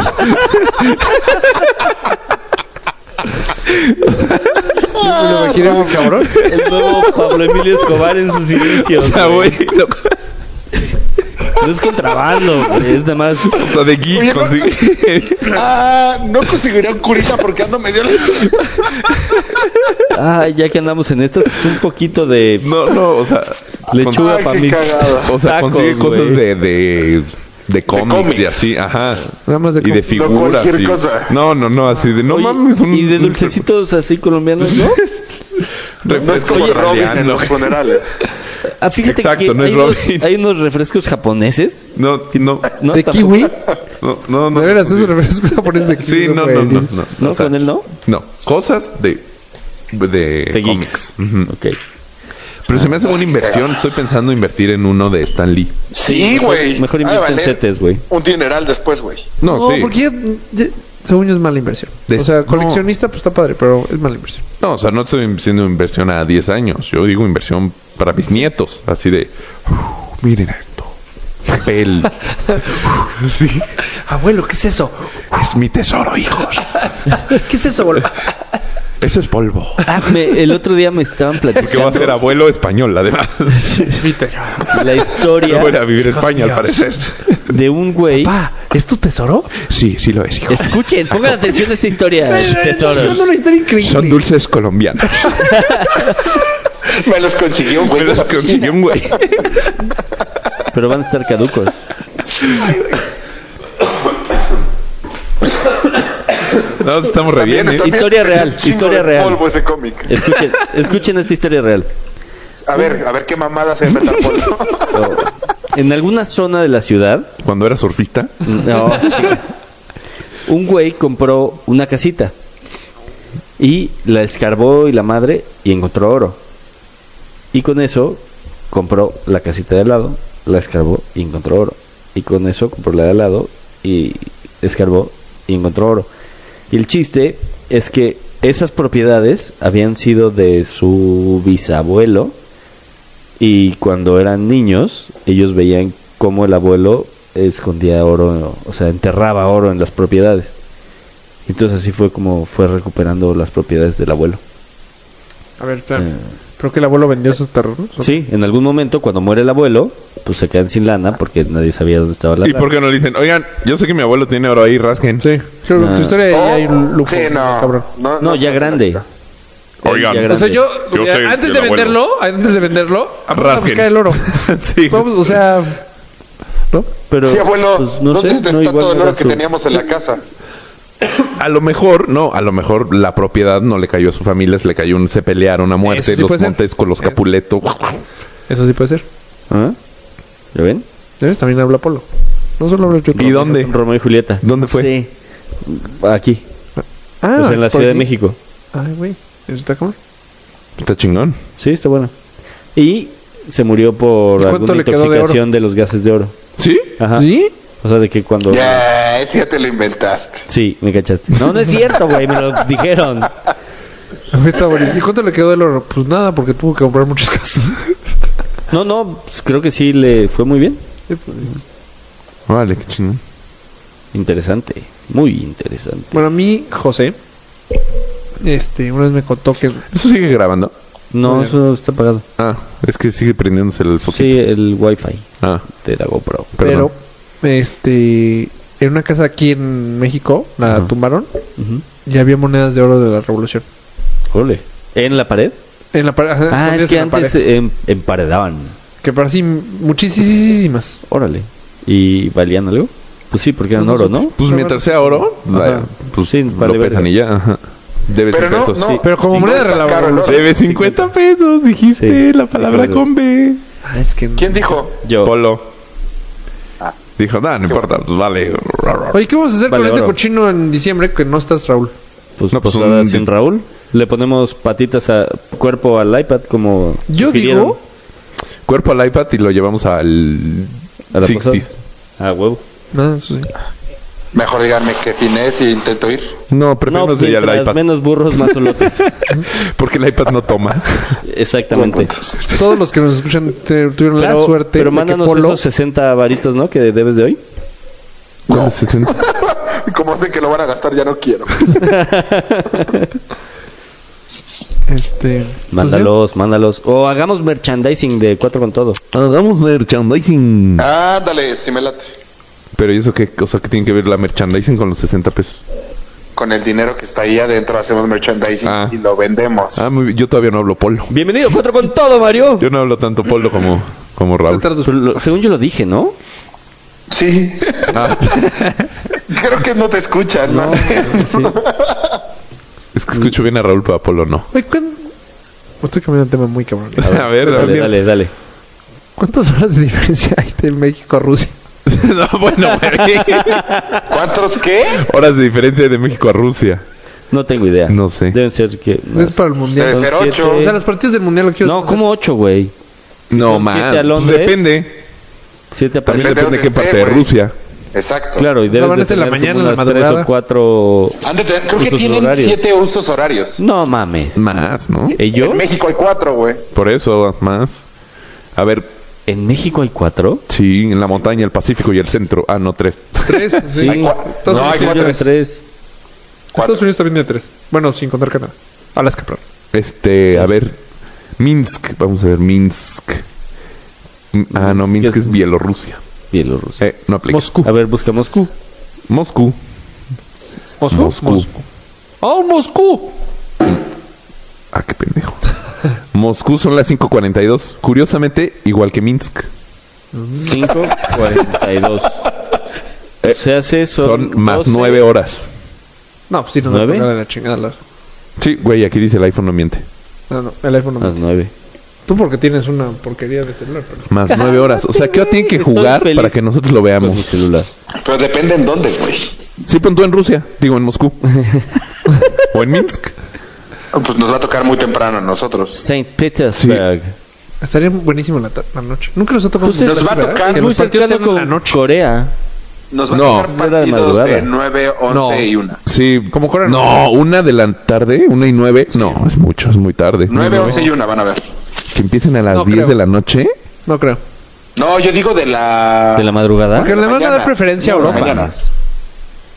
Speaker 3: me
Speaker 1: Ah.
Speaker 3: lo imagino muy
Speaker 1: [LAUGHS]
Speaker 3: cabrón.
Speaker 2: El nuevo Pablo Emilio Escobar en sus
Speaker 1: O [LAUGHS]
Speaker 2: inicios.
Speaker 1: sea,
Speaker 2: güey.
Speaker 1: güey, lo-
Speaker 2: No Pues es contrabando, güey, es nada más.
Speaker 1: o sea, de geek
Speaker 6: Oye,
Speaker 1: consigue. [LAUGHS] este,
Speaker 6: Ah, no conseguiría un curita porque ando medio...
Speaker 2: Ah, ya que andamos en esto, pues un poquito de
Speaker 1: No, no, o sea,
Speaker 2: lechuga
Speaker 6: Ay,
Speaker 2: para
Speaker 6: Ah, qué
Speaker 2: mí.
Speaker 6: cagada.
Speaker 1: O sea,
Speaker 2: Tacos,
Speaker 1: consigue cosas
Speaker 2: güey.
Speaker 1: de, de, de cómics y
Speaker 6: cómics.
Speaker 1: así, ajá.
Speaker 3: Nada más de
Speaker 1: Y de
Speaker 3: com-
Speaker 1: figuras.
Speaker 6: cualquier
Speaker 1: y-
Speaker 6: cosa.
Speaker 1: No, no, no, así de no
Speaker 2: Oye,
Speaker 1: mames. un-
Speaker 2: y de
Speaker 1: un
Speaker 2: dulcecitos así colombianos, ¿no?
Speaker 6: [LAUGHS] No es
Speaker 1: Refresco
Speaker 6: como Robin en
Speaker 1: italiano.
Speaker 6: los funerales.
Speaker 2: Ah, fíjate
Speaker 1: Exacto,
Speaker 2: que
Speaker 1: no es
Speaker 2: hay, unos,
Speaker 1: Robin.
Speaker 2: hay unos refrescos japoneses,
Speaker 1: No, no,
Speaker 2: ¿no?
Speaker 3: de
Speaker 2: Tampoco-
Speaker 3: kiwi.
Speaker 1: no, no. no
Speaker 3: De veras,
Speaker 1: sí.
Speaker 3: esos refrescos japoneses de kiwi.
Speaker 1: Sí, no, no,
Speaker 3: güey.
Speaker 1: no. No,
Speaker 2: ¿No?
Speaker 1: o sea,
Speaker 2: Con él no.
Speaker 1: no, cosas de, de,
Speaker 2: De
Speaker 1: cómics.
Speaker 2: geeks.
Speaker 1: Ujú.
Speaker 2: Ok.
Speaker 1: Pero se me hace buena inversión. Estoy pensando invertir en uno de Stan Lee.
Speaker 6: Sí, güey.
Speaker 2: Mejor
Speaker 6: Ha de
Speaker 2: invierten
Speaker 6: valer
Speaker 2: setes, güey.
Speaker 6: Un dineral después, güey.
Speaker 1: No,
Speaker 3: No,
Speaker 1: sí.
Speaker 3: Oh, porque ya, ya- según yo es mala inversión.
Speaker 1: De-
Speaker 3: o sea, coleccionista, pues está padre, pero es mala inversión.
Speaker 1: No, o sea, no estoy haciendo inversión a 10 años. Yo digo inversión para mis nietos. Así de, "Uf, miren esto. Papel. [LAUGHS] Uf, sí.
Speaker 3: Abuelo, ¿qué es eso?
Speaker 1: Es mi tesoro, hijos.
Speaker 3: ¿Qué es eso, abuelo?
Speaker 1: Eso es polvo.
Speaker 2: Ah, me- el otro día me estaban
Speaker 1: [LAUGHS] Porque va a ser
Speaker 2: platicando
Speaker 1: abuelo español, además.
Speaker 2: la
Speaker 1: No [LAUGHS]
Speaker 2: historia
Speaker 1: voy a vivir a España, al parecer.
Speaker 2: de un güey.
Speaker 3: [LAUGHS] Pa, ¿es tu tesoro?
Speaker 1: Sí, sí lo es, hijo.
Speaker 2: Escuchen, pongan atención a esta
Speaker 3: [LAUGHS]
Speaker 2: historia de
Speaker 3: No, no,
Speaker 2: toros.
Speaker 3: una historia increíble.
Speaker 1: Son dulces colombianos.
Speaker 6: Me los consiguió, güey.
Speaker 1: Me los consiguió un güey.
Speaker 2: Pero van a estar caducos.
Speaker 1: No, estamos re
Speaker 6: También
Speaker 1: bien, ¿eh?
Speaker 6: está bien
Speaker 2: Historia real,
Speaker 6: un chingo
Speaker 2: historia
Speaker 6: de
Speaker 2: real.
Speaker 6: polvo ese cómic.
Speaker 2: Escuchen, escuchen esta
Speaker 1: [LAUGHS]
Speaker 2: historia real.
Speaker 6: A ver, a ver qué mamada se mete al polvo.
Speaker 2: En alguna zona de la ciudad,
Speaker 1: Cuando era surfista,
Speaker 2: No, chinga. un güey compró una casita y la escarbó y la madre y encontró oro. Y con eso compró la casita de al lado, la escarbó y encontró oro. Y con eso compró la de al lado y escarbó y encontró oro. Y el chiste es que esas propiedades habían sido de su bisabuelo y cuando eran niños ellos veían cómo el abuelo escondía oro, o sea, enterraba oro en las propiedades. Entonces así fue como fue recuperando las propiedades del abuelo.
Speaker 3: A ver, espera.
Speaker 2: Eh.
Speaker 3: Creo que el abuelo vendió sus terrenos. ¿o?
Speaker 2: Sí, en algún momento cuando muere el abuelo, pues se quedan sin lana porque nadie sabía dónde estaba la
Speaker 1: ¿y
Speaker 2: lana.
Speaker 1: por qué no le dicen? Oigan, yo sé que mi abuelo tiene oro ahí, rasquen. Sí.
Speaker 3: Creo que
Speaker 2: Ah.
Speaker 3: tu historia ahí hay un lujo.
Speaker 6: sí, no.
Speaker 3: Cabrón.
Speaker 6: no,
Speaker 2: No, ya grande.
Speaker 1: Oigan.
Speaker 2: Ya
Speaker 3: O sea,
Speaker 2: grande.
Speaker 3: yo,
Speaker 1: Yo
Speaker 3: mira,
Speaker 1: sé
Speaker 3: antes
Speaker 1: del
Speaker 3: de
Speaker 1: abuelo.
Speaker 3: venderlo, antes de venderlo, vamos a
Speaker 1: Rasquen.
Speaker 3: buscar el oro.
Speaker 1: [LAUGHS] Sí.
Speaker 3: Vamos, o sea, ¿no?
Speaker 2: Pero,
Speaker 6: Sí, abuelo,
Speaker 2: pues, no
Speaker 6: ¿dónde
Speaker 2: sé,
Speaker 6: está
Speaker 2: no, igual
Speaker 6: todo el
Speaker 2: no
Speaker 6: oro
Speaker 2: era
Speaker 6: que
Speaker 2: su-
Speaker 6: teníamos en la casa?
Speaker 1: A lo mejor, no, a lo mejor la propiedad no le cayó a su familia, se le cayó un, se pelearon a
Speaker 3: Eso
Speaker 1: muerte,
Speaker 3: sí
Speaker 1: los
Speaker 3: puede ser.
Speaker 1: Montesco,
Speaker 2: Eh.
Speaker 1: los Capuleto.
Speaker 3: Eso sí puede ser.
Speaker 2: ¿Ah? ¿Ya ven?
Speaker 3: ¿Ya ves? También habla Polo. No solo habla yo.
Speaker 1: ¿Y dónde?
Speaker 2: Romeo y Julieta.
Speaker 1: ¿Dónde fue?
Speaker 2: Sí. Aquí,
Speaker 3: Ah,
Speaker 2: pues, en la
Speaker 3: por
Speaker 2: Ciudad de
Speaker 3: aquí.
Speaker 2: México.
Speaker 3: Ay, güey. ¿Eso está cabrón?
Speaker 1: Está chingón.
Speaker 2: Sí, está bueno. Y se murió por
Speaker 3: ¿Y cuánto
Speaker 2: alguna
Speaker 3: le quedó de
Speaker 2: intoxicación de, los gases de oro.
Speaker 1: ¿Sí?
Speaker 2: Ajá.
Speaker 3: ¿Sí?
Speaker 2: O sea, de que cuando...
Speaker 6: Ya, ese ya te lo inventaste.
Speaker 2: Sí, me cachaste. No, no es cierto, güey, me lo dijeron.
Speaker 3: Está bonito. ¿Y cuánto le quedó del oro? Pues nada, porque tuvo que comprar muchas casas.
Speaker 2: No, no, pues, creo que sí le fue muy bien.
Speaker 1: Vale, qué chingón.
Speaker 2: Interesante, muy interesante.
Speaker 3: [LAUGHS] Bueno, a mí, José, este, una vez me contó que...
Speaker 1: ¿Eso sigue grabando?
Speaker 2: No,
Speaker 3: Muy bien.
Speaker 2: eso está apagado.
Speaker 1: Ah, es que sigue prendiéndose el foquito.
Speaker 2: Sí, el wifi
Speaker 1: Ah,
Speaker 2: de la GoPro.
Speaker 1: perdón.
Speaker 3: Pero, este, en una casa aquí en México, la
Speaker 2: Ajá.
Speaker 3: tumbaron
Speaker 2: Ujú.
Speaker 3: y había monedas de oro de la revolución.
Speaker 2: Ole. ¿En la pared?
Speaker 3: En la pared. ajá,
Speaker 2: Ah,
Speaker 3: escondidas
Speaker 2: es que
Speaker 3: en la
Speaker 2: antes
Speaker 3: pared.
Speaker 2: em- emparedaban.
Speaker 3: Que para sí, muchísimas.
Speaker 2: Órale. ¿Y valían algo? Pues sí, porque eran
Speaker 3: No, no
Speaker 2: oro,
Speaker 3: supe.
Speaker 2: ¿no?
Speaker 1: Pues
Speaker 3: Pero
Speaker 1: mientras sea
Speaker 3: bueno.
Speaker 1: oro, vaya, pues
Speaker 2: Sí, vale
Speaker 1: lo pesan
Speaker 2: verga.
Speaker 1: y ya. ajá. Debe
Speaker 6: Pero
Speaker 1: 50
Speaker 6: no,
Speaker 1: pesos.
Speaker 6: no.
Speaker 1: Sí.
Speaker 3: Pero como
Speaker 6: Sí,
Speaker 3: moneda
Speaker 6: no
Speaker 3: de
Speaker 6: está
Speaker 3: la
Speaker 6: caro el oro.
Speaker 3: revolución.
Speaker 1: Debe 50 pesos, dijiste
Speaker 2: Sí.
Speaker 1: la palabra
Speaker 2: Sí.
Speaker 1: con B.
Speaker 3: Ah, es que...
Speaker 6: ¿Quién dijo?
Speaker 2: Yo.
Speaker 1: Polo.
Speaker 6: Ah.
Speaker 1: Dijo, nada, no importa, pues vale.
Speaker 3: Oye, ¿qué vamos a hacer
Speaker 2: Vale,
Speaker 3: con este
Speaker 2: oro.
Speaker 3: cochino en diciembre que no estás, Raúl?
Speaker 2: Pues,
Speaker 1: No, pues,
Speaker 2: posada
Speaker 1: un-
Speaker 2: sin Raúl. Le ponemos patitas a cuerpo al iPad como
Speaker 3: Yo
Speaker 2: sugirieron
Speaker 3: digo-
Speaker 1: Cuerpo al iPad y lo llevamos al
Speaker 2: a la
Speaker 1: 60
Speaker 2: posada. A huevo.
Speaker 3: No, eso Ah, sí.
Speaker 6: Mejor díganme qué fin es y intento ir. [LAUGHS]
Speaker 1: No, prefiero no,
Speaker 2: No,
Speaker 1: sería el
Speaker 2: mientras
Speaker 1: iPad.
Speaker 2: menos burros, [LAUGHS] más solotes.
Speaker 1: Porque el iPad no toma.
Speaker 2: Exactamente.
Speaker 3: Todos los que nos escuchan te- tuvieron la
Speaker 2: Pero,
Speaker 3: suerte
Speaker 2: pero
Speaker 3: de que
Speaker 2: mándanos
Speaker 3: Polo...
Speaker 2: esos 60 varitos, ¿no? Que debes
Speaker 3: [LAUGHS]
Speaker 2: de hoy.
Speaker 1: [LAUGHS] ¿Cuál es ese?
Speaker 6: Como sé que lo van a gastar, ya no quiero.
Speaker 3: Pues Este,
Speaker 2: Mándalos, mándalos. O hagamos merchandising de cuatro con todo.
Speaker 1: Hagamos merchandising.
Speaker 6: Ándale, si me late.
Speaker 1: Pero ¿y eso qué? O sea, ¿qué tiene que ver la merchandising con los 60 pesos?
Speaker 6: Con el dinero que está ahí adentro hacemos merchandising
Speaker 1: Ah.
Speaker 6: y lo vendemos.
Speaker 1: Ah, muy bien. Yo todavía no hablo polo.
Speaker 2: Bienvenido, cuatro con todo, Mario.
Speaker 1: Yo no hablo tanto polo como, como Raúl.
Speaker 2: Pues, Lo- Según yo lo dije, ¿no?
Speaker 6: Sí, [LAUGHS]
Speaker 1: Ah,
Speaker 6: creo que no te escuchan. ¿no?
Speaker 3: [LAUGHS]
Speaker 1: es que escucho bien a Raúl, pero a polo no.
Speaker 3: Oye, ¿cuán- Pues Estoy cambiando de tema muy cabrón.
Speaker 1: [LAUGHS] A ver,
Speaker 2: Dale,
Speaker 1: Raúl.
Speaker 2: dale, dale.
Speaker 3: ¿Cuántas horas de diferencia hay de México a Rusia?
Speaker 1: [LAUGHS] No, bueno, güey.
Speaker 6: [LAUGHS] ¿Cuántos qué?
Speaker 1: Horas de diferencia de México a Rusia.
Speaker 2: No tengo idea.
Speaker 1: No sé.
Speaker 2: Deben ser que.
Speaker 3: Es para el mundial.
Speaker 6: Debe
Speaker 2: Son
Speaker 6: ser ocho.
Speaker 2: siete.
Speaker 3: O sea, las partidas del mundial lo quiero.
Speaker 2: No, como ocho, güey.
Speaker 1: no,
Speaker 2: son siete a
Speaker 1: man. Pues
Speaker 2: Londres.
Speaker 1: Depende.
Speaker 2: Siete a
Speaker 1: También
Speaker 6: Depende
Speaker 1: depende
Speaker 6: dónde
Speaker 1: de qué
Speaker 6: esté,
Speaker 1: parte de
Speaker 6: güey.
Speaker 1: Rusia.
Speaker 6: Exacto.
Speaker 2: Claro, y debes
Speaker 3: van a
Speaker 2: de
Speaker 3: ser la
Speaker 2: tener como
Speaker 3: mañana, la
Speaker 2: unas tres
Speaker 3: madrugada.
Speaker 2: o cuatro.
Speaker 6: Antes de- creo que
Speaker 2: Usos
Speaker 6: tienen
Speaker 2: horarios.
Speaker 6: siete usos horarios.
Speaker 2: No mames.
Speaker 1: Más, ¿no?
Speaker 2: ¿Ellos?
Speaker 6: En México hay cuatro, güey.
Speaker 1: Por eso, más. A ver,
Speaker 2: ¿En México hay cuatro?
Speaker 1: sí, en la montaña, el Pacífico y el centro. Ah, no, tres.
Speaker 3: Tres. Sí.
Speaker 2: Hay cua-
Speaker 3: Estados,
Speaker 6: no,
Speaker 3: Unidos
Speaker 6: hay
Speaker 3: tiene
Speaker 6: cuatro.
Speaker 3: tres.
Speaker 2: Tres.
Speaker 3: Estados Unidos también tiene tres. Bueno, sin contar Canadá. Alaska, perdón.
Speaker 1: Este, a ver. Minsk. Vamos a ver, Minsk. M- Ah, no, Minsk es Bielorrusia.
Speaker 2: Bielorrusia.
Speaker 1: Eh, no aplica.
Speaker 3: Moscú.
Speaker 2: A ver, busca Moscú.
Speaker 1: Moscú.
Speaker 3: Moscú.
Speaker 1: Moscú.
Speaker 3: ¡Oh, Moscú!
Speaker 1: Ah, qué pendejo. [LAUGHS] Moscú son las 5.42. Curiosamente, igual que Minsk.
Speaker 2: 5.42.
Speaker 1: Eh,
Speaker 2: Se hace
Speaker 1: Son, más
Speaker 2: 12.
Speaker 1: nueve horas.
Speaker 3: No, pues sí, no, no,
Speaker 2: ¿Nueve?
Speaker 3: de la chingada. la-
Speaker 1: Sí, güey, aquí dice el iPhone no miente.
Speaker 3: No, no, el iPhone no.
Speaker 2: Más nueve.
Speaker 3: Tú porque tienes una porquería de celular. Pero...
Speaker 1: Más nueve horas. O sea, ¿qué hora tienen que
Speaker 2: Estoy
Speaker 1: jugar
Speaker 2: feliz
Speaker 1: para que nosotros lo
Speaker 2: Con su
Speaker 1: veamos?
Speaker 2: celular.
Speaker 6: Pero depende en dónde, güey.
Speaker 1: Sí, pon tú en Rusia. Digo, en Moscú. o en Minsk.
Speaker 6: Pues nos va a tocar muy temprano a nosotros.
Speaker 2: St. Petersburg.
Speaker 3: Estaría buenísimo la, ta- la noche. Nunca nos ha tocado
Speaker 2: Pues es-
Speaker 3: un mundial
Speaker 6: nos
Speaker 3: así,
Speaker 6: va a
Speaker 3: ¿verdad?
Speaker 6: tocar,
Speaker 3: Que
Speaker 2: Es muy
Speaker 3: los partidos
Speaker 2: cercano
Speaker 3: sean en la
Speaker 2: con
Speaker 3: noche.
Speaker 2: Corea.
Speaker 6: Nos va
Speaker 1: No,
Speaker 6: a tocar
Speaker 2: era de
Speaker 6: partidos
Speaker 2: madrugada.
Speaker 6: de 9, 11 y 1.
Speaker 1: Sí.
Speaker 3: Como Corea del
Speaker 1: No, una de la tarde, una y nueve. No, es mucho, es muy tarde.
Speaker 6: 9, 11 y 1 van a ver.
Speaker 1: Que empiecen a las
Speaker 3: No
Speaker 1: 10
Speaker 3: creo.
Speaker 1: de la noche.
Speaker 3: No creo.
Speaker 6: No, yo digo de la...
Speaker 2: ¿De la madrugada?
Speaker 3: Porque le van a
Speaker 6: mañana.
Speaker 3: dar preferencia a
Speaker 6: No,
Speaker 3: Europa.
Speaker 6: mañana.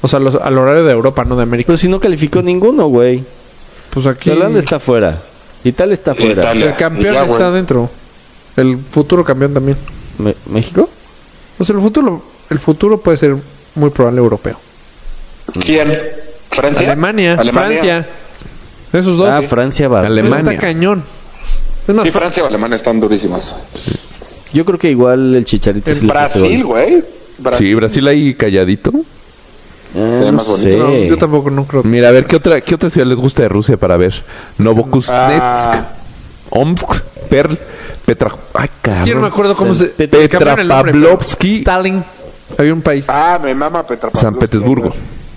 Speaker 3: O sea, los- al horario de Europa, no de América.
Speaker 2: Pero si no calificó ninguno, güey.
Speaker 3: Pues aquí
Speaker 2: Holanda está fuera. Italia está fuera.
Speaker 6: Italia.
Speaker 3: el campeón
Speaker 6: Ya, güey.
Speaker 3: está adentro. El futuro campeón también.
Speaker 2: Me- ¿México?
Speaker 3: O sea, el futuro, el futuro puede ser muy probable europeo.
Speaker 6: ¿Quién? ¿Francia?
Speaker 3: Alemania,
Speaker 6: Alemania.
Speaker 3: Francia. Esos dos.
Speaker 2: Ah, Francia va.
Speaker 1: Ale-
Speaker 3: Eso
Speaker 1: Alemania.
Speaker 3: Está cañón. Es más,
Speaker 6: Sí, Francia o Alemania están durísimos.
Speaker 2: Yo creo que igual el Chicharito
Speaker 3: El
Speaker 2: sí le puso
Speaker 6: Brasil,
Speaker 2: gol.
Speaker 6: güey. Brasil.
Speaker 1: Sí, Brasil ahí calladito.
Speaker 2: Ah,
Speaker 6: Se ve
Speaker 2: no
Speaker 6: más bonito.
Speaker 2: sé.
Speaker 3: no, yo tampoco no creo.
Speaker 1: Mira, a ver, ¿qué otra, qué otra ciudad les gusta de Rusia para ver? Novokuznetsk,
Speaker 6: Ah.
Speaker 1: Omsk, Perl, Petra... Ay,
Speaker 3: Es que yo no me
Speaker 1: cabrón.
Speaker 3: acuerdo cómo se.
Speaker 2: Petra
Speaker 3: cambiaron
Speaker 1: Petra
Speaker 3: el nombre, pero-
Speaker 1: Pavlovsky,
Speaker 3: Stalin. Había un país.
Speaker 6: Ah, me mama Petra
Speaker 1: San Petersburgo.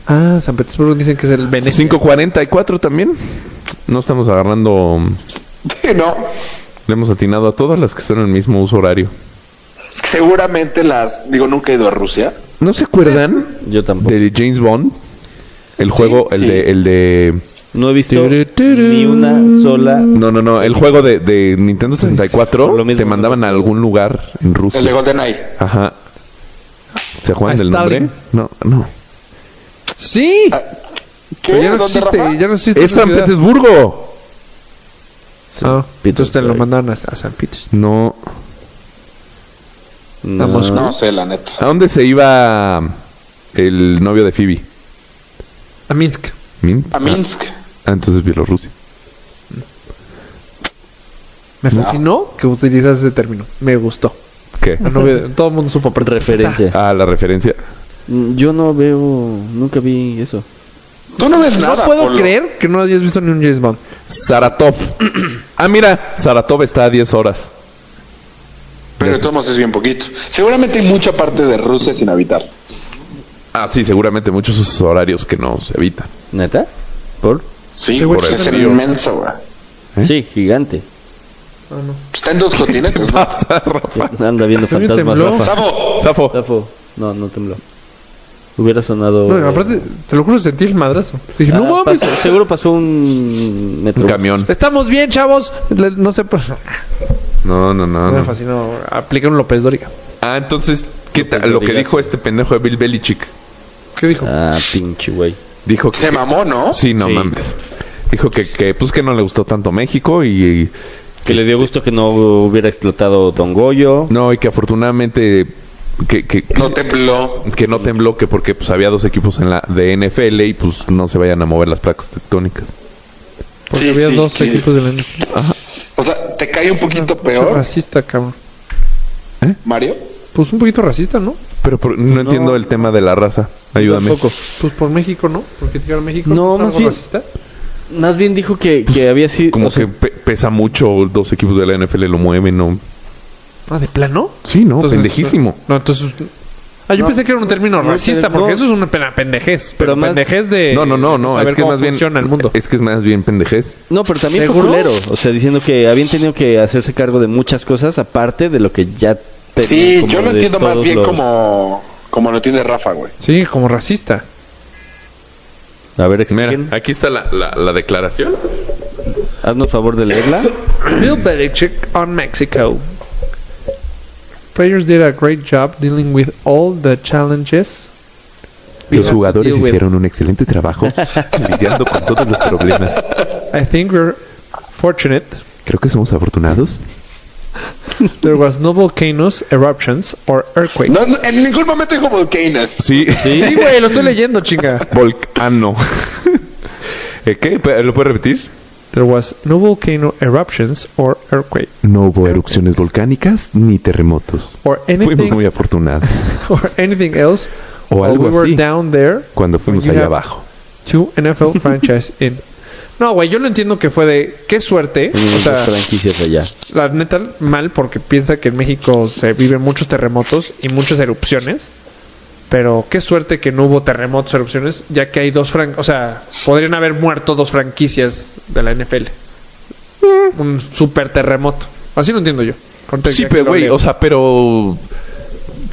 Speaker 3: Ah, San Petersburgo dicen que es el Venecia.
Speaker 1: 544 también. No estamos agarrando...
Speaker 6: Sí, no.
Speaker 1: Le hemos atinado a todas las que son el mismo uso horario.
Speaker 6: Seguramente las... Digo, nunca he ido a Rusia.
Speaker 1: ¿No se acuerdan
Speaker 2: Yo tampoco.
Speaker 1: de James Bond? El juego, el
Speaker 6: sí.
Speaker 1: de... El de
Speaker 2: No he visto
Speaker 1: Turu, turu.
Speaker 2: ni una sola.
Speaker 1: no, no, no. El juego de, de Nintendo 64
Speaker 2: Lo mismo.
Speaker 1: te mandaban a algún lugar en Rusia.
Speaker 6: El de GoldenEye.
Speaker 1: Ajá. ¿Se
Speaker 3: A
Speaker 1: acuerdan del nombre?
Speaker 3: Stalin.
Speaker 1: No, no.
Speaker 3: Sí.
Speaker 6: ¿Qué?
Speaker 3: ya no
Speaker 6: ¿Dónde,
Speaker 3: existe,
Speaker 6: Rafa?
Speaker 3: ya no existe.
Speaker 1: Es
Speaker 3: esa
Speaker 1: San
Speaker 3: ciudad.
Speaker 1: Petersburgo.
Speaker 3: Ah, entonces te lo
Speaker 2: Petersburg.
Speaker 3: mandaron a, a San Petersburgo.
Speaker 1: No.
Speaker 2: No.
Speaker 3: Vamos.
Speaker 6: pues No sé, la neta.
Speaker 1: ¿A dónde se iba el novio de Phoebe?
Speaker 3: A Minsk.
Speaker 1: ¿Min?
Speaker 6: A Minsk.
Speaker 1: Ah, entonces Bielorrusia.
Speaker 3: Me fascinó que utilizas ese término. Me gustó.
Speaker 1: ¿Qué?
Speaker 3: La novia- todo el mundo supo por
Speaker 2: Referencia.
Speaker 1: Ah, la referencia.
Speaker 2: Mm, Yo no veo. Nunca vi eso.
Speaker 6: Tú no ves
Speaker 3: No
Speaker 6: nada,
Speaker 3: puedo
Speaker 6: Polo.
Speaker 3: creer que no hayas visto ni un James Bond.
Speaker 6: [CLEARS THROAT]
Speaker 1: Saratov. ah, mira, Saratov está a 10 horas.
Speaker 6: Pero de todos modos es bien poquito. Seguramente hay mucha parte de Rusia sin habitar.
Speaker 1: Ah, sí, seguramente muchos usos horarios que nos evitan. [LAUGHS]
Speaker 2: ¿Neta? ¿Por?
Speaker 6: Sí,
Speaker 3: Sí, güey,
Speaker 6: porque
Speaker 3: sí,
Speaker 6: es
Speaker 3: sí.
Speaker 6: inmenso, güey.
Speaker 1: ¿Eh?
Speaker 2: Sí, gigante.
Speaker 3: Ah, no.
Speaker 6: Está en dos continentes, [LAUGHS] ¿no?
Speaker 1: Pasa, Rafa.
Speaker 2: Anda viendo
Speaker 3: Se me
Speaker 2: fantasmas,
Speaker 3: tembló.
Speaker 2: Rafa.
Speaker 6: ¡Sabo!
Speaker 1: Sapo.
Speaker 2: Zafo. No, no tembló. Hubiera sonado...
Speaker 1: Oh.
Speaker 3: No, y aparte, te lo juro, sentí el madrazo. Dije,
Speaker 2: Ah,
Speaker 3: no mames.
Speaker 2: pasó- seguro pasó un metro.
Speaker 1: Un camión.
Speaker 3: Estamos bien, chavos. Le- no sé, pues.
Speaker 1: No, no, Ah, no.
Speaker 3: Me
Speaker 1: no.
Speaker 3: fascinó. Aplica un López Dóriga.
Speaker 1: Ah, entonces, ¿qué tal?
Speaker 2: López
Speaker 1: lo que
Speaker 2: Dóriga.
Speaker 1: dijo este pendejo de Bill Belichick?
Speaker 3: ¿Qué dijo?
Speaker 2: Ah, pinche güey.
Speaker 1: Dijo que...
Speaker 6: Se mamó, ¿no?
Speaker 1: Sí, no
Speaker 2: Sí.
Speaker 1: mames. Dijo que, que, pues que no le gustó tanto México y,
Speaker 2: Que le dio gusto que no hubiera explotado Don Goyo.
Speaker 1: no y que afortunadamente que, que,
Speaker 6: No tembló.
Speaker 1: que no tembló que porque pues había dos equipos en la de NFL y pues no se vayan a mover las placas tectónicas.
Speaker 3: Porque
Speaker 6: sí,
Speaker 3: había
Speaker 6: sí,
Speaker 3: dos
Speaker 6: que-
Speaker 3: equipos de la NFL.
Speaker 6: O sea, te cae un poquito
Speaker 3: Mucho
Speaker 6: peor,
Speaker 3: racista, cabrón.
Speaker 6: Mario.
Speaker 3: Pues un poquito racista, ¿no?
Speaker 1: Pero por- no, entiendo el tema de la raza. Ayúdame.
Speaker 2: Tampoco.
Speaker 3: Pues por México, ¿no? Por criticar a México.
Speaker 2: No,
Speaker 3: ¿Es
Speaker 2: más
Speaker 3: algo
Speaker 2: bien-
Speaker 3: racista?
Speaker 2: Más bien dijo que, que había sido...
Speaker 1: Como
Speaker 2: o sea,
Speaker 1: que pe- pesa mucho dos equipos de la NFL lo mueven, ¿no?
Speaker 3: Ah, ¿de plano?
Speaker 1: Sí, no,
Speaker 3: Entonces,
Speaker 1: pendejísimo.
Speaker 3: No, entonces... Ah, yo
Speaker 2: No,
Speaker 3: pensé que era un término
Speaker 2: no,
Speaker 3: racista,
Speaker 2: pero
Speaker 3: porque
Speaker 2: no.
Speaker 3: eso es una pena pendejez. Pero,
Speaker 2: Pero más-
Speaker 3: pendejez de...
Speaker 1: No, no, no, no,
Speaker 3: saber
Speaker 1: es que
Speaker 3: cómo
Speaker 1: más bien
Speaker 3: funciona el mundo.
Speaker 1: es que es más bien pendejez.
Speaker 2: No, pero también
Speaker 3: ¿Seguro?
Speaker 2: fue culero. O sea, diciendo que habían tenido que hacerse cargo de muchas cosas aparte de lo que ya tenían.
Speaker 6: Sí,
Speaker 2: como
Speaker 6: yo lo
Speaker 2: de
Speaker 6: entiendo más
Speaker 2: todos
Speaker 6: bien
Speaker 2: los-
Speaker 6: como, como lo entiende Rafa, güey.
Speaker 3: Sí, como racista.
Speaker 2: A ver,
Speaker 1: Mira,
Speaker 2: expliquen.
Speaker 1: aquí está la, la, la declaración.
Speaker 2: Haznos favor de
Speaker 3: [LAUGHS]
Speaker 2: leerla.
Speaker 3: Bill Belichick on Mexico. Players did a great job dealing with all the challenges.
Speaker 1: Los
Speaker 3: have to
Speaker 1: jugadores
Speaker 3: deal with-
Speaker 1: hicieron un excelente [LAUGHS] trabajo lidiando con todos los problemas.
Speaker 3: I think we're fortunate
Speaker 1: Creo que somos afortunados.
Speaker 3: there was no volcanoes, eruptions, or earthquakes.
Speaker 6: No, no, en ningún momento dijo volcanes.
Speaker 1: Sí,
Speaker 3: Sí, güey, lo estoy leyendo, chinga.
Speaker 1: volcano. [LAUGHS] Eh, ¿Qué? ¿Pu- ¿Lo puedes repetir?
Speaker 3: There was no volcano eruptions or earthquake
Speaker 1: No hubo erupciones volcánicas ni terremotos.
Speaker 3: or
Speaker 1: Fuimos
Speaker 3: anything
Speaker 1: muy afortunados
Speaker 3: [LAUGHS] or anything else.
Speaker 1: O
Speaker 3: while
Speaker 1: algo
Speaker 3: we were
Speaker 1: así.
Speaker 3: down there
Speaker 1: cuando fuimos
Speaker 3: When you
Speaker 1: allá
Speaker 3: have-
Speaker 1: abajo.
Speaker 3: to [LAUGHS] NFL franchise in. No, güey, yo lo entiendo que fue de qué suerte. O
Speaker 2: Tenemos dos
Speaker 3: sea,
Speaker 2: franquicias allá.
Speaker 3: la neta mal porque piensa que en México se viven muchos terremotos y muchas erupciones. Pero qué suerte que no hubo terremotos, erupciones, ya que hay dos fran... O sea, podrían haber muerto dos franquicias de la NFL. Un super terremoto. Así lo entiendo yo. Ahorita
Speaker 1: Mm. Sí,
Speaker 3: ya que
Speaker 1: pero
Speaker 3: lo
Speaker 1: güey,
Speaker 3: leo.
Speaker 1: o sea, pero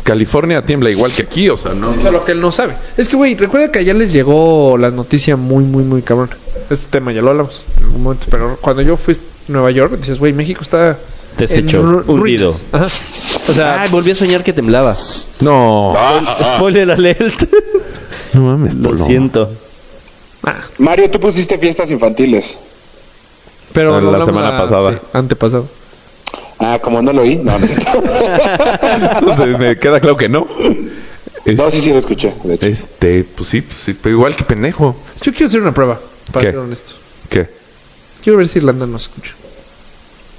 Speaker 1: California tiembla igual que aquí, o sea, no.
Speaker 3: Eso es lo que él no sabe. Es que, güey, recuerda que allá les llegó la noticia muy, muy, muy cabrón. Este tema ya lo hablamos en algún momento. Pero cuando yo fui a Nueva York, dices, güey, México está...
Speaker 2: Deshecho,
Speaker 3: en ru-
Speaker 2: hundido.
Speaker 3: ruinas. Ajá. O sea, Ah,
Speaker 2: Ay, volví a soñar que temblaba.
Speaker 1: No,
Speaker 2: Spoiler
Speaker 3: [LAUGHS]
Speaker 2: alert.
Speaker 1: no mames,
Speaker 2: lo
Speaker 1: Polo.
Speaker 2: siento.
Speaker 3: ah,
Speaker 6: Mario, tú pusiste fiestas infantiles.
Speaker 3: Pero
Speaker 1: Ah, La-
Speaker 3: lo
Speaker 1: la
Speaker 3: hablamos
Speaker 1: semana pasada.
Speaker 3: sí, antepasado.
Speaker 6: Ah, como no lo oí. No, no, es cierto.
Speaker 1: Entonces, me queda claro que no. Es-
Speaker 6: No, sí, sí lo escuché. De hecho.
Speaker 1: Este, pues sí, pues sí, pero igual que pendejo.
Speaker 3: Yo quiero hacer una prueba, para
Speaker 1: ¿Qué?
Speaker 3: ser honesto.
Speaker 1: ¿Qué?
Speaker 3: Quiero ver si Irlanda nos escucha.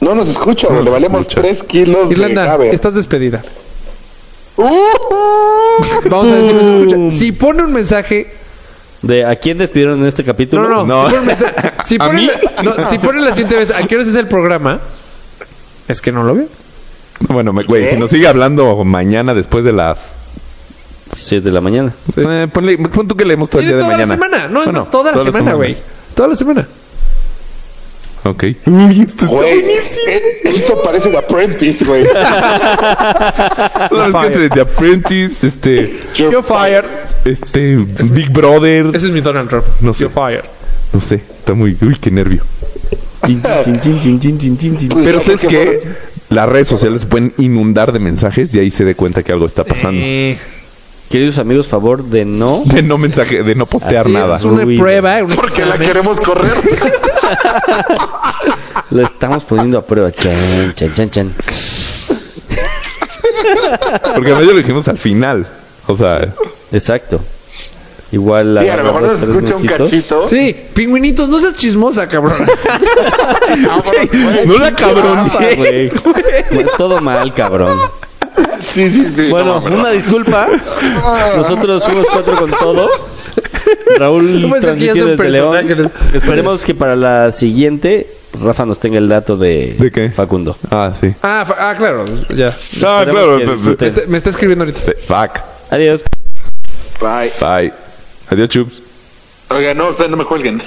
Speaker 6: No nos escucha, güey.
Speaker 1: nos
Speaker 6: Le valemos
Speaker 1: escucha.
Speaker 6: 3 kilos de
Speaker 3: Irlanda,
Speaker 6: jave.
Speaker 3: estás despedida.
Speaker 6: ¡Ujú!
Speaker 3: Vamos a ver si nos
Speaker 2: ¡Bum!
Speaker 3: escucha. Si pone un mensaje...
Speaker 2: De, ¿A quién despidieron en este capítulo?
Speaker 3: No, no,
Speaker 1: No.
Speaker 3: Si pone, un
Speaker 1: [LAUGHS]
Speaker 3: mensaje- si,
Speaker 1: ¿A
Speaker 3: pone
Speaker 1: mí?
Speaker 3: la, no, si pone la siguiente vez, ¿a qué horas es el programa? Es que no lo veo.
Speaker 1: Bueno, me- güey, si nos sigue hablando mañana después de las...
Speaker 2: Siete de la mañana.
Speaker 1: Eh, ponle, pon tú que leemos todo el
Speaker 3: Tiene
Speaker 1: día de
Speaker 3: toda
Speaker 1: mañana.
Speaker 3: la semana. No, es
Speaker 1: Bueno,
Speaker 3: más, toda la semana, güey. Toda la semana.
Speaker 2: [LAUGHS]
Speaker 1: Ok.
Speaker 6: Güey, eh, esto parece de Apprentice, güey.
Speaker 1: ¿Sabes qué? Entre The Apprentice, este...
Speaker 3: You're fired.
Speaker 1: Este... Big Brother.
Speaker 3: Ese es mi Donald Trump.
Speaker 1: No sé.
Speaker 3: You're fired.
Speaker 1: No sé, está muy... Uy, qué nervio.
Speaker 2: Tin, tin, tin, tin, tin, tin, tin, tin.
Speaker 6: Pues,
Speaker 1: Pero
Speaker 6: ¿no?
Speaker 1: ¿sabes
Speaker 6: Porque
Speaker 1: qué?
Speaker 6: fueron-
Speaker 1: Las redes sociales se pueden inundar de mensajes y ahí se dé cuenta que algo está pasando.
Speaker 3: Eh,
Speaker 2: Queridos amigos, favor de no.
Speaker 1: De no mensaje, de no postear
Speaker 2: Así es,
Speaker 1: nada.
Speaker 3: es una
Speaker 2: Ruido.
Speaker 3: prueba. un
Speaker 6: Porque la
Speaker 3: examen.
Speaker 6: queremos correr.
Speaker 2: Lo estamos poniendo a prueba. Chan, chan, chan, chan.
Speaker 1: Porque a veces lo dijimos al final. O sea,
Speaker 2: Exacto. Igual
Speaker 6: Sí, a lo mejor
Speaker 2: agarramos
Speaker 6: nos
Speaker 2: tres
Speaker 6: escucha un
Speaker 2: minutitos.
Speaker 6: cachito.
Speaker 3: Sí, pingüinitos, no seas chismosa, cabrón.
Speaker 6: Vámonos, güey.
Speaker 2: [LAUGHS]
Speaker 1: no la cabrón.
Speaker 2: Ah, güey. Bueno, Todo mal, cabrón.
Speaker 6: Sí, sí, sí.
Speaker 2: Bueno, una disculpa. Nosotros somos cuatro con todo. Raúl
Speaker 3: Pues aquí ya es
Speaker 2: transmitió
Speaker 3: un
Speaker 2: desde León.
Speaker 3: personaje.
Speaker 2: Esperemos que para la siguiente Rafa nos tenga el dato de,
Speaker 1: ¿De qué?
Speaker 2: Facundo.
Speaker 1: Ah, sí.
Speaker 3: Ah, fa- ah, claro, ya.
Speaker 1: Ah,
Speaker 2: Esperemos
Speaker 1: claro.
Speaker 2: que
Speaker 1: pe-
Speaker 2: disfruten.
Speaker 3: Este- me está escribiendo ahorita.
Speaker 1: pe- Fuck.
Speaker 2: Adiós.
Speaker 6: Bye.
Speaker 1: Bye. Adiós, chups.
Speaker 6: Oiga, no, ustedes no me cuelguen.